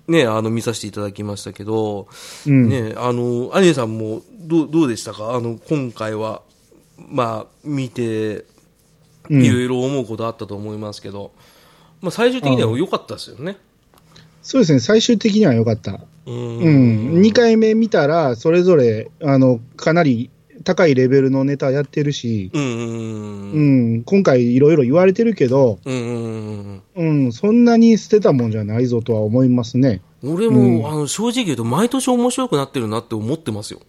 Speaker 1: ね、あの、見させていただきましたけど、
Speaker 2: うん
Speaker 1: ね、あの、アニエさんもどう、どうでしたかあの、今回は、まあ、見て、いろいろ思うことあったと思いますけど、まあ、最終的には良かったですよね。
Speaker 2: そうですね。最終的には良かった。
Speaker 1: うん
Speaker 2: うん。2回目見たら、それぞれ、あの、かなり高いレベルのネタやってるし、
Speaker 1: うんうんう。
Speaker 2: うんん。今回いろいろ言われてるけど、
Speaker 1: うんうんうん。
Speaker 2: うん。そんなに捨てたもんじゃないぞとは思いますね。
Speaker 1: 俺も、あの、正直言うと、毎年面白くなってるなって思ってますよ。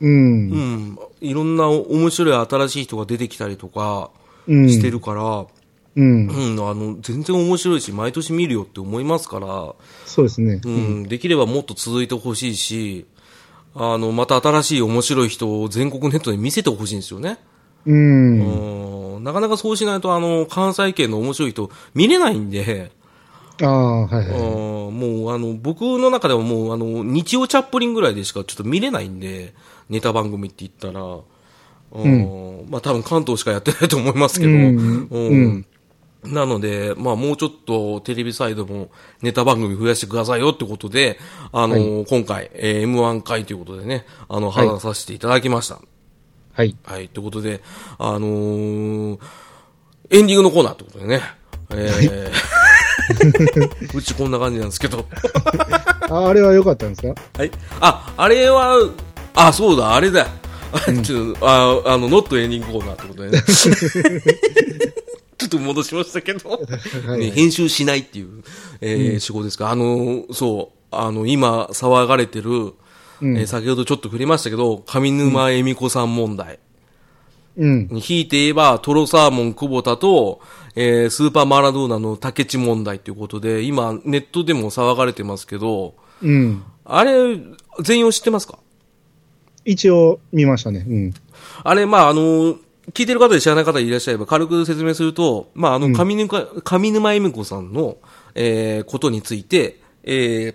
Speaker 2: うん
Speaker 1: う。ん。いろんな面白い新しい人が出てきたりとか
Speaker 2: うん
Speaker 1: してるから、
Speaker 2: うん
Speaker 1: う。ん、あの、全然面白いし、毎年見るよって思いますから、
Speaker 2: そうですね。
Speaker 1: うん、できればもっと続いてほしいし、あの、また新しい面白い人を全国ネットで見せてほしいんですよね。
Speaker 2: うん。
Speaker 1: うん、なかなかそうしないと、あの、関西圏の面白い人見れないんで、
Speaker 2: ああ、はい
Speaker 1: うん
Speaker 2: はい。
Speaker 1: もう、あの、僕の中ではもう、あの、日曜チャップリンぐらいでしかちょっと見れないんで、ネタ番組って言ったら、うん、まあ多分関東しかやってないと思いますけど、
Speaker 2: うん
Speaker 1: うんなので、まあもうちょっとテレビサイドもネタ番組増やしてくださいよってことで、あのー今回、えー M1 回ということでね、あの、
Speaker 2: はい
Speaker 1: 話させていただきました。
Speaker 2: はい。
Speaker 1: はい、ということで、あのーエンディングのコーナーってことでね、え ー、うちこんな感じなんですけど。
Speaker 2: ああれは良かったんですか
Speaker 1: はい。あ、あれは、あ、そうだ、あれだ。あ ちょっと、あ、あの、ノットエンディングコーナーってことでね。 ちょっと戻しましたけ ど、
Speaker 2: はい
Speaker 1: ね、編集しないっていう、えー仕事ですか。あの、そう、あの、今騒がれてる、えー先ほどちょっと触れましたけど、上沼恵美子さん問題。
Speaker 2: うん。
Speaker 1: ひいて言えば、トロサーモン久保田と、えースーパーマラドーナの竹地問題ということで、今、ネットでも騒がれてますけど、
Speaker 2: うん。
Speaker 1: あれ、全容知ってますか
Speaker 2: 一応見ましたね。うん。
Speaker 1: あれ、まあ、あの、聞いてる方で知らない方いらっしゃれば、軽く説明すると、まあ、あの、上沼、上沼恵美子さんの、えーことについて、えー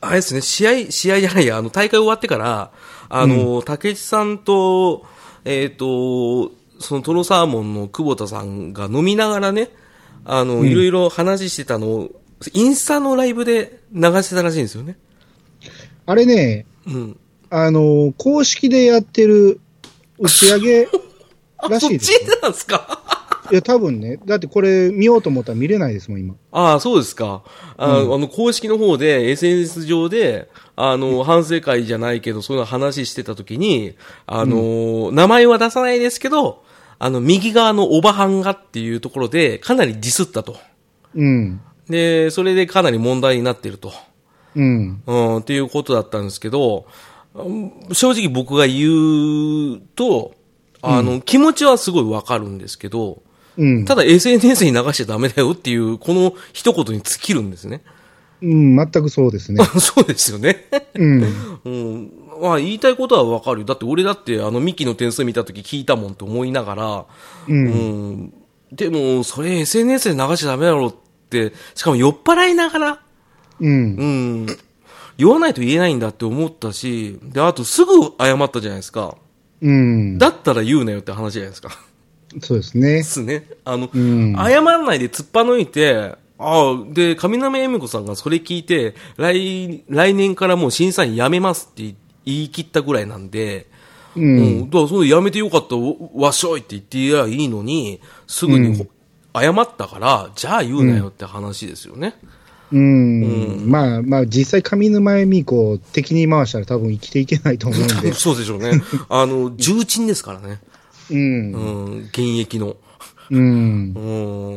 Speaker 1: あれですね、試合、試合じゃないや、あの、大会終わってから、あの、竹内さんと、えっ、と、そのトロサーモンの久保田さんが飲みながらね、あの、いろいろ話してたのを、インスタのライブで流してたらしいんですよね。
Speaker 2: あれね、
Speaker 1: うん。
Speaker 2: あの公式でやってる打ち 上げらしいです
Speaker 1: そっ
Speaker 2: よ。
Speaker 1: ちなんですか
Speaker 2: いや、多分ね。だってこれ見ようと思ったら見れないですもん、今。
Speaker 1: ああ、そうですか。あ,、あの、公式の方で、SNS 上で、あの、反省会じゃないけど、そういうの話してた時に、あの、名前は出さないですけど、あの、右側のおばはんがっていうところで、かなりディスったと。
Speaker 2: うん。
Speaker 1: で、それでかなり問題になってると。
Speaker 2: うん。
Speaker 1: うん、っていうことだったんですけど、うん正直僕が言うと、あの、気持ちはすごいわかるんですけど、
Speaker 2: うん。
Speaker 1: ただ SNS に流しちゃダメだよっていう、この一言に尽きるんですね。
Speaker 2: うん、全くそうですね。
Speaker 1: そうですよね。
Speaker 2: うん。
Speaker 1: うん。まあ、言いたいことはわかるよ。だって俺だって、あの、ミキの点数見たとき聞いたもんと思いながら、
Speaker 2: うん。
Speaker 1: うん。でも、それ SNS で流しちゃダメだろうって、しかも酔っ払いながら、
Speaker 2: うん。
Speaker 1: うん。言わないと言えないんだって思ったし、で、あとすぐ謝ったじゃないですか。
Speaker 2: うん。
Speaker 1: だったら言うなよって話じゃないですか。
Speaker 2: そうですね
Speaker 1: で。すね。あの、
Speaker 2: うん
Speaker 1: 謝らないで突っぱ抜いて、ああ、で、上沼恵美子さんがそれ聞いて、来、来年からもう審査員辞めますって言い切ったぐらいなんで、
Speaker 2: う。
Speaker 1: うんだからそれ辞めてよかったわ、わっしょいって言ってやりゃいいのに、すぐにほ、謝ったから、じゃあ言うなよって話ですよね。。
Speaker 2: うん。まあまあ、実際上沼恵美子を敵に回したら多分生きていけないと思うん で
Speaker 1: そうでしょうね。あの、重鎮ですからね。
Speaker 2: うん。
Speaker 1: うん、現役の。
Speaker 2: うん。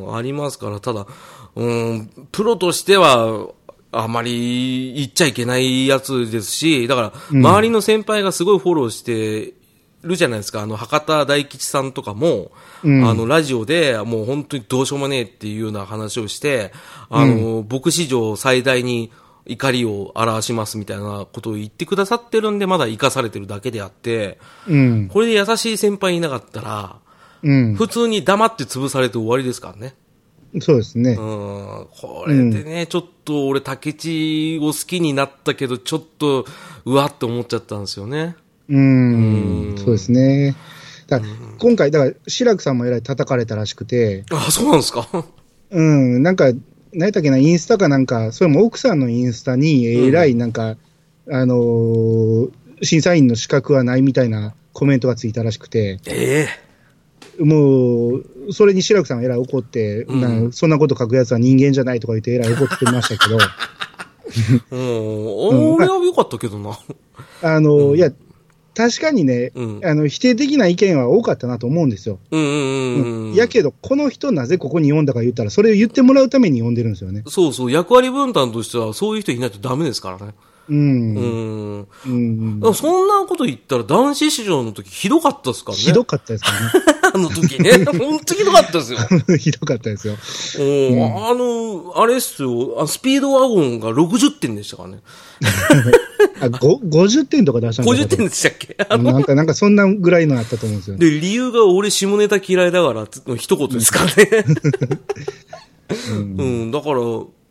Speaker 1: うん、ありますから、ただ、うん、プロとしては、あまり言っちゃいけないやつですし、だから、周りの先輩がすごいフォローしてるじゃないですか、あの、博多大吉さんとかも、あの、ラジオで、もう本当にどうしようもねえっていうような話をして、あの、僕史上最大に怒りを表しますみたいなことを言ってくださってるんで、まだ生かされてるだけであって、
Speaker 2: うん。
Speaker 1: これで優しい先輩いなかったら、
Speaker 2: うん。
Speaker 1: 普通に黙って潰されて終わりですからね。
Speaker 2: そうですね。
Speaker 1: うん、これでね、ちょっと俺、竹地を好きになったけど、ちょっと、うわって思っちゃったんですよね。
Speaker 2: うん。そうですね。だから今回、だから、白くさんもえらい叩かれたらしくて、
Speaker 1: あ、そうなんですか
Speaker 2: うん、なんか、何やったっけな、インスタかなんか、それも奥さんのインスタに、えらい、なんか、あのー審査員の資格はないみたいなコメントがついたらしくて、
Speaker 1: ええ
Speaker 2: もう、それに白くさんがえらい怒って、
Speaker 1: ん
Speaker 2: なんかそんなこと書くやつは人間じゃないとか言って、えらい怒ってましたけ ど、
Speaker 1: うん、俺は良かったけどな。
Speaker 2: あのーいや、確かにね、
Speaker 1: うん
Speaker 2: あの、否定的な意見は多かったなと思うんですよ。
Speaker 1: うんうんうんうん。
Speaker 2: やけど、この人なぜここに読んだか言ったら、それを言ってもらうために読んでるんですよね。
Speaker 1: そうそう、役割分担としては、そういう人いないとダメですからね。
Speaker 2: うん。
Speaker 1: う
Speaker 2: うん
Speaker 1: ん。
Speaker 2: うん
Speaker 1: だからそんなこと言ったら、男子市場の時ひどかったですからね。
Speaker 2: ひどかったですからね。
Speaker 1: あの時ね。 ほんとひどかったですよ。
Speaker 2: ひどかったですよ。
Speaker 1: うん、あの、あれっすよ。あスピードワゴンが60点でしたからね。
Speaker 2: あ、ご50点とか出したんだ
Speaker 1: 50点でしたっけ あの
Speaker 2: なんか、なんかそんなぐらいのあったと思うんですよね。
Speaker 1: で、理由が俺下ネタ嫌いだからつの一言ですからね。うん、だから、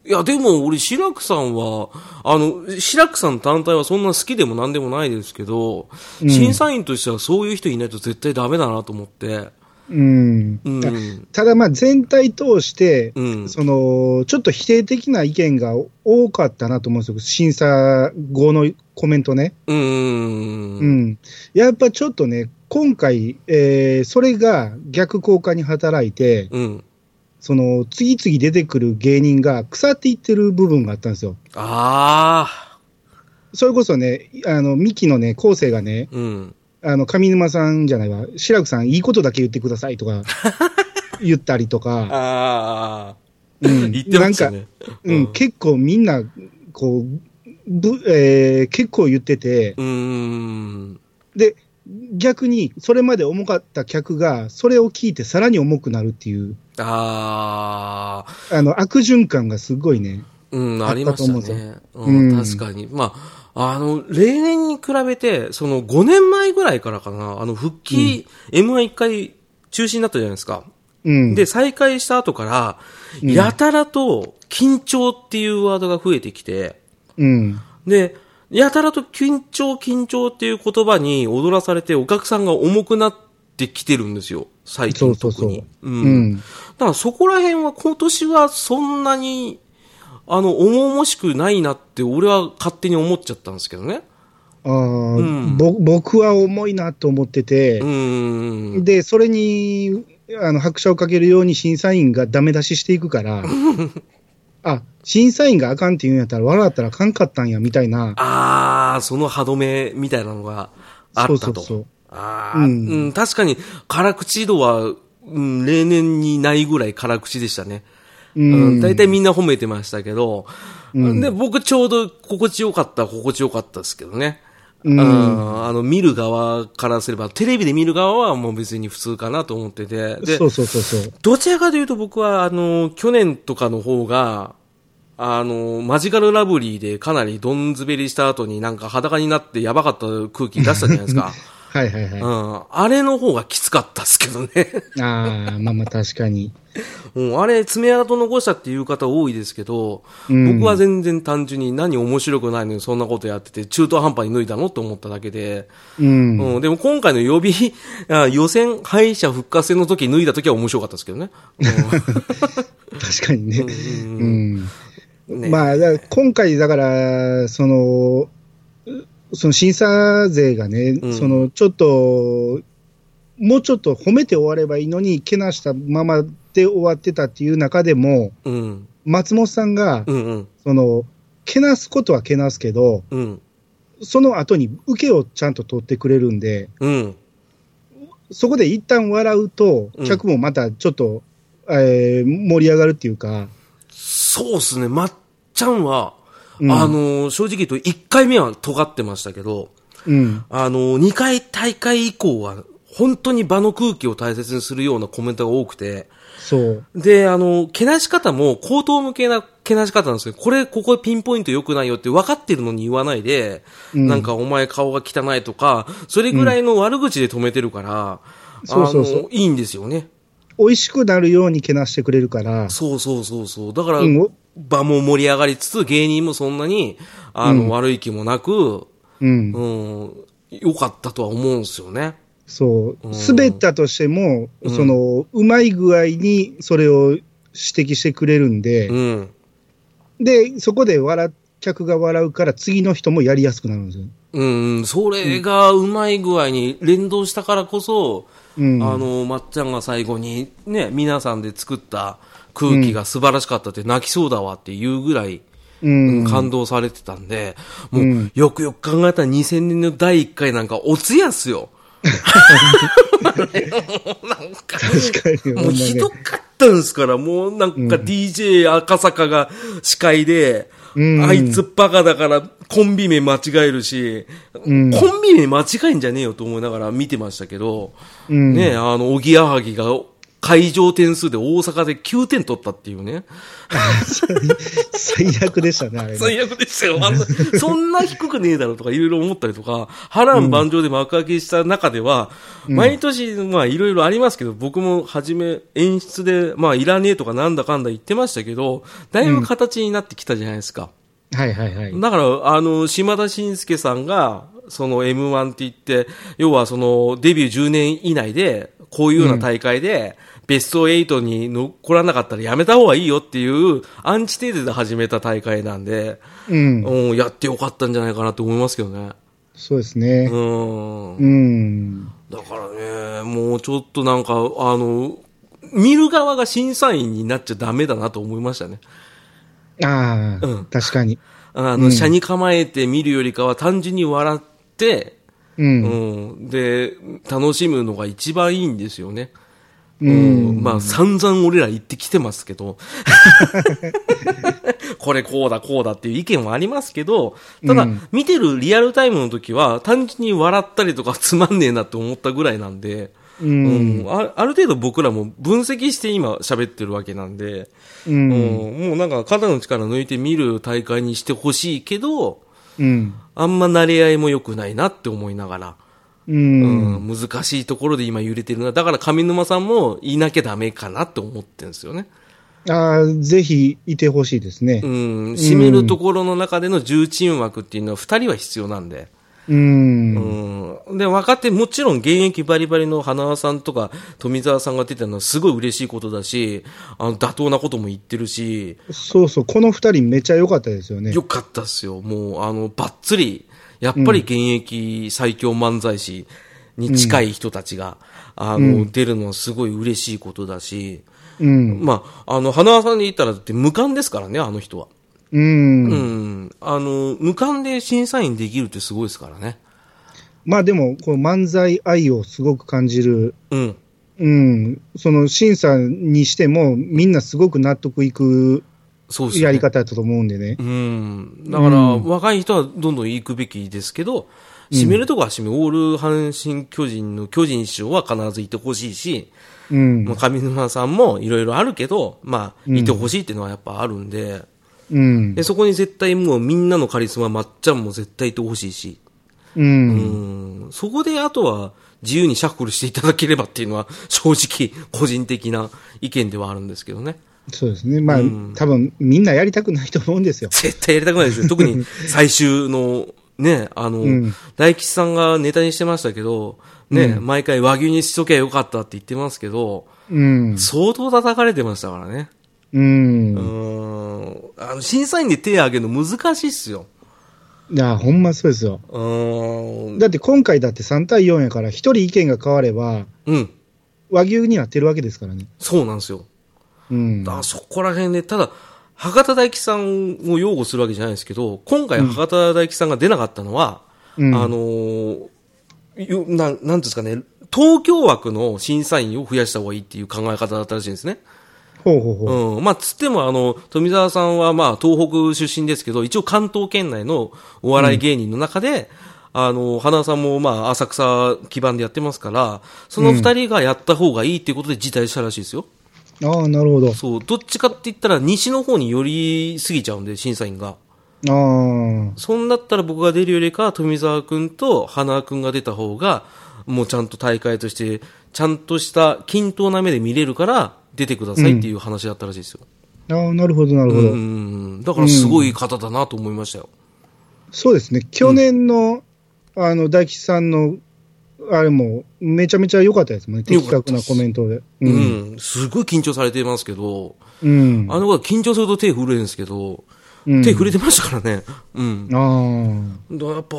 Speaker 1: いや、でも俺、白くさんは、あの、白くさん単体はそんな好きでも何でもないですけど、審査員としてはそういう人いないと絶対ダメだなと思って、
Speaker 2: うん。
Speaker 1: うん。
Speaker 2: ただまあ全体通して、
Speaker 1: うん。
Speaker 2: その、ちょっと否定的な意見が多かったなと思うんですよ。審査後のコメントね。
Speaker 1: う。
Speaker 2: うんん。やっぱちょっとね、今回、えーそれが逆効果に働いて、
Speaker 1: うん。
Speaker 2: その、次々出てくる芸人が腐っていってる部分があったんですよ。
Speaker 1: ああ。
Speaker 2: それこそね、あの、ミキのね、昴生がね、
Speaker 1: うん。
Speaker 2: あの、上沼さんじゃないわ、白くさん、いいことだけ言ってください とか、言ったりとか、
Speaker 1: ああ。
Speaker 2: うん
Speaker 1: 言ってましたね。
Speaker 2: うん、結構みんな、こう、ぶえー結構言ってて、
Speaker 1: うん。
Speaker 2: で、逆に、それまで重かった客が、それを聞いてさらに重くなるっていう、
Speaker 1: ああ。
Speaker 2: あの、悪循環がすごいね。
Speaker 1: うん、
Speaker 2: あ
Speaker 1: あ
Speaker 2: っ
Speaker 1: り
Speaker 2: た
Speaker 1: ま
Speaker 2: と思うん
Speaker 1: し
Speaker 2: です
Speaker 1: た
Speaker 2: よ
Speaker 1: ね。うん、
Speaker 2: うん
Speaker 1: 確かに。まあ、あの、例年に比べて、その5年前ぐらいからかな、あの、復帰、M11 回中止になったじゃないですか。
Speaker 2: うん。
Speaker 1: で、再開した後から、やたらと緊張っていうワードが増えてきて、
Speaker 2: うん。
Speaker 1: で、やたらと緊張緊張っていう言葉に踊らされてお客さんが重くなってきてるんですよ。最近
Speaker 2: そうそう
Speaker 1: 特
Speaker 2: そ
Speaker 1: に
Speaker 2: う。。うん。
Speaker 1: だからそこら辺は今年はそんなに、あの、重々しくないなって俺は勝手に思っちゃったんですけどね。
Speaker 2: ああ、
Speaker 1: うん
Speaker 2: ぼ僕は重いなと思ってて
Speaker 1: う、ーん。
Speaker 2: で、それに、あの、拍車をかけるように審査員がダメ出ししていくから、あ、審査員があかんって言うんやったら、笑ったらあかんかったんや、みたいな。
Speaker 1: あー、その歯止めみたいなのがあったと。
Speaker 2: そうそうそう
Speaker 1: あー、う
Speaker 2: うん
Speaker 1: ん、確かに辛口度は、うん、例年にないぐらい辛口でしたね。
Speaker 2: う
Speaker 1: うん、
Speaker 2: ん。
Speaker 1: 大体みんな褒めてましたけど、
Speaker 2: うん
Speaker 1: で、僕ちょうど心地よかった、心地よかったですけどね。
Speaker 2: うん
Speaker 1: んあの、見る側からすれば、テレビで見る側はもう別に普通かなと思ってて。で
Speaker 2: そ、うそうそうそう。
Speaker 1: どちらかというと僕は、あの、去年とかの方が、あの、マジカルラブリーでかなりどんずべりした後になんか裸になってやばかった空気出したじゃないですか。
Speaker 2: はいはいはい。
Speaker 1: う
Speaker 2: あ
Speaker 1: ん。あれの方がきつかったですけどね。
Speaker 2: あ、まあまあ確かに。
Speaker 1: もうあれ、爪痕残したっていう方多いですけど、
Speaker 2: うん
Speaker 1: 僕は全然単純に何面白くないのにそんなことやってて、中途半端に脱いだのって思っただけで、
Speaker 2: うん。
Speaker 1: うん、でも今回の予備、 あ予選敗者復活戦の時脱いだ時は面白かったですけどね。
Speaker 2: 確かにね。うん。
Speaker 1: うんね
Speaker 2: まあ、だから今回、だから、その、その審査税がね、
Speaker 1: ん
Speaker 2: そのちょっと、もうちょっと褒めて終わればいいのに、けなしたままで終わってたっていう中でも、
Speaker 1: うん、
Speaker 2: 松本さんが、
Speaker 1: うん、うん、
Speaker 2: その、けなすことはけなすけど、
Speaker 1: うん、
Speaker 2: その後に受けをちゃんと取ってくれるんで、
Speaker 1: うん、
Speaker 2: そこで一旦笑うと
Speaker 1: う、ん
Speaker 2: 客もまたちょっと、えー盛り上がるっていうか、
Speaker 1: そうっすね、まっちゃんは、
Speaker 2: うん
Speaker 1: あの、正直言うと1回目は尖ってましたけど、
Speaker 2: うん。
Speaker 1: あの、2回大会以降は、本当に場の空気を大切にするようなコメントが多くて、
Speaker 2: そう。
Speaker 1: で、あの、けなし方も、口頭向けな、けなし方なんですけど、これ、ここピンポイント良くないよって分かってるのに言わないで、
Speaker 2: うん
Speaker 1: なんかお前顔が汚いとか、それぐらいの悪口で止めてるから、
Speaker 2: そうそうそう
Speaker 1: あのいいんですよね。
Speaker 2: 美味しくなるようにけなしてくれるから、
Speaker 1: そうそうそうそう。だから、
Speaker 2: うんお
Speaker 1: 場も盛り上がりつつ、芸人もそんなに、あの、悪い気もなく、
Speaker 2: うん、
Speaker 1: うん、良かったとは思うんですよね。
Speaker 2: そうう、
Speaker 1: ん
Speaker 2: 滑ったとしても、その、うまい具合にそれを指摘してくれるんで
Speaker 1: う、ん。
Speaker 2: で、そこで笑っ、客が笑うから次の人もやりやすくなるんですよ。
Speaker 1: うん、それがうまい具合に連動したからこそ、
Speaker 2: うん。
Speaker 1: あの、まっちゃんが最後にね、皆さんで作った空気が素晴らしかったって泣きそうだわっていうぐらい、
Speaker 2: うん。
Speaker 1: 感動されてたんで、
Speaker 2: う、
Speaker 1: もうんよくよく考えたら2000年の第1回なんかおつやっすよ。 なんか、
Speaker 2: 確かに。
Speaker 1: もうひどかったんですから、もうなんか DJ 赤坂が司会で、
Speaker 2: うん
Speaker 1: あいつバカだからコンビ名間違えるし、
Speaker 2: うん
Speaker 1: コンビ名間違えんじゃねえよと思いながら見てましたけど、
Speaker 2: うん
Speaker 1: ねえあの、おぎやはぎが会場点数で大阪で9点取ったっていうね。
Speaker 2: 最悪でしたね、あれ ね。
Speaker 1: 最悪でしたよ。あんな、そんな低くねえだろとかいろいろ思ったりとか、波乱万丈で幕開けした中では、毎年、まあいろいろありますけど、僕も初め演出で、まあいらねえとかなんだかんだ言ってましたけど、だいぶ形になってきたじゃないですか。
Speaker 2: はいはいはい。
Speaker 1: だから、あの、島田紳介さんが、その M1 って言って、要はそのデビュー10年以内で、こういうような大会で、ベスト8に残らなかったらやめた方がいいよっていう、アンチテーゼで始めた大会なんで、
Speaker 2: うん。
Speaker 1: うん、やってよかったんじゃないかなと思いますけどね。
Speaker 2: そうですね。
Speaker 1: うん。
Speaker 2: うん。
Speaker 1: だからね、もうちょっとなんか、あの、見る側が審査員になっちゃダメだなと思いましたね。
Speaker 2: ああ、
Speaker 1: うん
Speaker 2: 確かに。
Speaker 1: あの、車に構えて見るよりかは単純に笑って、
Speaker 2: うん。
Speaker 1: うん、で、楽しむのが一番いいんですよね。
Speaker 2: う
Speaker 1: うんまあ、散々俺ら言ってきてますけど、 これこうだこうだっていう意見はありますけど、ただ、
Speaker 2: うん
Speaker 1: 見てるリアルタイムの時は、単純に笑ったりとかつまんねえなって思ったぐらいなんで、
Speaker 2: う。
Speaker 1: うんんあある程度僕らも分析して今喋ってるわけなんで、
Speaker 2: う
Speaker 1: うん
Speaker 2: ん。
Speaker 1: もうなんか肩の力抜いて見る大会にしてほしいけど、
Speaker 2: うん。
Speaker 1: あんま慣れ合いも良くないなって思いながら、
Speaker 2: う。
Speaker 1: うんん、難しいところで今揺れてるな。だから上沼さんもいなきゃダメかなって思ってるんですよね。
Speaker 2: ああ、ぜひいてほしいですね
Speaker 1: う。ん、締めるところの中での重鎮枠っていうのは2人は必要なんで。
Speaker 2: う。
Speaker 1: うんん、で、若手、もちろん現役バリバリの花輪さんとか富澤さんが出てるのはすごい嬉しいことだし、あの、妥当なことも言ってるし、
Speaker 2: そうそう、この二人めちゃ良かったですよね。
Speaker 1: よかったっすよ。もう、あの、ばっつり、やっぱり現役最強漫才師に近い人たちが、あの、出るのはすごい嬉しいことだし、
Speaker 2: うん。
Speaker 1: まあ、あの、花輪さんで言ったらだって無冠ですからね、あの人は。
Speaker 2: う。
Speaker 1: うんん。あの、無冠で審査員できるってすごいですからね。
Speaker 2: まあでも、この漫才愛をすごく感じる。
Speaker 1: うん。
Speaker 2: うん。その審査にしても、みんなすごく納得いく
Speaker 1: そうですね。
Speaker 2: やり方だったと思うんでね。
Speaker 1: うん。だから、若い人はどんどん行くべきですけど、締めるとこは締め、オール阪神巨人の巨人師匠は必ずいてほしいし、
Speaker 2: うん
Speaker 1: ま。あ、上沼さんもいろいろあるけど、まあ、いてほしいっていうのはやっぱあるんで、
Speaker 2: うん
Speaker 1: で、。そこに絶対もうみんなのカリスマ、まっちゃんも絶対いてほしいし、
Speaker 2: う。
Speaker 1: うんん、そこであとは自由にシャッフルしていただければっていうのは正直個人的な意見ではあるんですけどね。
Speaker 2: そうですね。まあ、多分みんなやりたくないと思うんですよ。
Speaker 1: 絶対やりたくないですよ。特に最終の、ね、あの、
Speaker 2: ん
Speaker 1: 大吉さんがネタにしてましたけど、ね、毎回和牛にしときゃよかったって言ってますけど、
Speaker 2: うん。
Speaker 1: 相当叩かれてましたからね。
Speaker 2: う。
Speaker 1: うんん。あの、審査員で手挙げるの難しいっすよ。
Speaker 2: いや、ほんまそうですよ。
Speaker 1: うん。
Speaker 2: だって今回だって3対4やから、1人意見が変われば、
Speaker 1: うん。
Speaker 2: 和牛になってるわけですからね。
Speaker 1: そうなんですよ。
Speaker 2: うん。
Speaker 1: あそこら辺で、ただ、博多大吉さんを擁護するわけじゃないですけど、今回博多大吉さんが出なかったのは、
Speaker 2: うん
Speaker 1: あのーよなん、なんていうんですかね、東京枠の審査員を増やした方がいいっていう考え方だったらしいんですね。
Speaker 2: ほうほうほう。
Speaker 1: うん。まあ、つっても、あの、富澤さんは、まあ、東北出身ですけど、一応関東圏内のお笑い芸人の中で、あの、花さんも、まあ、浅草基盤でやってますから、その二人がやった方がいいっていうことで辞退したらしいですよ。
Speaker 2: ああ、なるほど。
Speaker 1: そう、どっちかって言ったら西の方に寄りすぎちゃうんで、審査員が。
Speaker 2: ああ。
Speaker 1: そんだったら僕が出るよりかは、富澤くんと花くんが出た方が、もうちゃんと大会として、ちゃんとした均等な目で見れるから、出てくださいっていう話だったらしいですよ。
Speaker 2: ああ、なるほど、なる
Speaker 1: う
Speaker 2: ほど。
Speaker 1: ん。だからすごい方だなと思いましたよ。
Speaker 2: そうですね。去年の、あの、大吉さんの、あれも、めちゃめちゃ良かったですもんね。
Speaker 1: 良
Speaker 2: 的
Speaker 1: かった
Speaker 2: 確
Speaker 1: で
Speaker 2: な
Speaker 1: す
Speaker 2: コメントで。う。
Speaker 1: うんん。すごい緊張されていますけど、
Speaker 2: うん。
Speaker 1: あの子は緊張すると手震えるんですけど、
Speaker 2: うん
Speaker 1: 手震えてましたからね。うん。
Speaker 2: ああ。
Speaker 1: だやっぱ、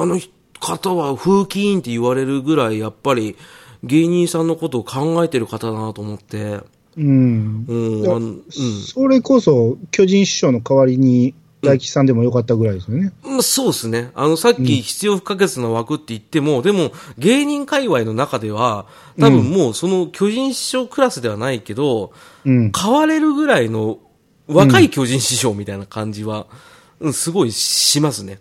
Speaker 1: あの方は風紀委員って言われるぐらい、やっぱり芸人さんのことを考えてる方だなと思って、
Speaker 2: うん。
Speaker 1: うん、あのうん
Speaker 2: それこそ、巨人師匠の代わりに、大吉さんでも良かったぐらいですよね。
Speaker 1: まあ、そうですね。あの、さっき必要不可欠な枠って言っても、でも、芸人界隈の中では、多分もうその巨人師匠クラスではないけど、
Speaker 2: うん。
Speaker 1: 買われるぐらいの若い巨人師匠みたいな感じは、うん、すごいしますね。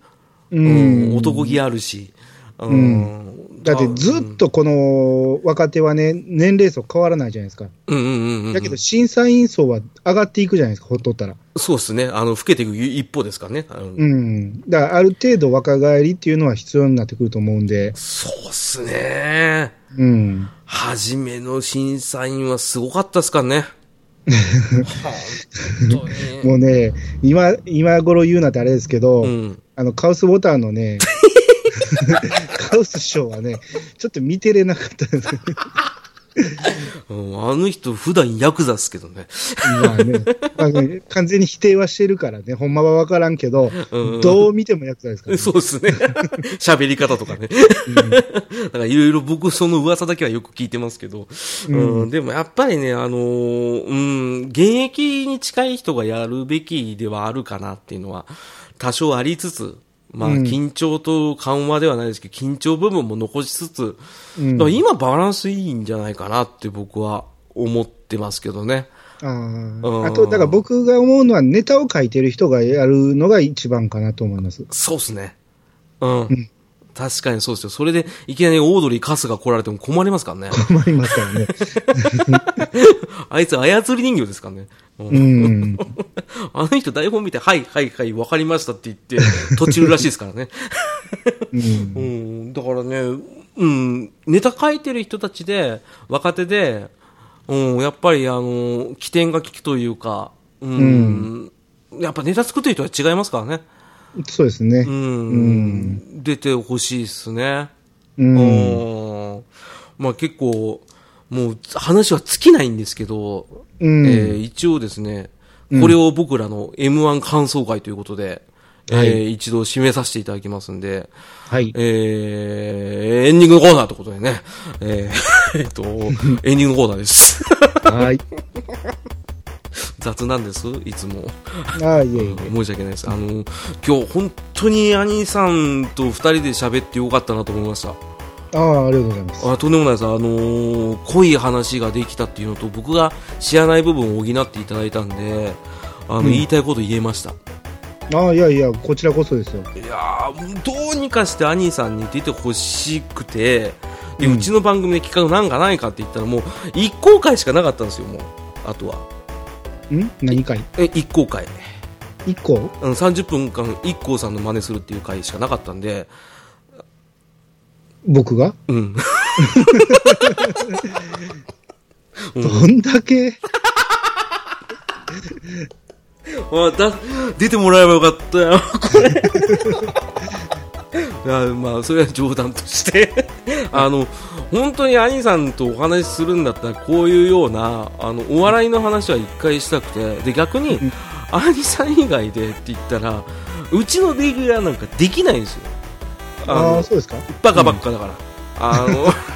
Speaker 2: う。
Speaker 1: うんん、男気あるし。うん
Speaker 2: だってずっとこの若手はね、年齢層変わらないじゃないですか。
Speaker 1: うんうんうんうん
Speaker 2: だけど審査員層は上がっていくじゃないですか、ほっとったら。
Speaker 1: そうですね。あの、老けていく一方ですからね。あの
Speaker 2: うん。だからある程度若返りっていうのは必要になってくると思うんで。
Speaker 1: そうっすね。
Speaker 2: うん。
Speaker 1: 初めの審査員はすごかったっすから ね。本当に。
Speaker 2: もうね、今、今頃言うなってあれですけど、
Speaker 1: うん。
Speaker 2: あの、カウスウォーターのね、カウス師匠はね、ちょっと見てれなかったです。
Speaker 1: うんあの人、普段ヤクザっすけどね。
Speaker 2: まあね、まあね完全に否定はしてるからね、ほんまはわからんけど、どう見てもやつですから、ね。
Speaker 1: そうですね。 喋り方とかね。だからいろいろ僕その噂だけはよく聞いてますけど。うん、でもやっぱりね、あのーうん、現役に近い人がやるべきではあるかなっていうのは多少ありつつ、まあ緊張と緩和ではないですけど、緊張部分も残しつつ、
Speaker 2: うん
Speaker 1: だから今バランスいいんじゃないかなって僕は思ってますけどね。
Speaker 2: あ
Speaker 1: うん
Speaker 2: ああと、だから僕が思うのは、ネタを書いてる人がやるのが一番かなと思います。
Speaker 1: そうっすね。うん。確かにそうですよ。それで、いきなりオードリー・カスが来られても困りますからね。
Speaker 2: 困りま すからね。
Speaker 1: あいつ操り人形ですからね。うん
Speaker 2: うん。
Speaker 1: あの人台本見て、はい、はい、はい、わかりましたって言って、途中らしいですからね。
Speaker 2: うん。
Speaker 1: うん、だからね、うん、ネタ書いてる人たちで、若手で、うん、やっぱり、あの、起点が利くというか、うん、やっぱネタ作ってる人は違いますからね。
Speaker 2: そうですね
Speaker 1: う。ん、出てほしいですね。
Speaker 2: うん
Speaker 1: うんまあ結構、もう話は尽きないんですけど、
Speaker 2: うん
Speaker 1: えー一応ですね、これを僕らの M1 感想会ということで、
Speaker 2: は
Speaker 1: えー
Speaker 2: い
Speaker 1: 一度締めさせていただきますんで、
Speaker 2: はい。
Speaker 1: えーエンディングコーナーということでね、えーえっ と、エンディングコーナーです。
Speaker 2: はい。
Speaker 1: 雑なんです、いつも。
Speaker 2: ああ、いえいえ。
Speaker 1: 申し訳ないです。あの、今日本当に兄さんと二人で喋ってよかったなと思いました。
Speaker 2: ああ、ありがとうございます。
Speaker 1: あとんでもないです、あのー濃い話ができたっていうのと僕が知らない部分を補っていただいたんであの、言いたいこと言えました
Speaker 2: ああ、いやいや、こちらこそですよ。
Speaker 1: いやーどうにかして兄さんに出てほしくてで、う
Speaker 2: うん
Speaker 1: ちの番組で企画なんかないかって言ったらもう1公開しかなかったんですよもうあとは
Speaker 2: ん何回
Speaker 1: え1公開
Speaker 2: 一個
Speaker 1: あの30分間 IKKO さんの真似するっていう回しかなかったんで
Speaker 2: 僕が
Speaker 1: うん
Speaker 2: どんだけ
Speaker 1: あだ出てもらえばよかったよ、 これ。いやまあ、それは冗談として あの本当に兄さんとお話しするんだったらこういうようなあのお笑いの話は一回したくてで逆に兄さん以外でって言ったらうちのレギュラーなんかできないんですよ あ
Speaker 2: あ
Speaker 1: の
Speaker 2: あ、そうですか
Speaker 1: バカばっかだから、あの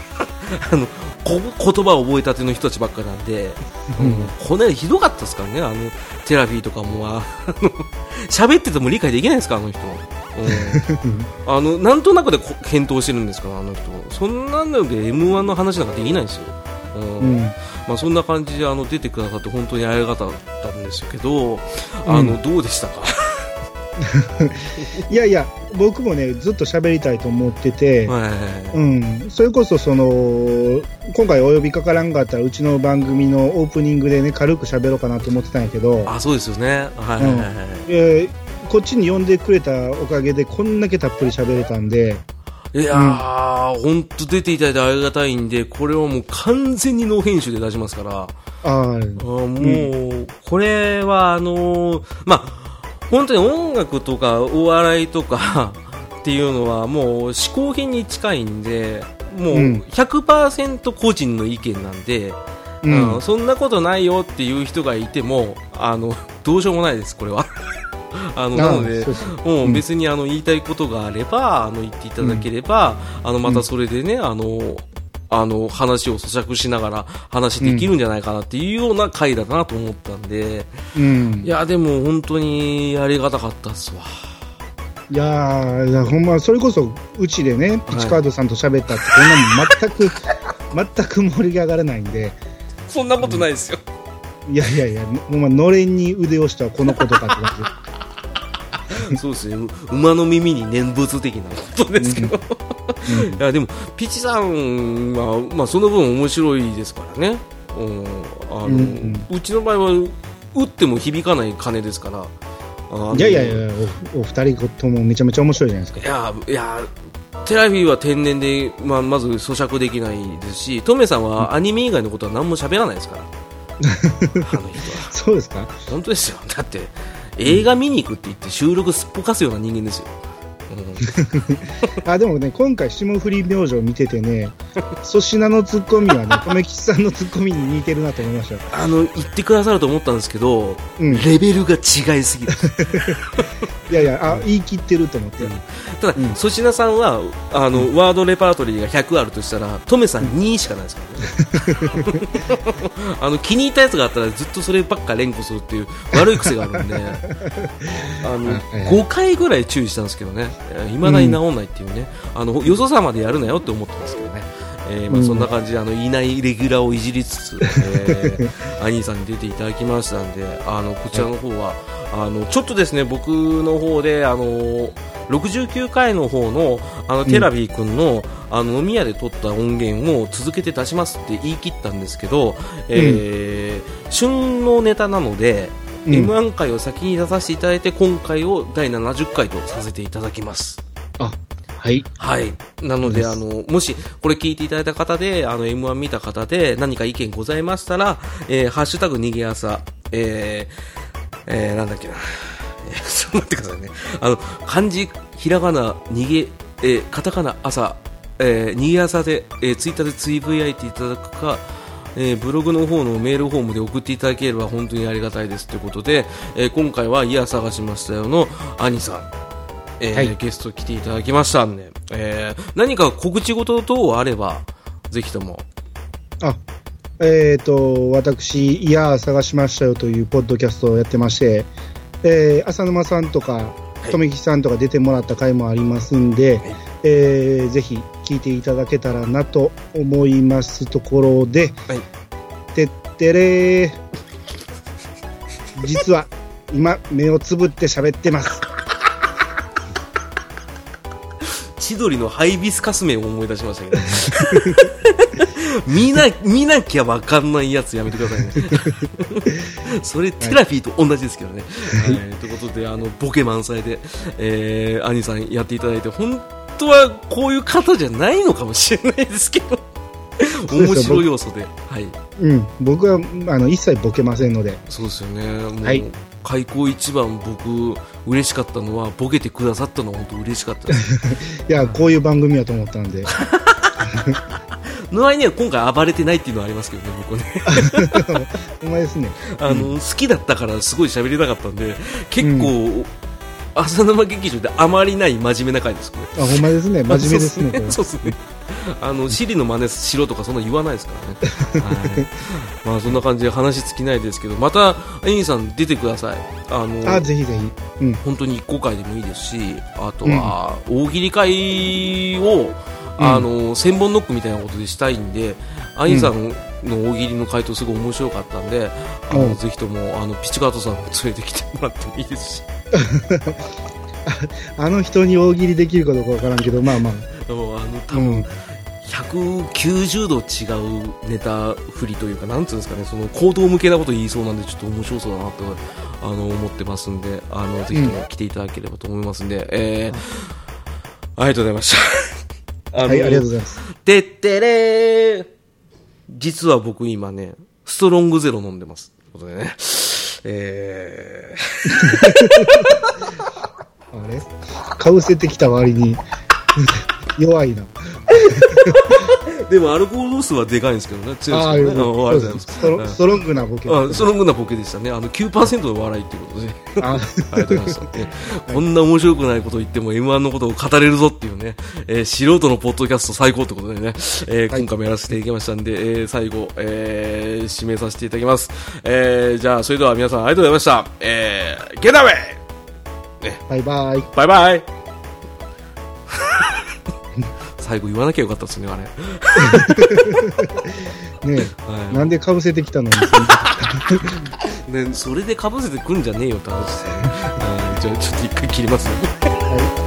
Speaker 1: あのこ言葉を覚えたての人たちばっかなんで、うん、この間ひどかったですからねあのテラフィーとかもあの 喋ってても理解できないですからあの人、 うん、あのなんとなくでこ検討してるんですからあの人そんなので m 1の話なんかできないんですよ、うん
Speaker 2: うん。
Speaker 1: まあ、そんな感じであの出てくださって本当にありがたかったんですけどあの、
Speaker 2: う
Speaker 1: どうでしたか
Speaker 2: いやいや、僕もね、ずっと喋りたいと思ってて、
Speaker 1: はい
Speaker 2: うん、それこそその今回お呼びかからんかったらうちの番組のオープニングでね軽く喋ろうかなと思ってたんやけど、
Speaker 1: あそうですよねはいはいはいはい
Speaker 2: えーこっちに呼んでくれたおかげでこんだけたっぷり喋れたんで
Speaker 1: いやー、ほんと出ていただいてありがたいんで、これはもう完全にノー編集で出しますから、あ
Speaker 2: ああ
Speaker 1: ーもう、これはあのーまあ、本当に音楽とかお笑いとかっていうのはもう嗜好品に近いんで、もう
Speaker 2: うん
Speaker 1: 100%個人の意見なんで、
Speaker 2: う
Speaker 1: あ
Speaker 2: ん
Speaker 1: のそんなことないよっていう人がいても、あの、どうしようもないです、これは。 あの、なので
Speaker 2: あ、そうそう
Speaker 1: もう
Speaker 2: うん
Speaker 1: 別にあの言いたいことがあれば、あの言っていただければ、あのまたそれでね、あの、あの話を咀嚼しながら話できるんじゃないかなっていうような回だなと思ったんで、
Speaker 2: うん
Speaker 1: い
Speaker 2: いや
Speaker 1: や、でも本当にありがたかったっすわ。
Speaker 2: いやーほんまそれこそうちでねピチカードさんと喋ったってこんな もん全く全く盛り上がらないんで
Speaker 1: そんなことないですよ。
Speaker 2: いやいやいやほんまのれんに腕をしたこのことかって 感じ
Speaker 1: そうですね、う馬の耳に念仏的なことですけど。
Speaker 2: うん
Speaker 1: いやでもピチさんは、まあ、その分面白いですからね、うんあのう
Speaker 2: うんうん
Speaker 1: ちの場合は打っても響かない金ですからあの
Speaker 2: いやいやいや、おお二人ともめちゃめちゃ面白いじゃないで
Speaker 1: い
Speaker 2: す
Speaker 1: やいやテラフィーは天然で、まあ、まず咀嚼できないですしトメさんはアニメ以外のことは何も喋らないです からあの人は
Speaker 2: か。そうですか
Speaker 1: 本当ですよだって映画見に行くって言って収録すっぽかすような人間ですよ、う
Speaker 2: あでもね、今回、霜降り明星見ててね、粗品のツッコミはね、米吉さんのツッコミに似てるなと思いましたよ。
Speaker 1: あの、言ってくださると思ったんですけど、
Speaker 2: うん
Speaker 1: レベルが違いす ぎる。
Speaker 2: いやいや、あ、言い切ってると思って。
Speaker 1: ただ、
Speaker 2: うん
Speaker 1: 粗品さんは、あの、ワードレパートリーが100あるとしたら、トメさん2しかないです からね。あの、気に入ったやつがあったらずっとそればっか連呼するっていう悪い癖があるん で、あの、
Speaker 2: はい
Speaker 1: 5回ぐらい注意したんですけどね、いまだに治んないっていうね、あの、よそさまでやるなよって思ってますけどね。えーま
Speaker 2: う
Speaker 1: あ、
Speaker 2: ん
Speaker 1: そんな感じであのいないレギュラーをいじり つつ、えー、アニーさんに出ていただきましたんであのこちらの方はあのちょっとですね僕の方であの69回の方のあのテラビー君の,、あの飲み屋で撮った音源を続けて出しますって言い切ったんですけど、えー旬のネタなので、
Speaker 2: うん
Speaker 1: m 1回を先に出させていただいて今回を第70回とさせていただきます。
Speaker 2: あ、はい。
Speaker 1: はい。なので、
Speaker 2: です
Speaker 1: あの、もし、これ聞いていただいた方で、あの、M1 見た方で、何か意見ございましたら、えー、ハッシュタグ逃げ朝、えー、えー、なんだっけな。 えーちょっと待ってくださいね。あの、漢字、ひらがな、逃げ、えー、カタカナ、朝、えー、逃げ朝で、えー、ツイッターでつぶやいていただくか、えーブログの方のメールフォームで送っていただければ本当にありがたいですということで、えー今回は、いや探しましたよの、アニさん、えー
Speaker 2: はい
Speaker 1: ゲスト来ていただきましたんで、えー何か告知事等あれば、ぜひとも。
Speaker 2: あ、えっ、と、私、いやー探しましたよというポッドキャストをやってまして、えー浅沼さんとか
Speaker 1: い、
Speaker 2: とめきさんとか出てもらった回もありますんで、
Speaker 1: はい
Speaker 2: えーぜひ聞いていただけたらなと思いますところで、
Speaker 1: はい
Speaker 2: てってれー。実は、今、目をつぶって喋ってます。
Speaker 1: 千鳥のハイビスカス名を思い出しましたけど。 見な、見なきゃわかんないやつやめてくだ さいね。それ、テラフィーと同じですけどね。はいということで、あの、ボケ満載で、えー、兄さんやっていただいて、本当はこういう方じゃないのかもしれないですけど、
Speaker 2: そうですよ
Speaker 1: 面白い要素で。はい。
Speaker 2: うん、僕はあの一切ボケませんので、
Speaker 1: そうですよね。もう、
Speaker 2: はい
Speaker 1: 開口一番僕、嬉しかったのは、ボケてくださったのは本当嬉しかった です。
Speaker 2: いや、こういう番組やと思ったん で、
Speaker 1: の割には今回暴れてないっていうのはありますけどね、僕はね。
Speaker 2: ほんまですね。
Speaker 1: あの、好きだったからすごい喋りたかったんで、結構、浅沼劇場であまりない真面目な回です、これ。
Speaker 2: あ、ほんまで すね。真面目ですね、これ。
Speaker 1: そうですね。あの、シリの真似しろとかそんな言わないですからね。 はい。まあ、そんな感じで話尽きないですけど、また、エインさん出てください。あの、
Speaker 2: あ、ぜひぜひ。うん。
Speaker 1: 本当に1個回でもいいですしあとは大喜利会を、あの千本ノックみたいなことでしたいんで、アインさんの大喜利の回答すごい面白かったんで、あ
Speaker 2: う
Speaker 1: の
Speaker 2: ん
Speaker 1: ぜひともあのピチカートさんも連れてきてもらってもいいですし
Speaker 2: あの人に大喜利できるかどうかわからんけど、まあまあ。
Speaker 1: あのあの多
Speaker 2: う
Speaker 1: 分、
Speaker 2: ん。
Speaker 1: 190度違うネタ振りというか、なんつうんですかね、その行動向けなこと言いそうなんで、ちょっと面白そうだなとあの思ってますんで、あのぜひとも来ていただければと思いますんで、えーありがとうございました。
Speaker 2: はい、ありがと
Speaker 1: う。
Speaker 2: うございます。
Speaker 1: てってれー実は僕今ね、ストロングゼロ飲んでます。ということでね。え
Speaker 2: あれかぶせてきた割に、 弱いな。
Speaker 1: ー、 でもアルコール度数はでかいんですけどね、強
Speaker 2: あ
Speaker 1: い
Speaker 2: ー
Speaker 1: で
Speaker 2: よ
Speaker 1: すけどね。あありがとうございま
Speaker 2: かったストロ
Speaker 1: す。
Speaker 2: ストロングなボケ。
Speaker 1: あストロングなボケでしたね。あの9%の笑いっていうことで。
Speaker 2: あ、
Speaker 1: ありがとうございます。えこんな面白くないことを言っても M1 のことを語れるぞっていうね、えー素人のポッドキャスト最高ってことでね、えー
Speaker 2: はい
Speaker 1: 今回もやらせていただきましたんで、えー最後、えー締めさせていただきます。えーじゃあ、それでは皆さんありがとうございました。えー、ゲダウェイ
Speaker 2: バイバイ。
Speaker 1: バイバイ 最後言わなきゃよかったですね、あれ。
Speaker 2: ね
Speaker 1: は
Speaker 2: え、
Speaker 1: い
Speaker 2: なんでかぶせてきたのに。
Speaker 1: ね、それで被せてくんじゃねえよって話ですね。はいじゃあ、ちょっと一回切ります。
Speaker 2: はい